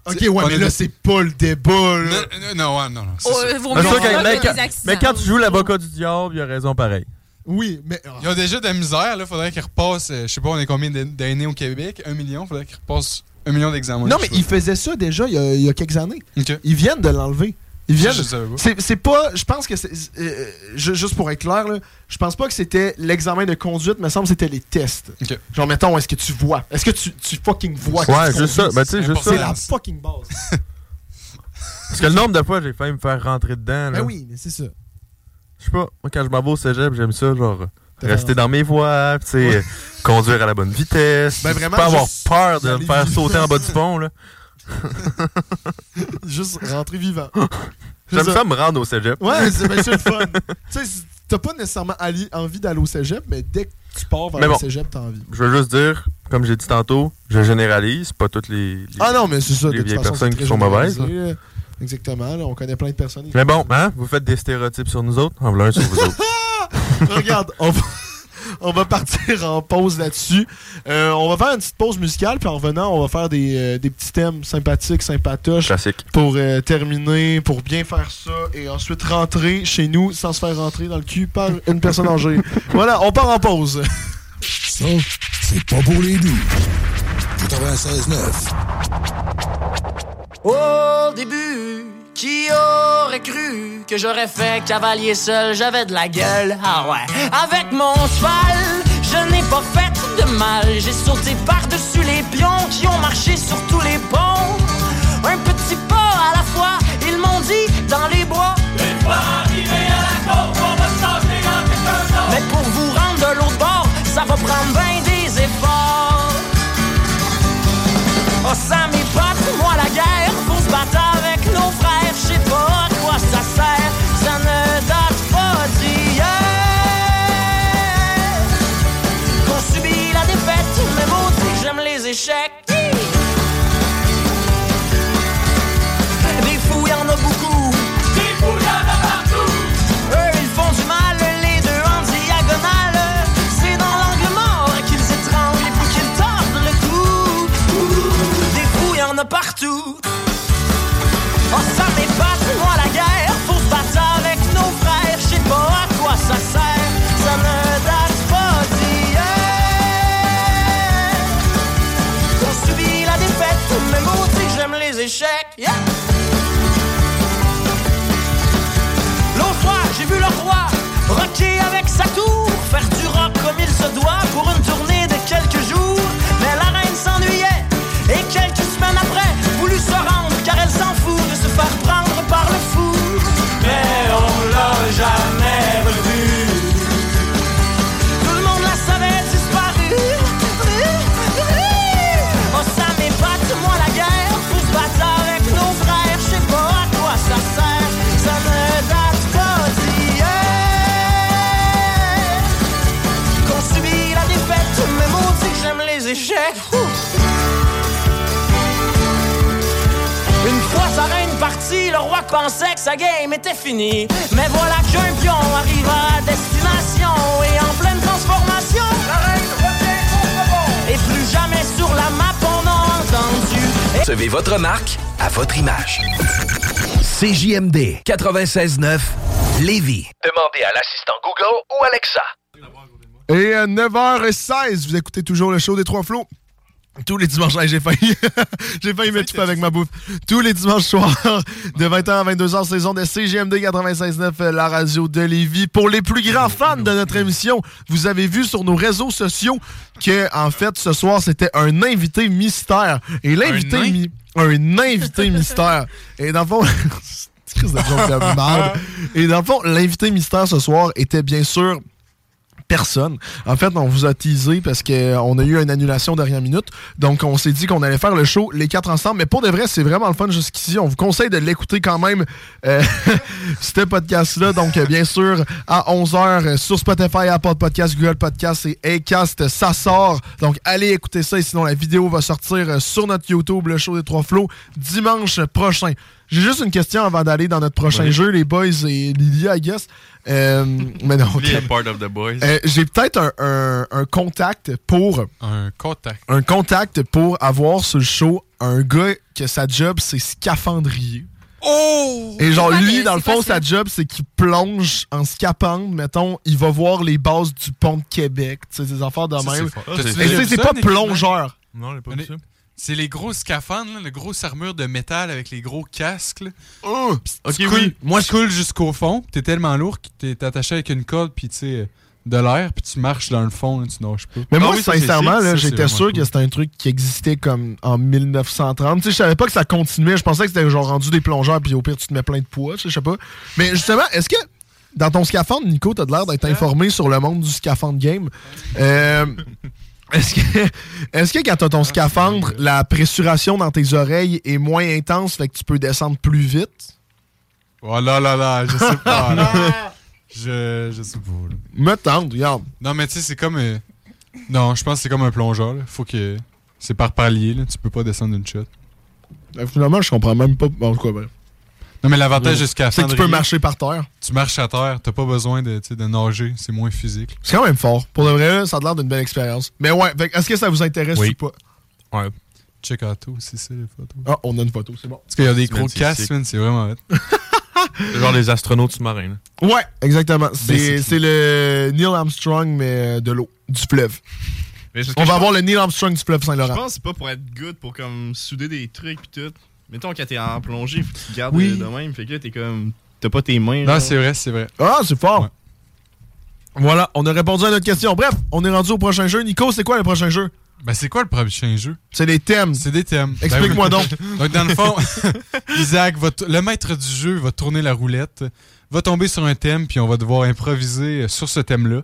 Speaker 4: Ok, ouais, mais là, c'est pas le débat, là.
Speaker 1: Non, non, ouais, non, non. c'est
Speaker 5: Oh,
Speaker 1: ça.
Speaker 5: euh, vaut
Speaker 6: Mais
Speaker 5: mieux
Speaker 6: ça, quand-
Speaker 5: ça que
Speaker 6: mais
Speaker 5: des
Speaker 6: quand-
Speaker 5: accidents.
Speaker 6: mais quand tu joues l'avocat du diable, il a raison pareil.
Speaker 4: Oui, mais. ah.
Speaker 1: Ils ont déjà de la misère, là. Faudrait qu'ils repassent, euh, je sais pas, on est combien d'an- d'années au Québec? Un million? Faudrait qu'ils repassent un million d'examens.
Speaker 4: Non,
Speaker 1: je
Speaker 4: mais
Speaker 1: sais
Speaker 4: ils faisaient ça déjà il y a, il y a quelques années.
Speaker 1: Ok.
Speaker 4: Ils viennent de l'enlever. Ils
Speaker 1: Ça,
Speaker 4: viennent.
Speaker 1: je savais pas.
Speaker 4: C'est c'est pas. Je pense que c'est. euh, ju- juste pour être clair, là, je pense pas que c'était l'examen de conduite, mais semble que c'était les tests.
Speaker 1: pas. Ok.
Speaker 4: Genre, mettons, est-ce que tu vois Est-ce que tu, tu fucking vois que
Speaker 6: Ouais,
Speaker 4: tu
Speaker 6: juste
Speaker 4: conduis?
Speaker 6: ça. Ben, tu sais, juste
Speaker 4: C'est la
Speaker 6: ça.
Speaker 4: fucking base.
Speaker 6: Parce que le nombre de fois, j'ai failli me faire rentrer dedans.
Speaker 4: ben
Speaker 6: là.
Speaker 4: oui, mais c'est ça.
Speaker 6: Je sais pas, moi quand je m'en vais au cégep, j'aime ça, genre,
Speaker 4: T'as
Speaker 6: rester dans mes voies, pis tu sais, euh, conduire à la bonne vitesse,
Speaker 4: Ben, vraiment,
Speaker 6: pas avoir
Speaker 4: juste
Speaker 6: peur de
Speaker 4: y
Speaker 6: me
Speaker 4: aller
Speaker 6: faire
Speaker 4: vite.
Speaker 6: sauter en bas du pont, là.
Speaker 4: Juste rentrer vivant. C'est
Speaker 6: J'aime ça me rendre au cégep.
Speaker 4: Ouais, c'est ben, c'est le fun. tu sais, c'est- t'as pas nécessairement ali- envie d'aller au cégep, mais dès que tu pars vers
Speaker 6: Mais
Speaker 4: le
Speaker 6: bon.
Speaker 4: cégep, t'as envie.
Speaker 6: Je veux juste dire, comme j'ai dit tantôt, je généralise, pas toutes les. les-
Speaker 4: Ah non, mais c'est ça.
Speaker 6: les
Speaker 4: de toute
Speaker 6: vieilles
Speaker 4: façon,
Speaker 6: personnes
Speaker 4: c'est très
Speaker 6: qui sont mauvaises,
Speaker 4: généralisé, là. Exactement, là, on connaît plein de personnes.
Speaker 6: Mais bon, hein, vous faites des stéréotypes sur nous autres, en voilà un sur vous autres.
Speaker 4: Regarde, on va, on va partir en pause là-dessus. Euh, on va faire une petite pause musicale, puis en revenant, on va faire des, euh, des petits thèmes sympathiques, sympatoches,
Speaker 6: Classique.
Speaker 4: pour euh, terminer, pour bien faire ça, et ensuite rentrer chez nous sans se faire rentrer dans le cul par une personne âgée. voilà, on part en pause.
Speaker 11: Ça, c'est pas pour les doux. 96.9.
Speaker 12: Au début, qui aurait cru que j'aurais fait cavalier seul, j'avais de la gueule, ah ouais. Avec mon cheval, je n'ai pas fait de mal, j'ai sauté par-dessus les pions qui ont marché sur tous les ponts. Un petit pas à la fois, ils m'ont dit dans les bois. Une fois arrivé à la côte, on va se lancer dans quelqu'un d'autre. Mais pour vous rendre de l'autre bord, ça va prendre bien des efforts. Oh ça mes potes, moi la guerre, faut se battre avec nos frères, je sais pas à quoi ça sert, ça ne date pas d'hier. Qu'on subit la défaite, mais maudit que j'aime les échecs. Des fous, y'en a beaucoup. Des fous, y'en a partout. Eux, ils font du mal, les deux en diagonale. C'est dans l'angle mort qu'ils étranglent et puis qu'ils tordent le cou. Des fous, y'en a partout. Oh, ça m'épate, moi, la guerre. Faut se battre avec nos frères. Je sais pas à quoi ça sert. Ça ne date pas d'hier. On subit la défaite, mais maudit que j'aime les échecs. Yeah. L'autre soir, j'ai vu le roi rocker avec sa tour, faire du rock comme il se doit pour une tournée de quelques jours. Mais la reine s'ennuyait et quelques semaines après, voulut se rendre car elle s'en fout de se faire prendre par le fou. Mais on l'a jamais revu. Tout le monde la savait disparue. Oh, ça m'épate, moi la guerre. Faut se battre avec nos frères. Je sais pas à quoi ça sert. Ça ne date pas d'hier. Qu'on subit la défaite, mais maudit que j'aime les échecs. Ouh. parti, le roi pensait que sa game était finie. Mais voilà qu'un pion arrive à destination et en pleine transformation. La reine revient contre bon. Et plus jamais sur la map on a entendu.
Speaker 13: Recevez votre marque à votre image. CJMD 96.9 Lévis.
Speaker 14: Demandez à l'assistant Google ou Alexa.
Speaker 4: Et euh, à 9h16, vous écoutez toujours le show des Trois Flots. Tous les dimanches, Hey, j'ai failli, j'ai failli me tuer avec ma bouffe. Tous les dimanches soirs, de 20h à 22h, saison de CGMD 96.9, euh, la radio de Lévis. Pour les plus grands fans de notre émission, vous avez vu sur nos réseaux sociaux que, en fait, ce soir, c'était un invité mystère. Et l'invité,
Speaker 1: nain?
Speaker 4: mi- un invité mystère. Et dans le fond, c'est une crise de joke de merde. Et dans le fond, l'invité mystère ce soir était bien sûr personne. En fait, on vous a teasé parce qu'on a eu une annulation dernière minute. Donc, on s'est dit qu'on allait faire le show les quatre ensemble. Mais pour de vrai, c'est vraiment le fun jusqu'ici. On vous conseille de l'écouter quand même, euh, ce podcast-là. Donc, euh, bien sûr, à 11h euh, sur Spotify, Apple Podcast, Google Podcast et Acast, ça sort. Donc, allez écouter ça. Et sinon, la vidéo va sortir euh, sur notre YouTube, le show des trois flots, dimanche prochain. J'ai juste une question avant d'aller dans notre prochain
Speaker 6: Oui.
Speaker 4: jeu, les boys et Lily, I guess. Euh, mais non,
Speaker 6: Be a
Speaker 4: calme.
Speaker 6: part of the boys.
Speaker 4: Euh, J'ai peut-être un, un- un contact pour.
Speaker 1: Un contact.
Speaker 4: Un contact pour avoir sur le show un gars que sa job, c'est scaphandrier.
Speaker 5: Oh!
Speaker 4: Et genre,
Speaker 5: C'est pas
Speaker 4: lui,
Speaker 5: vrai,
Speaker 4: dans le
Speaker 5: c'est pas
Speaker 4: fond,
Speaker 5: ça.
Speaker 4: sa job, c'est qu'il plonge en scaphandre. Mettons, il va voir les bases du pont de Québec. Tu sais, des affaires de
Speaker 1: Ça,
Speaker 4: même.
Speaker 1: fort.
Speaker 4: Mais
Speaker 1: T'as-tu
Speaker 4: c'est-
Speaker 1: déjà vu
Speaker 4: c'est
Speaker 1: ça,
Speaker 4: pas
Speaker 1: Nicky Minaj?
Speaker 4: plongeur.
Speaker 6: Non, j'ai pas
Speaker 1: vu ça. C'est les gros scaphandres, là, les grosses armures de métal avec les gros casques. là. Puis tu
Speaker 4: ok,
Speaker 1: coules-
Speaker 4: oui.
Speaker 1: Moi, je coule jusqu'au fond. puis T'es tellement lourd que t'es t'es attaché avec une corde, puis tu sais, euh, de l'air, puis tu marches dans le fond, là, tu nages pas.
Speaker 4: Mais
Speaker 1: Ah
Speaker 4: moi,
Speaker 1: oui, ça, c'est
Speaker 4: sincèrement,
Speaker 1: sick.
Speaker 4: là,
Speaker 1: Ça, c'est
Speaker 4: j'étais
Speaker 1: vraiment
Speaker 4: sûr
Speaker 1: cool.
Speaker 4: que c'était un truc qui existait comme en 1930. Tu sais, je savais pas que ça continuait. Je pensais que c'était genre rendu des plongeurs, puis au pire, tu te mets plein de poids, tu sais, je sais pas. Mais justement, est-ce que dans ton scaphandre, Nico, t'as de l'air d'être informé sur le monde du scaphandre game? Euh, Est-ce que, est-ce que quand t'as ton scaphandre, la pressuration dans tes oreilles est moins intense, fait que tu peux descendre plus vite?
Speaker 1: Oh là là là, je sais pas. là. je, je sais pas. là.
Speaker 4: Me tente, regarde.
Speaker 1: Non, mais tu sais, c'est comme. euh, Non, je pense que c'est comme un plongeur. là. Faut que. C'est par palier, là. tu peux pas descendre d'une shot.
Speaker 4: Euh, Finalement, je comprends même pas. En tout cas, ben.
Speaker 1: Non, mais l'avantage de
Speaker 4: C'est que tu
Speaker 1: scaphandrier-
Speaker 4: peux marcher par terre.
Speaker 1: Tu marches à terre, t'as pas besoin de, tu sais, de nager, c'est moins physique.
Speaker 4: C'est quand même fort. Pour de vrai, là, ça a l'air d'une belle expérience. Mais ouais, fait que est-ce que ça vous intéresse
Speaker 1: Oui.
Speaker 4: ou pas?
Speaker 6: Ouais.
Speaker 1: Check out tout, c'est ça les photos.
Speaker 4: Ah, on a une photo, c'est bon.
Speaker 1: Parce qu'il y a des
Speaker 6: Man,
Speaker 1: gros
Speaker 6: c'est
Speaker 1: casques,
Speaker 6: sick.
Speaker 1: man, c'est vraiment hot.
Speaker 6: C'est genre les astronautes sous-marins. là.
Speaker 4: Ouais, exactement. C'est
Speaker 6: Basically.
Speaker 4: c'est le Neil Armstrong, mais euh, de l'eau, du fleuve.
Speaker 7: Mais c'est parce que
Speaker 4: On
Speaker 7: je
Speaker 4: va avoir
Speaker 7: pense-
Speaker 4: le Neil Armstrong du fleuve
Speaker 7: Je
Speaker 4: Saint-Laurent.
Speaker 7: pense que c'est pas pour être good, pour comme souder des trucs pis tout. Mettons quand t'es en plongée, faut que tu gardes
Speaker 4: Oui.
Speaker 7: de même. Fait que là, t'es comme. T'as pas tes mains.
Speaker 1: Non,
Speaker 7: genre.
Speaker 1: c'est vrai, c'est vrai.
Speaker 4: Ah, c'est fort. Voilà, on a répondu à notre question. Bref, on est rendu au prochain jeu. Nico, c'est quoi le prochain jeu?
Speaker 1: Ben, c'est quoi le prochain jeu?
Speaker 4: C'est des thèmes.
Speaker 1: C'est des thèmes.
Speaker 4: Explique-moi
Speaker 1: Ben
Speaker 4: donc.
Speaker 1: oui. donc, dans le fond, Isaac, va t- le maître du jeu, va tourner la roulette, va tomber sur un thème, puis on va devoir improviser euh, sur ce thème-là.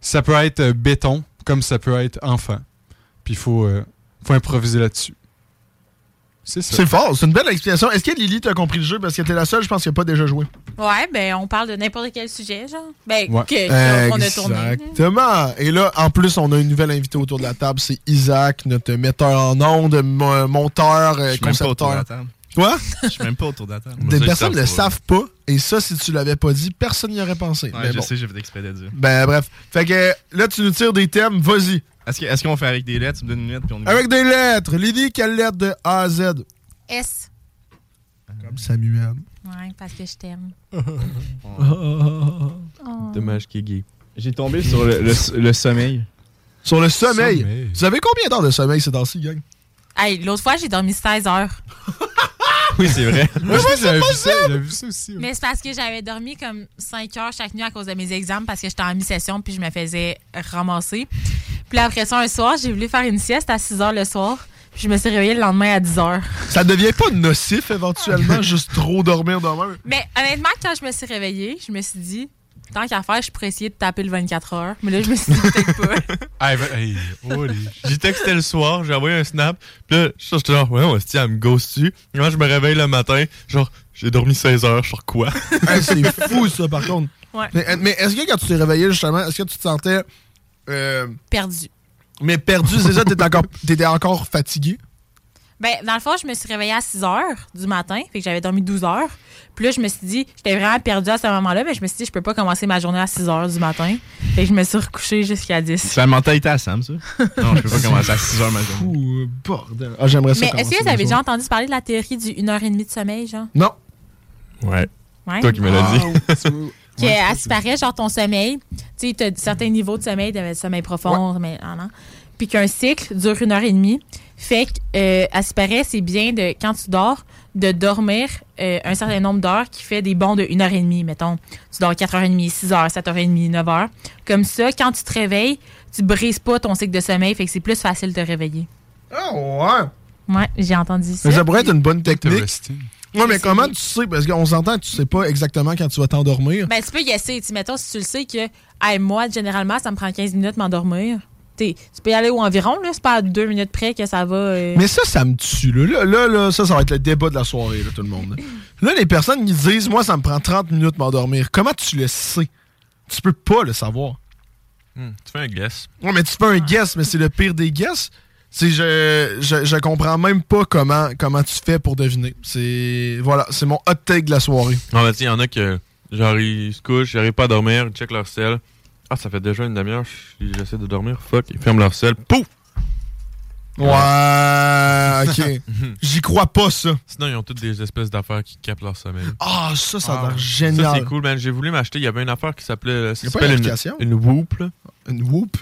Speaker 1: Ça peut être euh, béton, comme ça peut être enfant. Puis il faut, euh, faut improviser là-dessus. C'est ça.
Speaker 4: C'est fort, c'est une belle explication. Est-ce que Lily, t'as compris le jeu? Parce que t'es la seule, je pense, qui a pas déjà joué.
Speaker 5: Ouais, ben, on parle de n'importe quel sujet, genre. Ben,
Speaker 4: Ouais.
Speaker 5: que, qu'on a tourné.
Speaker 4: Euh, Exactement. Et là, en plus, on a une nouvelle invitée autour de la table. C'est Isaac, notre metteur en ondes, mo- monteur, euh,
Speaker 7: Je suis même pas autour de
Speaker 4: concepteur.
Speaker 7: la table.
Speaker 4: Quoi?
Speaker 7: Je suis même pas autour de la table.
Speaker 4: Des personnes ne le savent pas. Et ça, si tu l'avais pas dit, personne n'y aurait pensé.
Speaker 7: Ouais,
Speaker 4: Mais
Speaker 7: je
Speaker 4: bon.
Speaker 7: sais, j'ai fait exprès de dire.
Speaker 4: Ben bref. Fait que là, tu nous tires des thèmes. Vas-y.
Speaker 7: Est-ce que- est-ce qu'on fait avec des lettres Tu me donnes une lettre puis on est.
Speaker 4: Avec des lettres. Lily, quelle lettre de A à Z?
Speaker 5: S.
Speaker 4: Comme Samuel.
Speaker 5: Ouais, parce que je t'aime.
Speaker 6: Dommage qu'il est gay.
Speaker 7: J'ai tombé sur le, le- le sommeil.
Speaker 4: Sur le sommeil. Vous avez combien d'heures de sommeil ces temps-ci, gang?
Speaker 5: Hey, l'autre fois, j'ai dormi 16 heures.
Speaker 7: Oui, c'est vrai.
Speaker 1: Moi, je
Speaker 4: Ouais,
Speaker 1: pense que
Speaker 4: c'est
Speaker 1: j'avais vu ça,
Speaker 4: possible.
Speaker 1: j'avais vu ça aussi. ouais.
Speaker 5: Mais c'est parce que j'avais dormi comme 5 heures chaque nuit à cause de mes examens parce que j'étais en mi-session puis je me faisais ramasser. Puis là, après ça, un soir, j'ai voulu faire une sieste à 6 heures le soir. Puis je me suis réveillée le lendemain à 10 heures.
Speaker 4: Ça devient pas nocif éventuellement, juste trop dormir demain.
Speaker 5: Mais honnêtement, quand je me suis réveillée, je me suis dit, tant qu'à faire, je pourrais essayer de taper le 24 heures. Mais là, je me suis dit, peut-être pas.
Speaker 1: Ah, ben, hey, holy.
Speaker 6: J'ai texté le soir, j'ai envoyé un snap, puis là, je suis genre, ouais, on se tient à me ghost-tu. Et Moi, je me réveille le matin, genre, j'ai dormi 16 heures, sur quoi?
Speaker 4: Hey, c'est fou ça par contre.
Speaker 5: Ouais.
Speaker 4: Mais, euh, mais est-ce que quand tu t'es réveillé justement, est-ce que tu te sentais euh,
Speaker 5: Perdu.
Speaker 4: mais perdu, c'est ça, t'étais encore, t'étais encore fatigué?
Speaker 5: Ben, dans le fond, je me suis réveillée à 6 heures du matin, fait que j'avais dormi 12 heures. Puis là, je me suis dit, j'étais vraiment perdue à ce moment-là, mais je me suis dit, je peux pas commencer ma journée à 6 heures du matin. Fait que je me suis recouchée jusqu'à 10.
Speaker 7: C'est la mentalité à Sam, ça. Non, je peux pas commencer à 6 h ma journée.
Speaker 4: Ouh, bordel. Ah, j'aimerais ça.
Speaker 5: Mais est-ce que vous
Speaker 4: commencer
Speaker 5: avez
Speaker 4: ma
Speaker 5: déjà
Speaker 4: journée.
Speaker 5: entendu parler de la théorie du 1h30 de sommeil, genre?
Speaker 4: Non.
Speaker 6: Ouais.
Speaker 5: Ouais.
Speaker 6: Toi qui me l'as dit.
Speaker 5: Que, elle se paraît, genre ton sommeil, tu sais, tu as certains niveaux de sommeil, de sommeil profond, mais ah non. Puis qu'un cycle dure une heure et demie. Fait que, euh, elle se paraît, c'est bien de, quand tu dors, de dormir euh, un certain nombre d'heures qui fait des bons de une heure et demie, mettons. Tu dors 4h30, 6h, 7h30, 9h. Comme ça, quand tu te réveilles, tu brises pas ton cycle de sommeil, fait que c'est plus facile de te réveiller.
Speaker 4: Oh, ouais.
Speaker 5: Ouais, j'ai entendu ça.
Speaker 4: Mais ça pourrait être une bonne technique.
Speaker 1: Interesting.
Speaker 4: Ouais, mais comment tu sais? Parce qu'on s'entend, tu sais pas exactement quand tu vas t'endormir.
Speaker 5: Ben, tu peux y essayer. Tu sais, mettons, si tu le sais que, hey, moi, généralement, ça me prend 15 minutes m'endormir. Tu sais, tu peux y aller au environ, là. C'est pas à deux minutes près que ça va. euh.
Speaker 4: Mais ça, ça me tue. Là. Là, là, là, ça, ça va être le débat de la soirée, là, tout le monde. Là, les personnes qui disent, moi, ça me prend 30 minutes m'endormir, comment tu le sais? Tu peux pas le savoir.
Speaker 6: Hmm, tu fais un guess.
Speaker 4: Ouais, mais tu fais un guess, mais c'est le pire des guesses. C'est je, je, je comprends même pas comment, comment tu fais pour deviner. C'est voilà, c'est mon hot take de la soirée.
Speaker 6: Non, mais tu sais, il y en a que, genre, ils se couchent, ils n'arrivent pas à dormir, ils checkent leur sel. Ah, ça fait déjà une demi-heure, je- j'essaie de dormir, fuck, ils ferment leur sel, pouf!
Speaker 4: Ouais, ok. J'y crois pas ça.
Speaker 6: Sinon, ils ont toutes des espèces d'affaires qui capent leur sommeil.
Speaker 4: Ah, ça, ça a l'air
Speaker 6: Ça,
Speaker 4: génial.
Speaker 6: c'est cool, man. J'ai voulu m'acheter. Il y avait une affaire qui s'appelait. euh,
Speaker 4: Y
Speaker 6: ça
Speaker 4: a pas
Speaker 6: s'appelle
Speaker 4: une
Speaker 6: une,
Speaker 4: application?
Speaker 6: une Whoop, là.
Speaker 4: Une Whoop?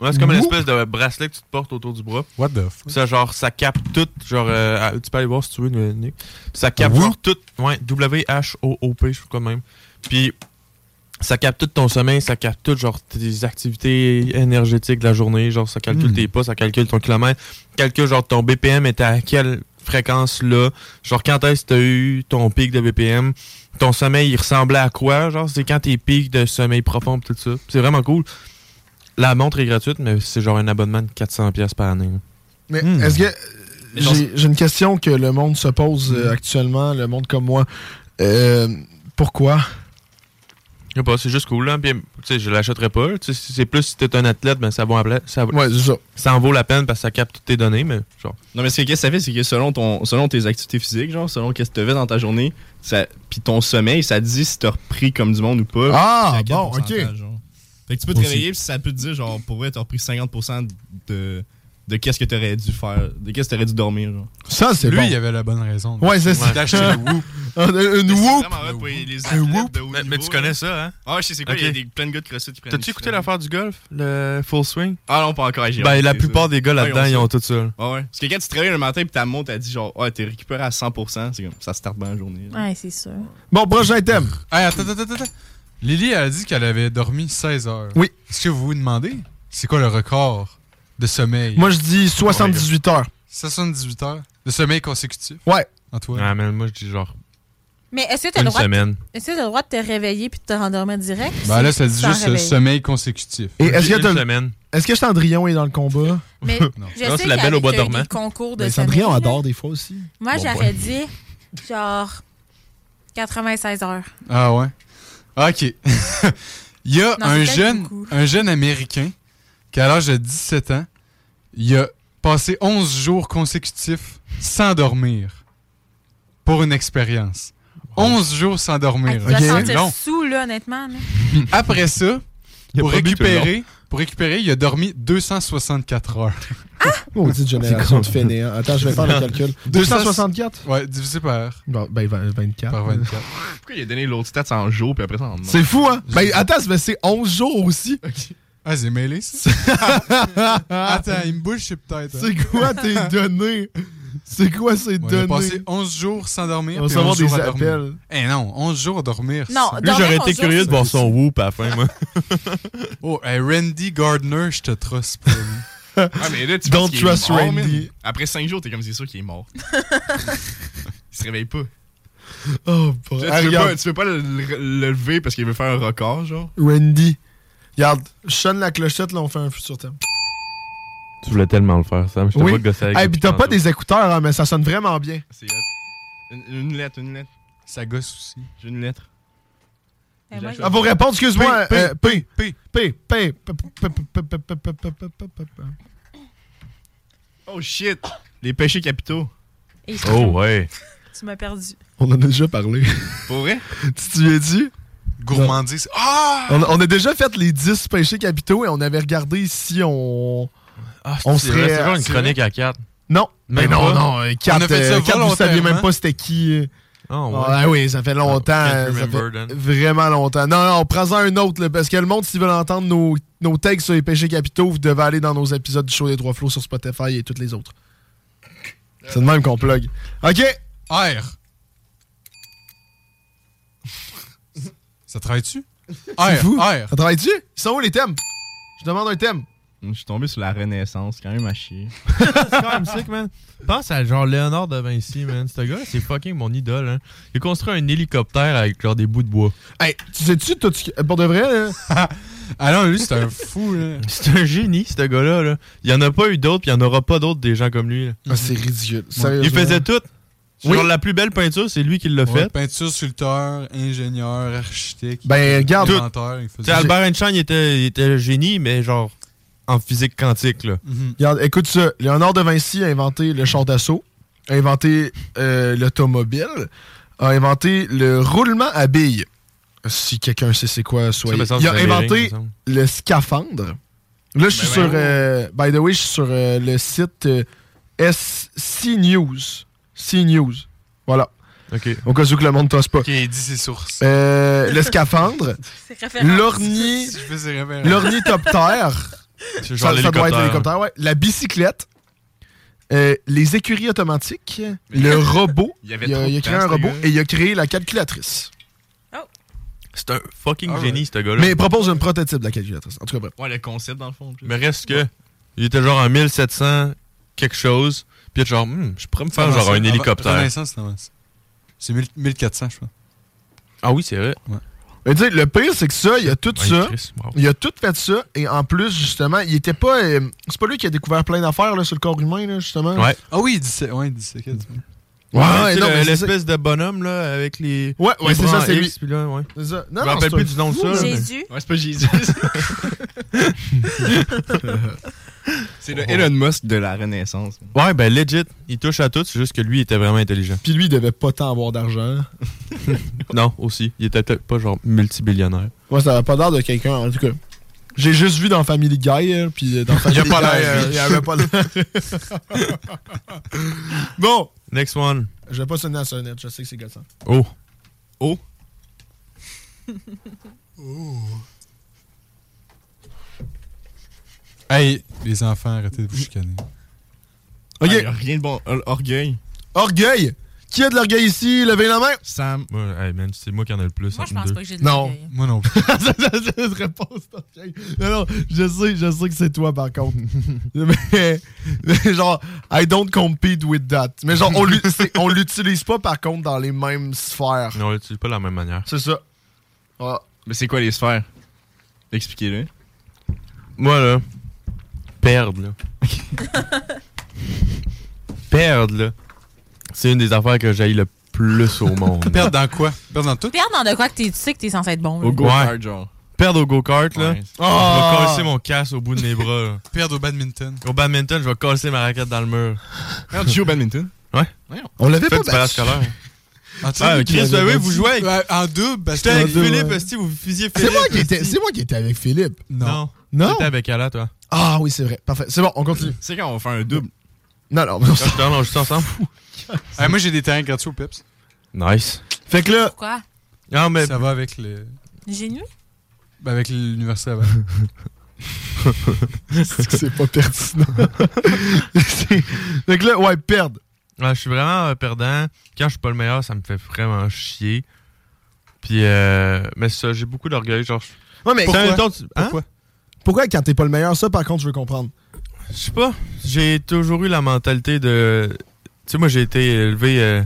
Speaker 6: Ouais, c'est comme une
Speaker 4: Whoop?
Speaker 6: espèce de bracelet que tu te portes autour du bras.
Speaker 1: What the fuck?
Speaker 6: Ça, genre, ça capte tout. Genre, euh, ah, tu peux aller voir si tu veux, Nick. Ça capte genre tout. Ouais, W-H-O-O-P, je crois même. Puis, ça capte tout ton sommeil, ça capte tout, genre, tes activités énergétiques de la journée. Genre, ça calcule
Speaker 7: Mm.
Speaker 6: tes pas, ça calcule ton kilomètre. Calcule, genre, ton BPM est à quelle fréquence là. Genre, quand est-ce que tu as eu ton pic de BPM? Ton sommeil, il ressemblait à quoi? Genre, c'est quand tes pics de sommeil profond, pis tout ça. C'est vraiment cool. La montre est gratuite, mais c'est genre un abonnement de 400$ piastres par année. là.
Speaker 4: Mais est-ce que. J'ai j'ai une question que le monde se pose
Speaker 1: Hmm.
Speaker 4: euh, actuellement, le monde comme moi. Euh, pourquoi?
Speaker 6: Je sais pas, c'est juste cool. Là. Puis, tu sais, je l'achèterais pas. Tu sais, si c'est plus si t'es un athlète, ben, ça, vaut la pla- ça,
Speaker 4: ça.
Speaker 1: Euh,
Speaker 6: en vaut la peine parce que ça capte toutes tes données. Mais, genre,
Speaker 7: Non, mais ce que qu'est-ce que ça fait, c'est que selon, ton, selon tes activités physiques, genre, selon qu'est-ce que tu fais dans ta journée, ça, puis ton sommeil, ça dit si t'as repris comme du monde ou pas.
Speaker 4: Ah,
Speaker 7: C'est à quel
Speaker 4: bon,
Speaker 7: pourcentage,
Speaker 4: ok.
Speaker 7: genre. Fait que tu peux te
Speaker 4: Aussi.
Speaker 7: réveiller, puis ça peut te dire, genre, pour vrai, t'as repris 50% de, de qu'est-ce que t'aurais dû faire, de qu'est-ce que t'aurais dû dormir, genre.
Speaker 4: Ça, c'est
Speaker 1: Lui,
Speaker 4: bon.
Speaker 1: il avait la bonne raison.
Speaker 4: Ouais, c'est ça.
Speaker 1: D'acheter le Whoop.
Speaker 4: Une whoop!
Speaker 7: Un whoop.
Speaker 6: mais, mais tu connais ça, hein?
Speaker 7: Ah, je sais c'est quoi,
Speaker 6: Ok.
Speaker 7: il y a des, plein de gars de CrossFit qui prennent
Speaker 6: T'as-tu écouté l'affaire du golf? Le full swing?
Speaker 7: Ah non, pas encore. j'ai
Speaker 6: Ben, la
Speaker 7: écouté ça.
Speaker 6: plupart des gars là-dedans,
Speaker 7: Ouais,
Speaker 6: ils ont tout ça. là.
Speaker 7: Ah ouais. Parce que quand tu te réveilles le matin et ta montre, elle dit genre, ouais, t'es récupéré à 100%, c'est comme, ça starte bien la journée. là.
Speaker 5: Ouais, c'est sûr.
Speaker 4: Bon, prochain thème.
Speaker 1: Hey, attends, attends, attends. attends. Lily, elle a dit qu'elle avait dormi 16 heures.
Speaker 4: Oui.
Speaker 1: Est-ce que vous vous demandez, c'est quoi le record de sommeil?
Speaker 4: Moi, je dis 78 heures.
Speaker 1: 78 heures de sommeil consécutif?
Speaker 4: Ouais.
Speaker 1: Antoine?
Speaker 6: Ah, man, moi, je dis genre.
Speaker 5: Mais est-ce que t'as le
Speaker 6: Une
Speaker 5: droit de-
Speaker 6: semaine.
Speaker 5: Est-ce que t'as le droit de te réveiller puis de te rendormir direct?
Speaker 1: Ben là, ça
Speaker 5: Si
Speaker 1: dit
Speaker 5: tu t'en
Speaker 1: juste euh,
Speaker 5: réveilles.
Speaker 1: sommeil consécutif.
Speaker 4: Et est-ce que t'as-
Speaker 6: semaine.
Speaker 4: Est-ce que Cendrillon est dans le combat?
Speaker 5: Mais je sais qu'il y a- qu'il y a eu des concours de
Speaker 4: Ben,
Speaker 5: sommeil,
Speaker 4: Cendrillon
Speaker 5: là.
Speaker 4: adore des fois aussi.
Speaker 5: Moi,
Speaker 4: Bon,
Speaker 5: j'aurais
Speaker 4: ouais.
Speaker 5: dit genre 96 heures.
Speaker 1: Ah ouais. OK. il y a
Speaker 5: Non,
Speaker 1: un
Speaker 5: c'est peut-être
Speaker 1: jeune, un jeune américain qui, à l'âge de 17 ans, il a passé 11 jours consécutifs sans dormir pour une expérience. 11 jours sans dormir.
Speaker 5: Je vais
Speaker 1: C'est
Speaker 5: sentir
Speaker 1: long.
Speaker 5: sous, là, honnêtement. là.
Speaker 1: Puis après ça,
Speaker 4: Il a
Speaker 1: pour
Speaker 4: pas bu tout le
Speaker 1: récupérer, pour récupérer, il a dormi 264 heures.
Speaker 4: Oh, petite génération de fainéants. Attends, je vais faire le calcul. 264?
Speaker 1: Ouais, divisé par.
Speaker 4: Bon, ben, vingt- 24.
Speaker 1: Par 24.
Speaker 7: Pourquoi il a donné l'autre stats en jour puis après ça en mois?
Speaker 4: C'est fou, hein? Ben, attends, mais c'est 11 jours aussi.
Speaker 1: Ah, c'est mêlé, ça. Attends, il me bullshit peut-être. hein.
Speaker 4: C'est quoi tes données? C'est quoi ces
Speaker 1: Ouais,
Speaker 4: données?
Speaker 1: J'ai passé 11 jours sans dormir.
Speaker 4: On va
Speaker 1: puis
Speaker 4: savoir
Speaker 1: 11 jours
Speaker 4: des
Speaker 1: à dormir.
Speaker 4: appels.
Speaker 1: Eh non, 11 jours à dormir.
Speaker 5: Non,
Speaker 1: ça-
Speaker 5: Lui, dormir j'aurais été 11 jours, curieux de c'est- voir son
Speaker 6: whoop à la fin, moi.
Speaker 1: oh, hey, Randy Gardner, je te truste pas. lui.
Speaker 7: Ah, mais là, tu
Speaker 1: Don't
Speaker 7: penses qu'il est
Speaker 1: trust
Speaker 7: mort,
Speaker 1: Randy.
Speaker 7: man. Après 5 jours, t'es comme, c'est sûr qu'il est mort. il se réveille pas.
Speaker 4: Oh, boy.
Speaker 7: Là,
Speaker 4: Ah,
Speaker 7: tu, peux
Speaker 4: regarde.
Speaker 7: pas tu peux pas le, le- le lever parce qu'il veut faire un record, genre.
Speaker 4: Randy. Regarde, je sonne la clochette, là, on fait un futur thème.
Speaker 6: Tu voulais tellement le faire, Sam. Je te vois gosser avec
Speaker 4: Hey,
Speaker 6: le
Speaker 4: puis t'as
Speaker 6: piton.
Speaker 4: pas des écouteurs, hein, mais ça sonne vraiment bien.
Speaker 7: C'est hot. Une, une lettre, une lettre.
Speaker 1: Ça gosse aussi.
Speaker 7: J'ai une lettre.
Speaker 5: Eh, moi,
Speaker 4: À vos réponses, excuse-moi.
Speaker 1: P,
Speaker 4: euh, P.
Speaker 1: P.
Speaker 4: P. P. P. P. P. P. P. P. P. P. P.
Speaker 7: Oh shit! Les péchés capitaux.
Speaker 5: Et
Speaker 6: Oh, ouais.
Speaker 5: Tu m'as perdu.
Speaker 4: On en a déjà parlé.
Speaker 7: Pour vrai?
Speaker 4: tu t'y es dit?
Speaker 1: Gourmandise. Ah!
Speaker 4: On, on a déjà fait les 10 péchés capitaux et on avait regardé si on.
Speaker 7: Ah,
Speaker 4: on
Speaker 6: C'est vrai, c'est vraiment une chronique à 4.
Speaker 4: Non. Mais
Speaker 6: Même
Speaker 4: non,
Speaker 6: pas?
Speaker 4: non. euh,
Speaker 6: On
Speaker 4: Cap,
Speaker 6: a fait ça
Speaker 4: euh, Cap, vous
Speaker 6: volontairement.
Speaker 4: saviez même pas c'était qui. euh.
Speaker 6: ouais.
Speaker 4: Ah oui, ça fait longtemps.
Speaker 6: can't
Speaker 4: euh, ça
Speaker 6: remember
Speaker 4: fait
Speaker 6: then.
Speaker 4: vraiment longtemps. Non, non, prends-en un autre, là, parce que le monde, s'ils veulent entendre nos, nos textes sur les péchés capitaux, vous devez aller dans nos épisodes du show des trois flots sur Spotify et toutes les autres. C'est de même qu'on plug. OK.
Speaker 1: R. Ça travaille-tu? R.
Speaker 4: vous?
Speaker 1: R.
Speaker 4: Ça travaille-tu? Ils sont où les thèmes? Je demande un thème.
Speaker 7: Je suis tombé sur la Renaissance, quand même à chier.
Speaker 6: C'est quand même sick, man. Pense à genre Léonard de Vinci, man. Ce gars, c'est fucking mon idole, hein. Il construit un hélicoptère avec genre des bouts de bois.
Speaker 4: Hey, tu sais-tu, toi, tu- pour de vrai, là?
Speaker 6: Ah non, lui, c'est un fou, là. C'est un génie, ce gars-là, là. Il y en a pas eu d'autres, puis il y en aura pas d'autres des gens comme lui, là.
Speaker 4: Ah, c'est ridicule.
Speaker 6: Il
Speaker 1: Sérieusement.
Speaker 6: faisait tout.
Speaker 1: Oui.
Speaker 6: Genre la plus belle peinture, c'est lui qui l'a
Speaker 1: Ouais,
Speaker 6: faite.
Speaker 1: peinture, sculpteur, ingénieur, architecte.
Speaker 6: Ben,
Speaker 1: inventeur,
Speaker 6: regarde.
Speaker 1: il faisait-
Speaker 6: Tu sais, Albert Einstein, il était, il était génie, mais genre en physique quantique, là.
Speaker 1: Mhm.
Speaker 4: Regarde, écoute ça. Léonard de Vinci a inventé le char d'assaut, a inventé euh, l'automobile, a inventé le roulement à billes. Si quelqu'un sait c'est quoi, soyez.
Speaker 6: me semble
Speaker 4: Il a
Speaker 6: que c'est avéré,
Speaker 4: inventé
Speaker 6: il me semble.
Speaker 4: le scaphandre. Là, je suis
Speaker 6: Ben,
Speaker 4: sur.
Speaker 6: ben, ouais.
Speaker 4: euh, by the way, je suis sur euh, le site euh, S CNews. CNews. Voilà.
Speaker 6: OK.
Speaker 4: Au cas où que le monde tasse pas.
Speaker 1: Ok, il dit ses sources.
Speaker 4: Euh, le scaphandre.
Speaker 1: référence.
Speaker 4: L'orni.
Speaker 1: Je fais ses références.
Speaker 4: L'ornithoptère.
Speaker 1: C'est
Speaker 4: ça,
Speaker 1: genre
Speaker 4: ça doit être
Speaker 1: l'hélicoptère.
Speaker 4: l'hélicoptère, ouais. La bicyclette. Euh, les écuries automatiques, le robot,
Speaker 6: Il
Speaker 4: il,
Speaker 6: y avait
Speaker 4: a,
Speaker 6: trop
Speaker 4: il a
Speaker 6: de
Speaker 4: créé
Speaker 6: temps,
Speaker 4: un
Speaker 6: ce
Speaker 4: robot
Speaker 6: gars.
Speaker 4: et il a créé la calculatrice.
Speaker 6: C'est un fucking
Speaker 7: Alright.
Speaker 6: génie, ce gars-là.
Speaker 4: Ah Mais il propose un prototype de la calculatrice. En tout cas, bref.
Speaker 7: Ouais, le concept, dans le fond.
Speaker 6: Mais reste que, il était genre en 1700 quelque chose, puis il était genre, Hmm, je pourrais me faire genre un
Speaker 1: Ah, Avant-
Speaker 6: hélicoptère.
Speaker 1: Renaissance, c'est avant ça. C'est 1000 1400, je crois.
Speaker 6: Ah oui, c'est vrai.
Speaker 4: Mais tu sais, le pire, c'est que ça, il a tout
Speaker 6: Ouais,
Speaker 4: ça.
Speaker 6: Chris, wow.
Speaker 4: Il a tout fait ça. Et en plus, justement, il était pas. euh, c'est pas lui qui a découvert plein d'affaires là, sur le corps humain, là, justement.
Speaker 6: Ouais.
Speaker 1: Ah oui, il dit ça. Ouais, il dit ça. qu'est-ce que tu
Speaker 4: Ouais,
Speaker 6: Tu sais,
Speaker 4: non,
Speaker 6: le-
Speaker 4: mais c'est ça.
Speaker 6: l'espèce de bonhomme, là, avec les.
Speaker 4: Ouais, ouais,
Speaker 6: les
Speaker 4: c'est
Speaker 6: bras
Speaker 4: ça,
Speaker 6: en
Speaker 4: c'est lui.
Speaker 6: X, puis là, ouais.
Speaker 4: C'est ça.
Speaker 6: je me rappelle plus du nom de ça. là, mais-
Speaker 7: Ouais, c'est pas Jésus. c'est le Elon Musk de la Renaissance.
Speaker 6: Ouais, ben legit, il touche à tout, c'est juste que lui il était vraiment intelligent.
Speaker 4: Puis lui, il devait pas tant avoir d'argent.
Speaker 6: Non, aussi, il était peut-être pas genre multibillionnaire.
Speaker 4: Ouais, ça avait pas l'air de quelqu'un, en tout cas. J'ai juste vu dans Family Guy, euh, puis euh, dans Family
Speaker 6: pas
Speaker 4: Guy,
Speaker 6: l'air,
Speaker 4: euh,
Speaker 6: lui.
Speaker 4: il avait pas l'air. bon.
Speaker 6: Next one.
Speaker 4: Je vais pas sonner à sonnette, je sais que c'est gossant.
Speaker 6: Oh.
Speaker 7: Oh.
Speaker 1: Hey, les enfants, arrêtez de vous chicaner.
Speaker 4: Ok.
Speaker 7: Ah, y a rien de bon. Or- Orgueil.
Speaker 4: Orgueil! Qui a de l'orgueil ici? Levez la main!
Speaker 7: Sam.
Speaker 6: Ouais, hey man, c'est moi qui en ai le plus.
Speaker 5: Moi, je pense pas que j'ai de
Speaker 4: Non.
Speaker 5: l'orgueil.
Speaker 1: Moi non plus.
Speaker 4: ça, ça, ça se répond, c'est orgueil. Non, non, je sais, je sais que c'est toi, par contre. mais, mais genre, Ah, I don't compete with that. Mais genre, on l'u- c'est- on l'utilise pas, par contre, dans les mêmes sphères.
Speaker 6: Non, on l'utilise pas de la même manière.
Speaker 4: C'est ça. Ah.
Speaker 7: Mais c'est quoi les sphères Expliquez-le.
Speaker 6: Moi là, perdre là. perdre là. C'est une des affaires que j'aille le plus au monde.
Speaker 1: Perdre dans quoi? Perdre dans tout?
Speaker 5: Perdre dans de quoi que t'es- tu sais que t'es censé être bon. là.
Speaker 6: Au go-kart,
Speaker 7: genre.
Speaker 6: Perdre au go-kart là.
Speaker 7: Ouais.
Speaker 6: Je
Speaker 1: Ah!
Speaker 6: vais casser mon casse au bout de mes bras. là.
Speaker 1: Perdre au badminton.
Speaker 6: Au badminton, je vais casser ma raquette dans le mur.
Speaker 7: Merde, tu joues au badminton
Speaker 6: Ouais.
Speaker 4: On l'avait
Speaker 6: Faites
Speaker 4: pas
Speaker 6: du balade
Speaker 4: battu.
Speaker 6: scolaire.
Speaker 1: Ah,
Speaker 6: Ah, Chris, ben oui, vous jouez avec-
Speaker 1: Ouais, en double. parce
Speaker 6: J'étais
Speaker 1: que-
Speaker 6: avec
Speaker 1: en double,
Speaker 6: Philippe,
Speaker 1: ouais.
Speaker 6: si vous fusiez Philippe.
Speaker 4: C'est moi, qui étais-
Speaker 6: esti.
Speaker 4: c'est moi qui étais avec Philippe.
Speaker 6: Non.
Speaker 4: Non.
Speaker 6: T'étais avec Ala, toi.
Speaker 4: Ah oui, c'est vrai. Parfait. C'est bon, on continue.
Speaker 7: C'est quand on va faire un double.
Speaker 4: Non, non, mais on
Speaker 6: Quand je t'en on juste ensemble.
Speaker 1: Ah, moi, j'ai des terrains gratuits au PEPS.
Speaker 6: Nice.
Speaker 4: Fait que là,
Speaker 5: Pourquoi?
Speaker 6: Non, mais.
Speaker 1: Ça va avec le...
Speaker 5: Génie?
Speaker 1: ben, avec l'université avant.
Speaker 4: c'est que c'est pas pertinent. C'est- fait que là, ouais, perdre.
Speaker 6: Ouais, je suis vraiment euh, perdant. Quand je suis pas le meilleur, ça me fait vraiment chier. Puis, euh, mais ça, j'ai beaucoup d'orgueil. Genre, je-
Speaker 4: Ouais, mais
Speaker 6: T'as un
Speaker 4: pourquoi?
Speaker 6: temps, tu- hein?
Speaker 4: Pourquoi? Pourquoi quand t'es pas le meilleur, ça, par contre, je veux comprendre.
Speaker 6: Je sais pas. J'ai toujours eu la mentalité de. Tu sais, moi, j'ai été élevé. euh,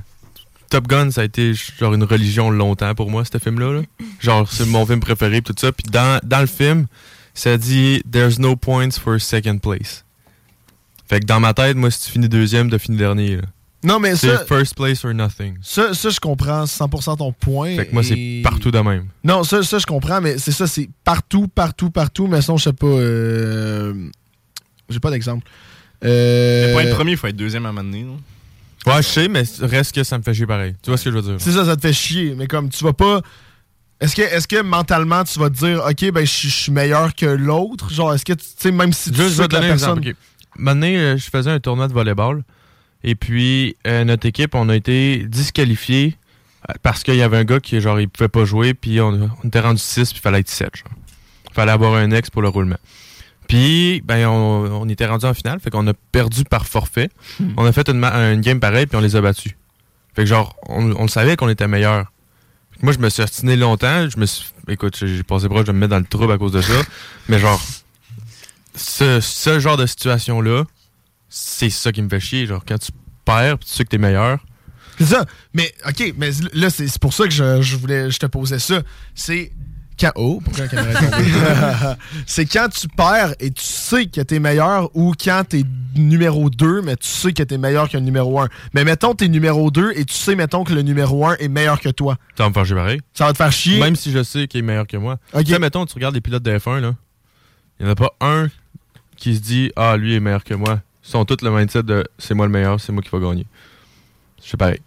Speaker 6: Top Gun, ça a été genre une religion longtemps pour moi, ce film-là. là. Genre, c'est mon film préféré, pis tout ça. Puis dans, dans le film, ça dit There's no points for second place. Fait que dans ma tête, moi, si tu finis deuxième, t'as fini dernier. là.
Speaker 4: Non, mais
Speaker 6: C'est
Speaker 4: ça,
Speaker 6: first place or nothing.
Speaker 4: ça, ça, je comprends 100% ton point.
Speaker 6: Fait que moi, c'est
Speaker 4: et-
Speaker 6: partout de même.
Speaker 4: Non, ça, ça, je comprends, mais c'est ça, c'est partout, partout, partout, mais sinon, je sais pas. euh, J'ai pas d'exemple. Euh,
Speaker 7: Pour être premier, il faut être deuxième à un moment donné, non
Speaker 6: Ouais, je sais, mais reste que ça me fait chier pareil. Tu vois ce que je veux dire?
Speaker 4: C'est ça, ça te fait chier. Mais comme tu vas pas. Est-ce que, est que mentalement tu vas te dire, OK, ben je suis- je suis meilleur que l'autre? Genre, est-ce que tu tu sais, même si tu
Speaker 6: Juste, je
Speaker 4: sais
Speaker 6: vais
Speaker 4: que
Speaker 6: te
Speaker 4: la
Speaker 6: donner un exemple.
Speaker 4: personne.
Speaker 6: ok. Un moment donné, euh, je faisais un tournoi de volleyball. Et puis, euh, notre équipe, on a été disqualifiés euh, parce qu'il y avait un gars qui, genre, il pouvait pas jouer. Puis, on, on était rendu 6, puis il fallait être 7. Genre. fallait avoir un ex pour le roulement. Puis, ben, on, on était rendu en finale. Fait qu'on a perdu par forfait.
Speaker 15: Hmm.
Speaker 6: On a fait une, ma- une game pareille, puis on les a battus. Fait que, genre, on, on le savait qu'on était meilleurs. Fait que Moi, je me suis obstiné longtemps. Je me suis. Écoute, j'ai j'ai passé proche de me mettre dans le trouble à cause de ça. Mais, genre ce, ce genre de situation-là, c'est ça qui me fait chier. Genre, quand tu perds, pis tu sais que t'es meilleur.
Speaker 4: C'est ça. Mais, OK, mais là, c'est c'est pour ça que je, je voulais, je te posais ça. C'est. Quand, oh, pourquoi la caméra est tombée? c'est quand tu perds et tu sais que t'es meilleur ou quand t'es numéro 2, mais tu sais que t'es meilleur que le numéro 1. Mais mettons, t'es numéro 2 et tu sais, mettons, que le numéro 1 est meilleur que toi.
Speaker 6: Ça va me faire chier pareil.
Speaker 4: Ça va te faire chier.
Speaker 6: Même si je sais qu'il est meilleur que moi.
Speaker 4: Ok.
Speaker 6: Tu sais, mettons, tu regardes les pilotes de F1, là. Il n'y en a pas un qui se dit Ah, lui est meilleur que moi. Ils sont tous le mindset de C'est moi le meilleur, c'est moi qui va gagner. C'est pareil.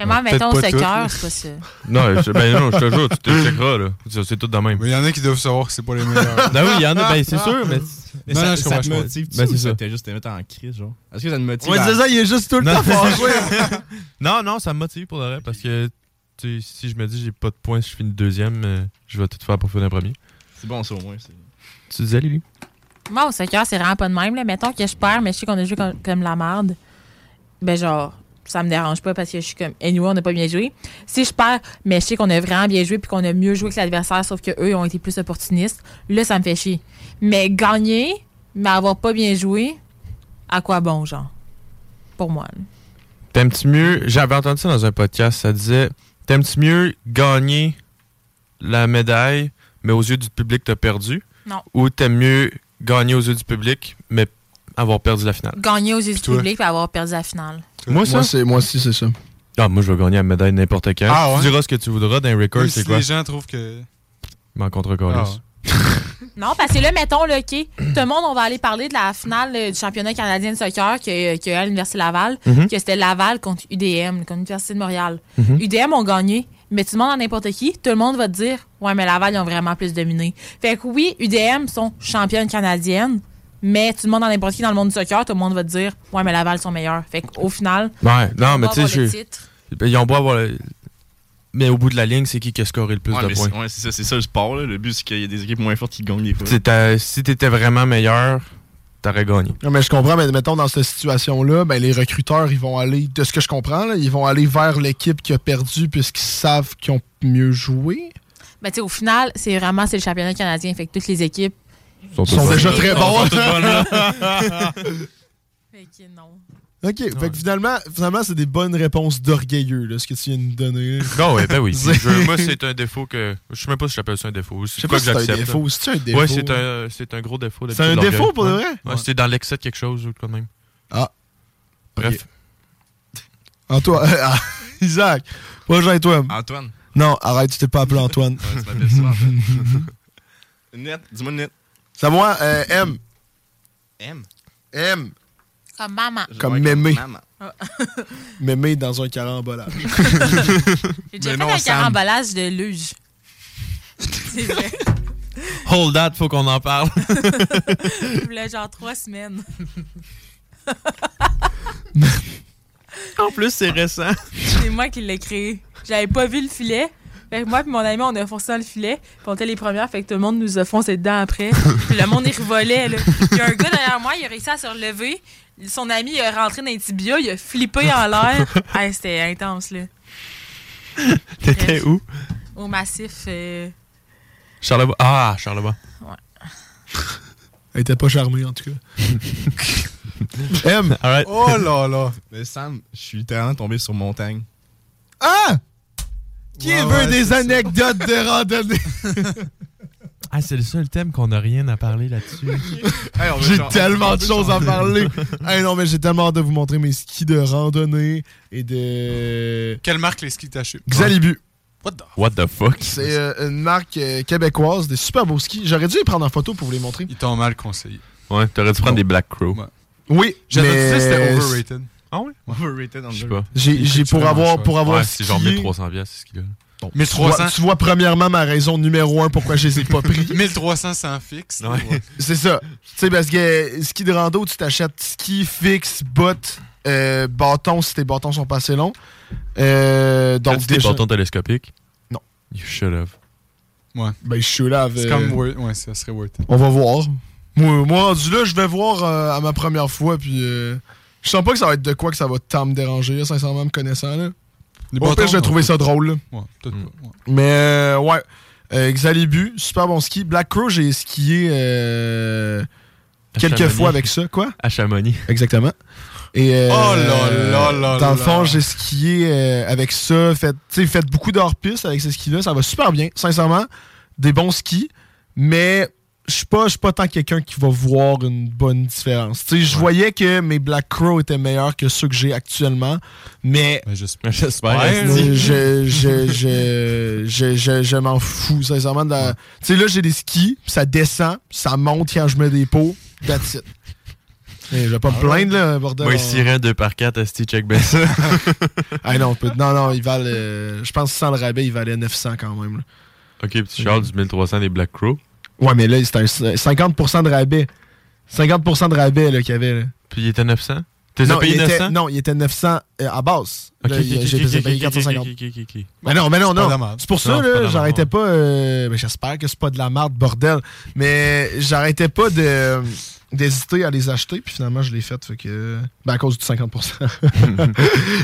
Speaker 5: Mais moi,
Speaker 6: Ouais,
Speaker 5: mettons,
Speaker 6: peut-être pas
Speaker 5: ce
Speaker 6: toutes,
Speaker 5: cœur,
Speaker 6: là.
Speaker 5: c'est pas ça.
Speaker 6: Non, je, ben non, je te jure, tu te checkeras, là. C'est- C'est tout de même.
Speaker 1: Mais il y en a qui doivent savoir que c'est pas les meilleurs.
Speaker 6: Ben oui, il y en a, ben c'est sûr, mais.
Speaker 7: Mais ça, ça te motive-tu
Speaker 6: Ben
Speaker 7: ou
Speaker 6: c'est ça.
Speaker 7: ça te fait juste te mettre en crise, genre? Est-ce que ça te motive?
Speaker 6: Ouais,
Speaker 7: à-
Speaker 6: c'est ça, il est juste tout le temps fâché.
Speaker 7: Ouais.
Speaker 6: Non, non, ça me motive pour le vrai parce que tu sais, si je me dis j'ai pas de points, si je finis deuxième, euh, je vais tout faire pour finir premier.
Speaker 7: C'est bon, ça, au moins. c'est-
Speaker 6: Tu disais, Lily
Speaker 5: Moi, au soccer, c'est vraiment pas de même. Là. Mettons que je perds, mais je sais qu'on a joué comme, comme la merde. Ben, genre, ça me dérange pas parce que je suis comme, anyway, on n'a pas bien joué. Si je perds, mais je sais qu'on a vraiment bien joué puis qu'on a mieux joué que l'adversaire, sauf que eux ils ont été plus opportunistes, là, ça me fait chier. Mais gagner, mais avoir pas bien joué, à quoi bon, genre? Pour moi. là.
Speaker 6: T'aimes-tu mieux J'avais entendu ça dans un podcast, ça disait T'aimes-tu mieux gagner la médaille, mais aux yeux du public, t'as perdu
Speaker 5: Non.
Speaker 6: Ou t'aimes mieux gagner aux yeux du public, mais avoir perdu la finale
Speaker 5: Gagner aux yeux du
Speaker 6: Toi?
Speaker 5: public et avoir perdu la finale.
Speaker 6: Moi, ça?
Speaker 4: c'est- moi aussi, c'est ça.
Speaker 6: Ah, moi, je vais gagner la médaille n'importe quand.
Speaker 1: Ah, ouais?
Speaker 6: Tu diras ce que tu voudras d'un record,
Speaker 1: Même
Speaker 6: c'est
Speaker 1: si
Speaker 6: quoi
Speaker 1: les gens trouvent que.
Speaker 6: M'en contre-calice.
Speaker 1: Ah, ouais.
Speaker 5: Non, parce que là, mettons, là, OK, tout le monde, on va aller parler de la finale euh, du championnat canadien de soccer qui a eu à l'Université Laval,
Speaker 16: Mhm.
Speaker 5: que c'était Laval contre UDM, contre l'Université de Montréal.
Speaker 16: Mhm.
Speaker 5: UDM ont gagné, mais tu demandes à n'importe qui, tout le monde va te dire Ouais, mais Laval, ils ont vraiment plus dominé. Fait que oui, UDM sont championnes canadiennes, mais tu demandes à n'importe qui dans le monde du soccer, tout le monde va te dire Ouais, mais Laval sont meilleurs. Fait qu'au final,
Speaker 6: Ouais,
Speaker 5: on va
Speaker 6: non, Ah, mais tu
Speaker 5: avoir le
Speaker 6: sais, je-
Speaker 5: titre.
Speaker 6: Ben, ils ont beau avoir. le- Mais au bout de la ligne, c'est qui qui a scoré le plus
Speaker 7: Ouais,
Speaker 6: de
Speaker 7: mais
Speaker 6: points.
Speaker 7: c'est- ouais, c'est ça, c'est ça le sport. là. Le but, c'est qu'il y a des équipes moins fortes qui gagnent des fois.
Speaker 6: C'est ta- Si t'étais vraiment meilleur, t'aurais gagné.
Speaker 4: Non, mais je comprends, mais mettons, dans cette situation-là, ben, les recruteurs, ils vont aller, de ce que je comprends, là, ils vont aller vers l'équipe qui a perdu puisqu'ils savent qu'ils ont mieux joué.
Speaker 5: Ben, tu sais, au final, c'est vraiment c'est le championnat canadien. Fait que toutes les équipes
Speaker 6: Ils
Speaker 4: sont déjà très
Speaker 6: Ah,
Speaker 4: bons.
Speaker 5: Fait que non.
Speaker 4: OK, fait que finalement, finalement c'est des bonnes réponses d'orgueilleux, là, ce que tu viens de nous donner. là.
Speaker 6: Non, ouais, ben oui.
Speaker 4: C'est-
Speaker 6: Je- moi, c'est un défaut que. Je sais même pas si j'appelle ça un défaut.
Speaker 4: Je
Speaker 6: C'est
Speaker 4: sais
Speaker 6: quoi
Speaker 4: pas
Speaker 6: que
Speaker 4: si c'est un
Speaker 6: j'accepte.
Speaker 4: défaut. C'est-tu un défaut?
Speaker 6: Ouais, c'est un, c'est un gros défaut. d'habitude,
Speaker 4: C'est un
Speaker 6: l'orgueil.
Speaker 4: défaut, pour de
Speaker 6: Ouais.
Speaker 4: vrai?
Speaker 6: Ouais,
Speaker 4: Ouais.
Speaker 6: C'était dans l'excès de quelque chose, ou quand même.
Speaker 4: Ah.
Speaker 6: Bref.
Speaker 4: Antoine, ah, Isaac, bonjour à
Speaker 6: Ah.
Speaker 4: toi.
Speaker 7: Antoine.
Speaker 4: Non, arrête, tu t'es pas appelé Antoine.
Speaker 7: Ouais, tu m'appelles souvent, en fait. Net, dis-moi net.
Speaker 4: c'est à moi, euh, M.
Speaker 7: M.
Speaker 4: M.
Speaker 5: Comme Ah, maman.
Speaker 4: Comme Ouais, mémé. comme maman.
Speaker 5: Ah.
Speaker 4: Mémé dans un carambolage.
Speaker 5: J'ai déjà fait un carambolage de luge. C'est vrai.
Speaker 6: Hold that, faut qu'on en parle.
Speaker 5: Je voulais genre trois semaines.
Speaker 6: en plus, c'est récent.
Speaker 5: C'est moi qui l'ai créé. J'avais pas vu le filet. Fait que moi puis mon ami, on a foncé dans le filet. Puis on était les premières, fait que tout le monde nous a foncé dedans après. Puis le monde, il revolait, là. Il y a un gars derrière moi, il a réussi à se relever. Son ami, il est rentré dans les tibias, il a flippé en l'air. Hey, C'était intense, là.
Speaker 6: T'étais où
Speaker 5: Au massif. euh,
Speaker 6: Charlebois. Ah, Charlebois.
Speaker 4: Elle était pas charmée, en tout cas. M.
Speaker 7: Oh là là. Mais Sam, je suis littéralement tombé sur montagne.
Speaker 4: Ah! Qui
Speaker 7: Ouais,
Speaker 4: veut
Speaker 7: ouais, c'est
Speaker 4: des
Speaker 7: ça.
Speaker 4: anecdotes de randonnée?
Speaker 6: Ah, c'est le seul thème qu'on n'a rien à parler là-dessus.
Speaker 7: Hey, on veut
Speaker 4: j'ai
Speaker 7: chan-
Speaker 4: tellement
Speaker 7: on
Speaker 4: de
Speaker 7: veut
Speaker 4: choses à
Speaker 7: changer.
Speaker 4: parler. hey, non, mais j'ai tellement hâte de vous montrer mes skis de randonnée et de.
Speaker 1: Quelle marque les skis tachés?
Speaker 4: Xalibu.
Speaker 6: What the fuck?
Speaker 4: C'est euh, une marque euh, québécoise, des super beaux skis. J'aurais dû les prendre en photo pour vous les montrer.
Speaker 1: Ils Ah, t'ont mal conseillé.
Speaker 6: Ouais, t'aurais dû prendre des Black Crow.
Speaker 4: Oui,
Speaker 1: J'avais
Speaker 4: mais-
Speaker 1: dit ça, c'était overrated.
Speaker 6: Ah oui?
Speaker 7: Overrated
Speaker 6: Je sais pas.
Speaker 4: J'ai j'ai pour avoir pour avoir
Speaker 6: Ouais, c'est genre
Speaker 4: skié-
Speaker 6: 1300 piastres, c'est ce qu'il a.
Speaker 4: Bon, tu
Speaker 1: 1300.
Speaker 4: vois- Tu vois premièrement ma raison numéro un pourquoi je les ai pas pris.
Speaker 1: 1300 sans fixe.
Speaker 4: C'est ça. Tu sais, parce que euh, ski de rando, tu t'achètes ski, fixe, bottes, euh, bâton si tes bâtons sont pas assez longs. Euh, donc,
Speaker 6: As-tu des
Speaker 4: déjà-
Speaker 6: bâtons télescopiques?
Speaker 4: Non.
Speaker 6: You should have.
Speaker 1: Ouais.
Speaker 4: Ben, je suis là avec-
Speaker 1: C'est comme worth. Ouais, ça serait worth. it.
Speaker 4: On va voir. Moi, moi rendu là, je vais voir euh, à ma première fois, puis euh, je sens pas que ça va être de quoi que ça va tant me déranger, là, sincèrement, me connaissant. Là.
Speaker 1: Les
Speaker 4: Au
Speaker 1: bâtons,
Speaker 4: pire, je vais
Speaker 1: non,
Speaker 4: trouver ça
Speaker 1: peut-être
Speaker 4: drôle. là.
Speaker 1: pas. Ouais, peut-être
Speaker 6: Mm.
Speaker 1: pas. ouais.
Speaker 4: Mais euh, ouais, euh, Xalibu, super bon ski. Black Crow, j'ai skié euh,
Speaker 6: À
Speaker 4: quelques
Speaker 6: Chamonix.
Speaker 4: fois avec ça. Quoi?
Speaker 6: À Chamonix.
Speaker 4: Exactement. Et, euh,
Speaker 6: Oh là là là
Speaker 4: Dans le
Speaker 6: là.
Speaker 4: fond, j'ai skié euh, avec ça. Fait, tu sais, fait beaucoup d'hors-piste avec ces skis-là. Ça va super bien, sincèrement. Des bons skis. Mais je suis pas, je suis pas tant quelqu'un qui va voir une bonne différence. Tu sais, je voyais que mes Black Crow étaient meilleurs que ceux que j'ai actuellement. Mais.
Speaker 6: J'espère.
Speaker 4: Ouais, Euh, je, je, je, je, je, je m'en fous, sincèrement. de la- Tu sais, là, j'ai des skis, ça descend, ça monte quand je mets des pots. That's it. Mais je vais
Speaker 6: Ah
Speaker 4: pas me plaindre, là, bordel.
Speaker 6: Moi,
Speaker 4: on-
Speaker 6: ici, rien 2 par 4 à Steve Check Ben.
Speaker 4: Ah non, on peut- non, non, ils valent. euh, je pense que sans le rabais, ils valaient 900 quand même. là.
Speaker 6: Ok, petit Charles du 1300 des Black Crow.
Speaker 4: Ouais, mais là, c'était un c- 50% de rabais. 50% de rabais là, qu'il y avait. Là.
Speaker 6: Puis il était 900. T'es
Speaker 4: non,
Speaker 6: payé
Speaker 4: il était-
Speaker 6: 900?
Speaker 4: Non, il était 900 euh, à base.
Speaker 6: Ok,
Speaker 4: Là,
Speaker 6: ok,
Speaker 4: il-
Speaker 6: ok,
Speaker 4: J'ai
Speaker 6: ok,
Speaker 4: j'ai
Speaker 6: ok,
Speaker 4: payé
Speaker 6: ok, ok,
Speaker 4: 450.
Speaker 6: ok, ok, ok.
Speaker 4: Mais non, mais non,
Speaker 6: C'est pas de
Speaker 4: non.
Speaker 6: la merde.
Speaker 4: C'est pour ça,
Speaker 6: Non, c'est pas de
Speaker 4: là,
Speaker 6: la
Speaker 4: j'arrêtais pas. euh, ben, J'espère que c'est pas de la merde, bordel. Mais j'arrêtais pas de euh, d'hésiter à les acheter. Puis finalement, je l'ai fait. Fait que. Ben, à cause du 50%.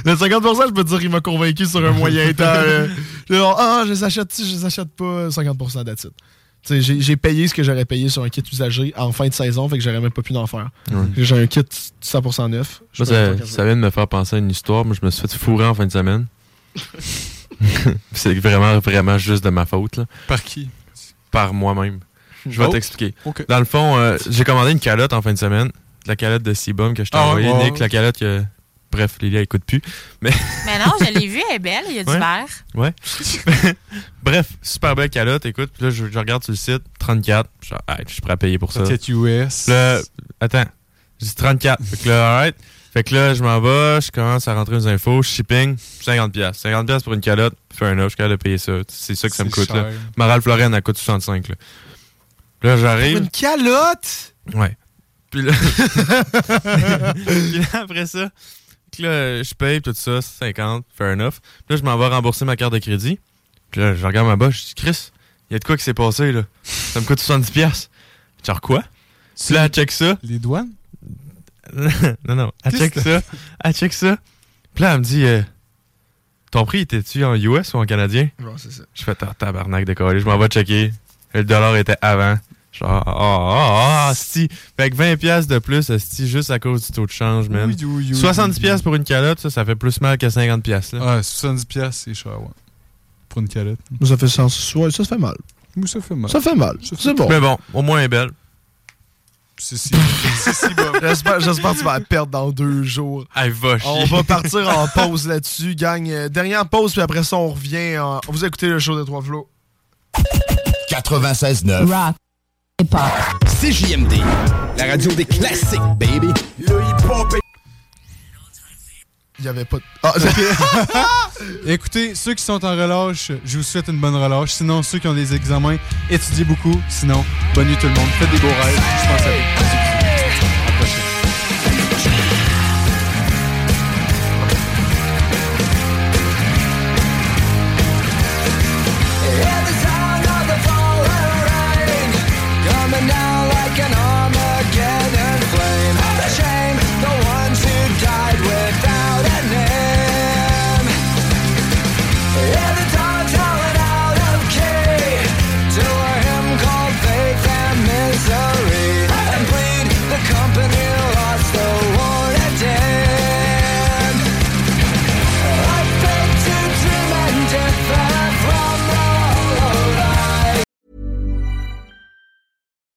Speaker 4: Le 50%, je peux te dire, il m'a convaincu sur un moyen temps. euh. J'ai genre, ah, je les achète, je les achète pas. 50% d'attitude. Tu sais, j'ai- j'ai payé ce que j'aurais payé sur un kit usagé en fin de saison, fait que j'aurais même pas pu d'en faire.
Speaker 6: Ouais.
Speaker 4: J'ai un kit 100% neuf. Je
Speaker 6: Moi,
Speaker 4: peux pas
Speaker 6: ça,
Speaker 4: casser.
Speaker 6: ça vient de me faire penser à une histoire. Moi, je me suis fait fourrer en fin de semaine. c'est vraiment, vraiment juste de ma faute. Là.
Speaker 1: Par qui
Speaker 6: Par moi-même. Je vais
Speaker 1: Oh,
Speaker 6: t'expliquer.
Speaker 1: ok.
Speaker 6: Dans le fond, euh, j'ai commandé une calotte en fin de semaine. La calotte de Seabum que je t'ai
Speaker 1: Ah,
Speaker 6: envoyée,
Speaker 1: ouais.
Speaker 6: Nick. La calotte que. Bref, Lily, elle écoute plus. Mais.
Speaker 5: Mais non, je l'ai vue, elle est belle, il y a du
Speaker 6: Ouais.
Speaker 5: verre.
Speaker 6: Ouais. Bref, super belle calotte. Écoute, puis là, je, je regarde sur le site, 34. Je suis, ah, je suis prêt à payer pour ça.
Speaker 1: 34 US.
Speaker 6: Là, attends, j'ai dit 34. Fait que là, alright. Fait que là, je m'en vais, je commence à rentrer les infos, shipping, 50 pièces. 50 pièces pour une calotte, fair enough, je suis capable de payer ça. C'est ça que ça me
Speaker 1: C'est
Speaker 6: coûte. Là.
Speaker 1: cher.
Speaker 6: Morale Florian, elle coûte 65. Là, là j'arrive.
Speaker 4: Une calotte!
Speaker 6: Ouais. Puis là, Puis là, après ça, fait que là, je paye tout ça, 50, fair enough. Puis là, je m'en vais rembourser ma carte de crédit. Puis là, je regarde ma bas, je dis, Chris, il y a de quoi qui s'est passé, là? Ça me coûte 70$. piastres. Genre quoi? Puis là, elle check ça.
Speaker 1: Les douanes?
Speaker 6: non, non. Elle
Speaker 1: Qu'est-ce
Speaker 6: check
Speaker 1: que-
Speaker 6: ça. Elle check ça. Puis là, elle me dit, euh, ton prix, était-tu en US ou en canadien?
Speaker 4: Ouais, c'est ça.
Speaker 6: Je fais, Ah, tabarnak de coller. Je m'en vais checker. Le dollar était avant. Genre, ah, ah, ah, si. Fait que 20$ piastres de plus, si, juste à cause du taux de change, man.
Speaker 1: Oui, oui, oui,
Speaker 6: 70$
Speaker 1: oui.
Speaker 6: piastres pour une calotte, ça, ça fait plus mal que 50$. piastres, là.
Speaker 1: Ah, 70 pièces, c'est cher, ouais. Pour une calotte.
Speaker 4: Moi, ça fait sens. Ouais, ça, ça fait mal.
Speaker 1: Moi, ça fait mal.
Speaker 4: Ça fait mal.
Speaker 1: Ça fait-
Speaker 4: C'est bon.
Speaker 6: Mais bon, au moins elle est belle.
Speaker 1: C'est si.
Speaker 4: J'espère j'espère que tu vas la perdre dans deux jours.
Speaker 6: Elle va chier.
Speaker 4: On va partir en pause là-dessus, gang. Euh, Dernière pause, puis après ça, on revient. en- On vous écoutez le show des Trois Flots.
Speaker 17: 96.9.
Speaker 4: Rock.
Speaker 13: CJMD, la radio des classiques, baby.
Speaker 4: Il y avait pas de. Ah,
Speaker 1: Écoutez, ceux qui sont en relâche, je vous souhaite une bonne relâche. Sinon, ceux qui ont des examens, étudiez beaucoup. Sinon, bonne nuit tout le monde. Faites des beaux rêves. Je pense à vous. À la prochaine.
Speaker 15: Hear the sound of the falling rain coming down like an Armageddon flame. The shame, the ones who died without a name. Hear the dogs howling out of key to a hymn called faith and misery, and bleed the company lost the war at end. I've been to dream and differ from the hollow light.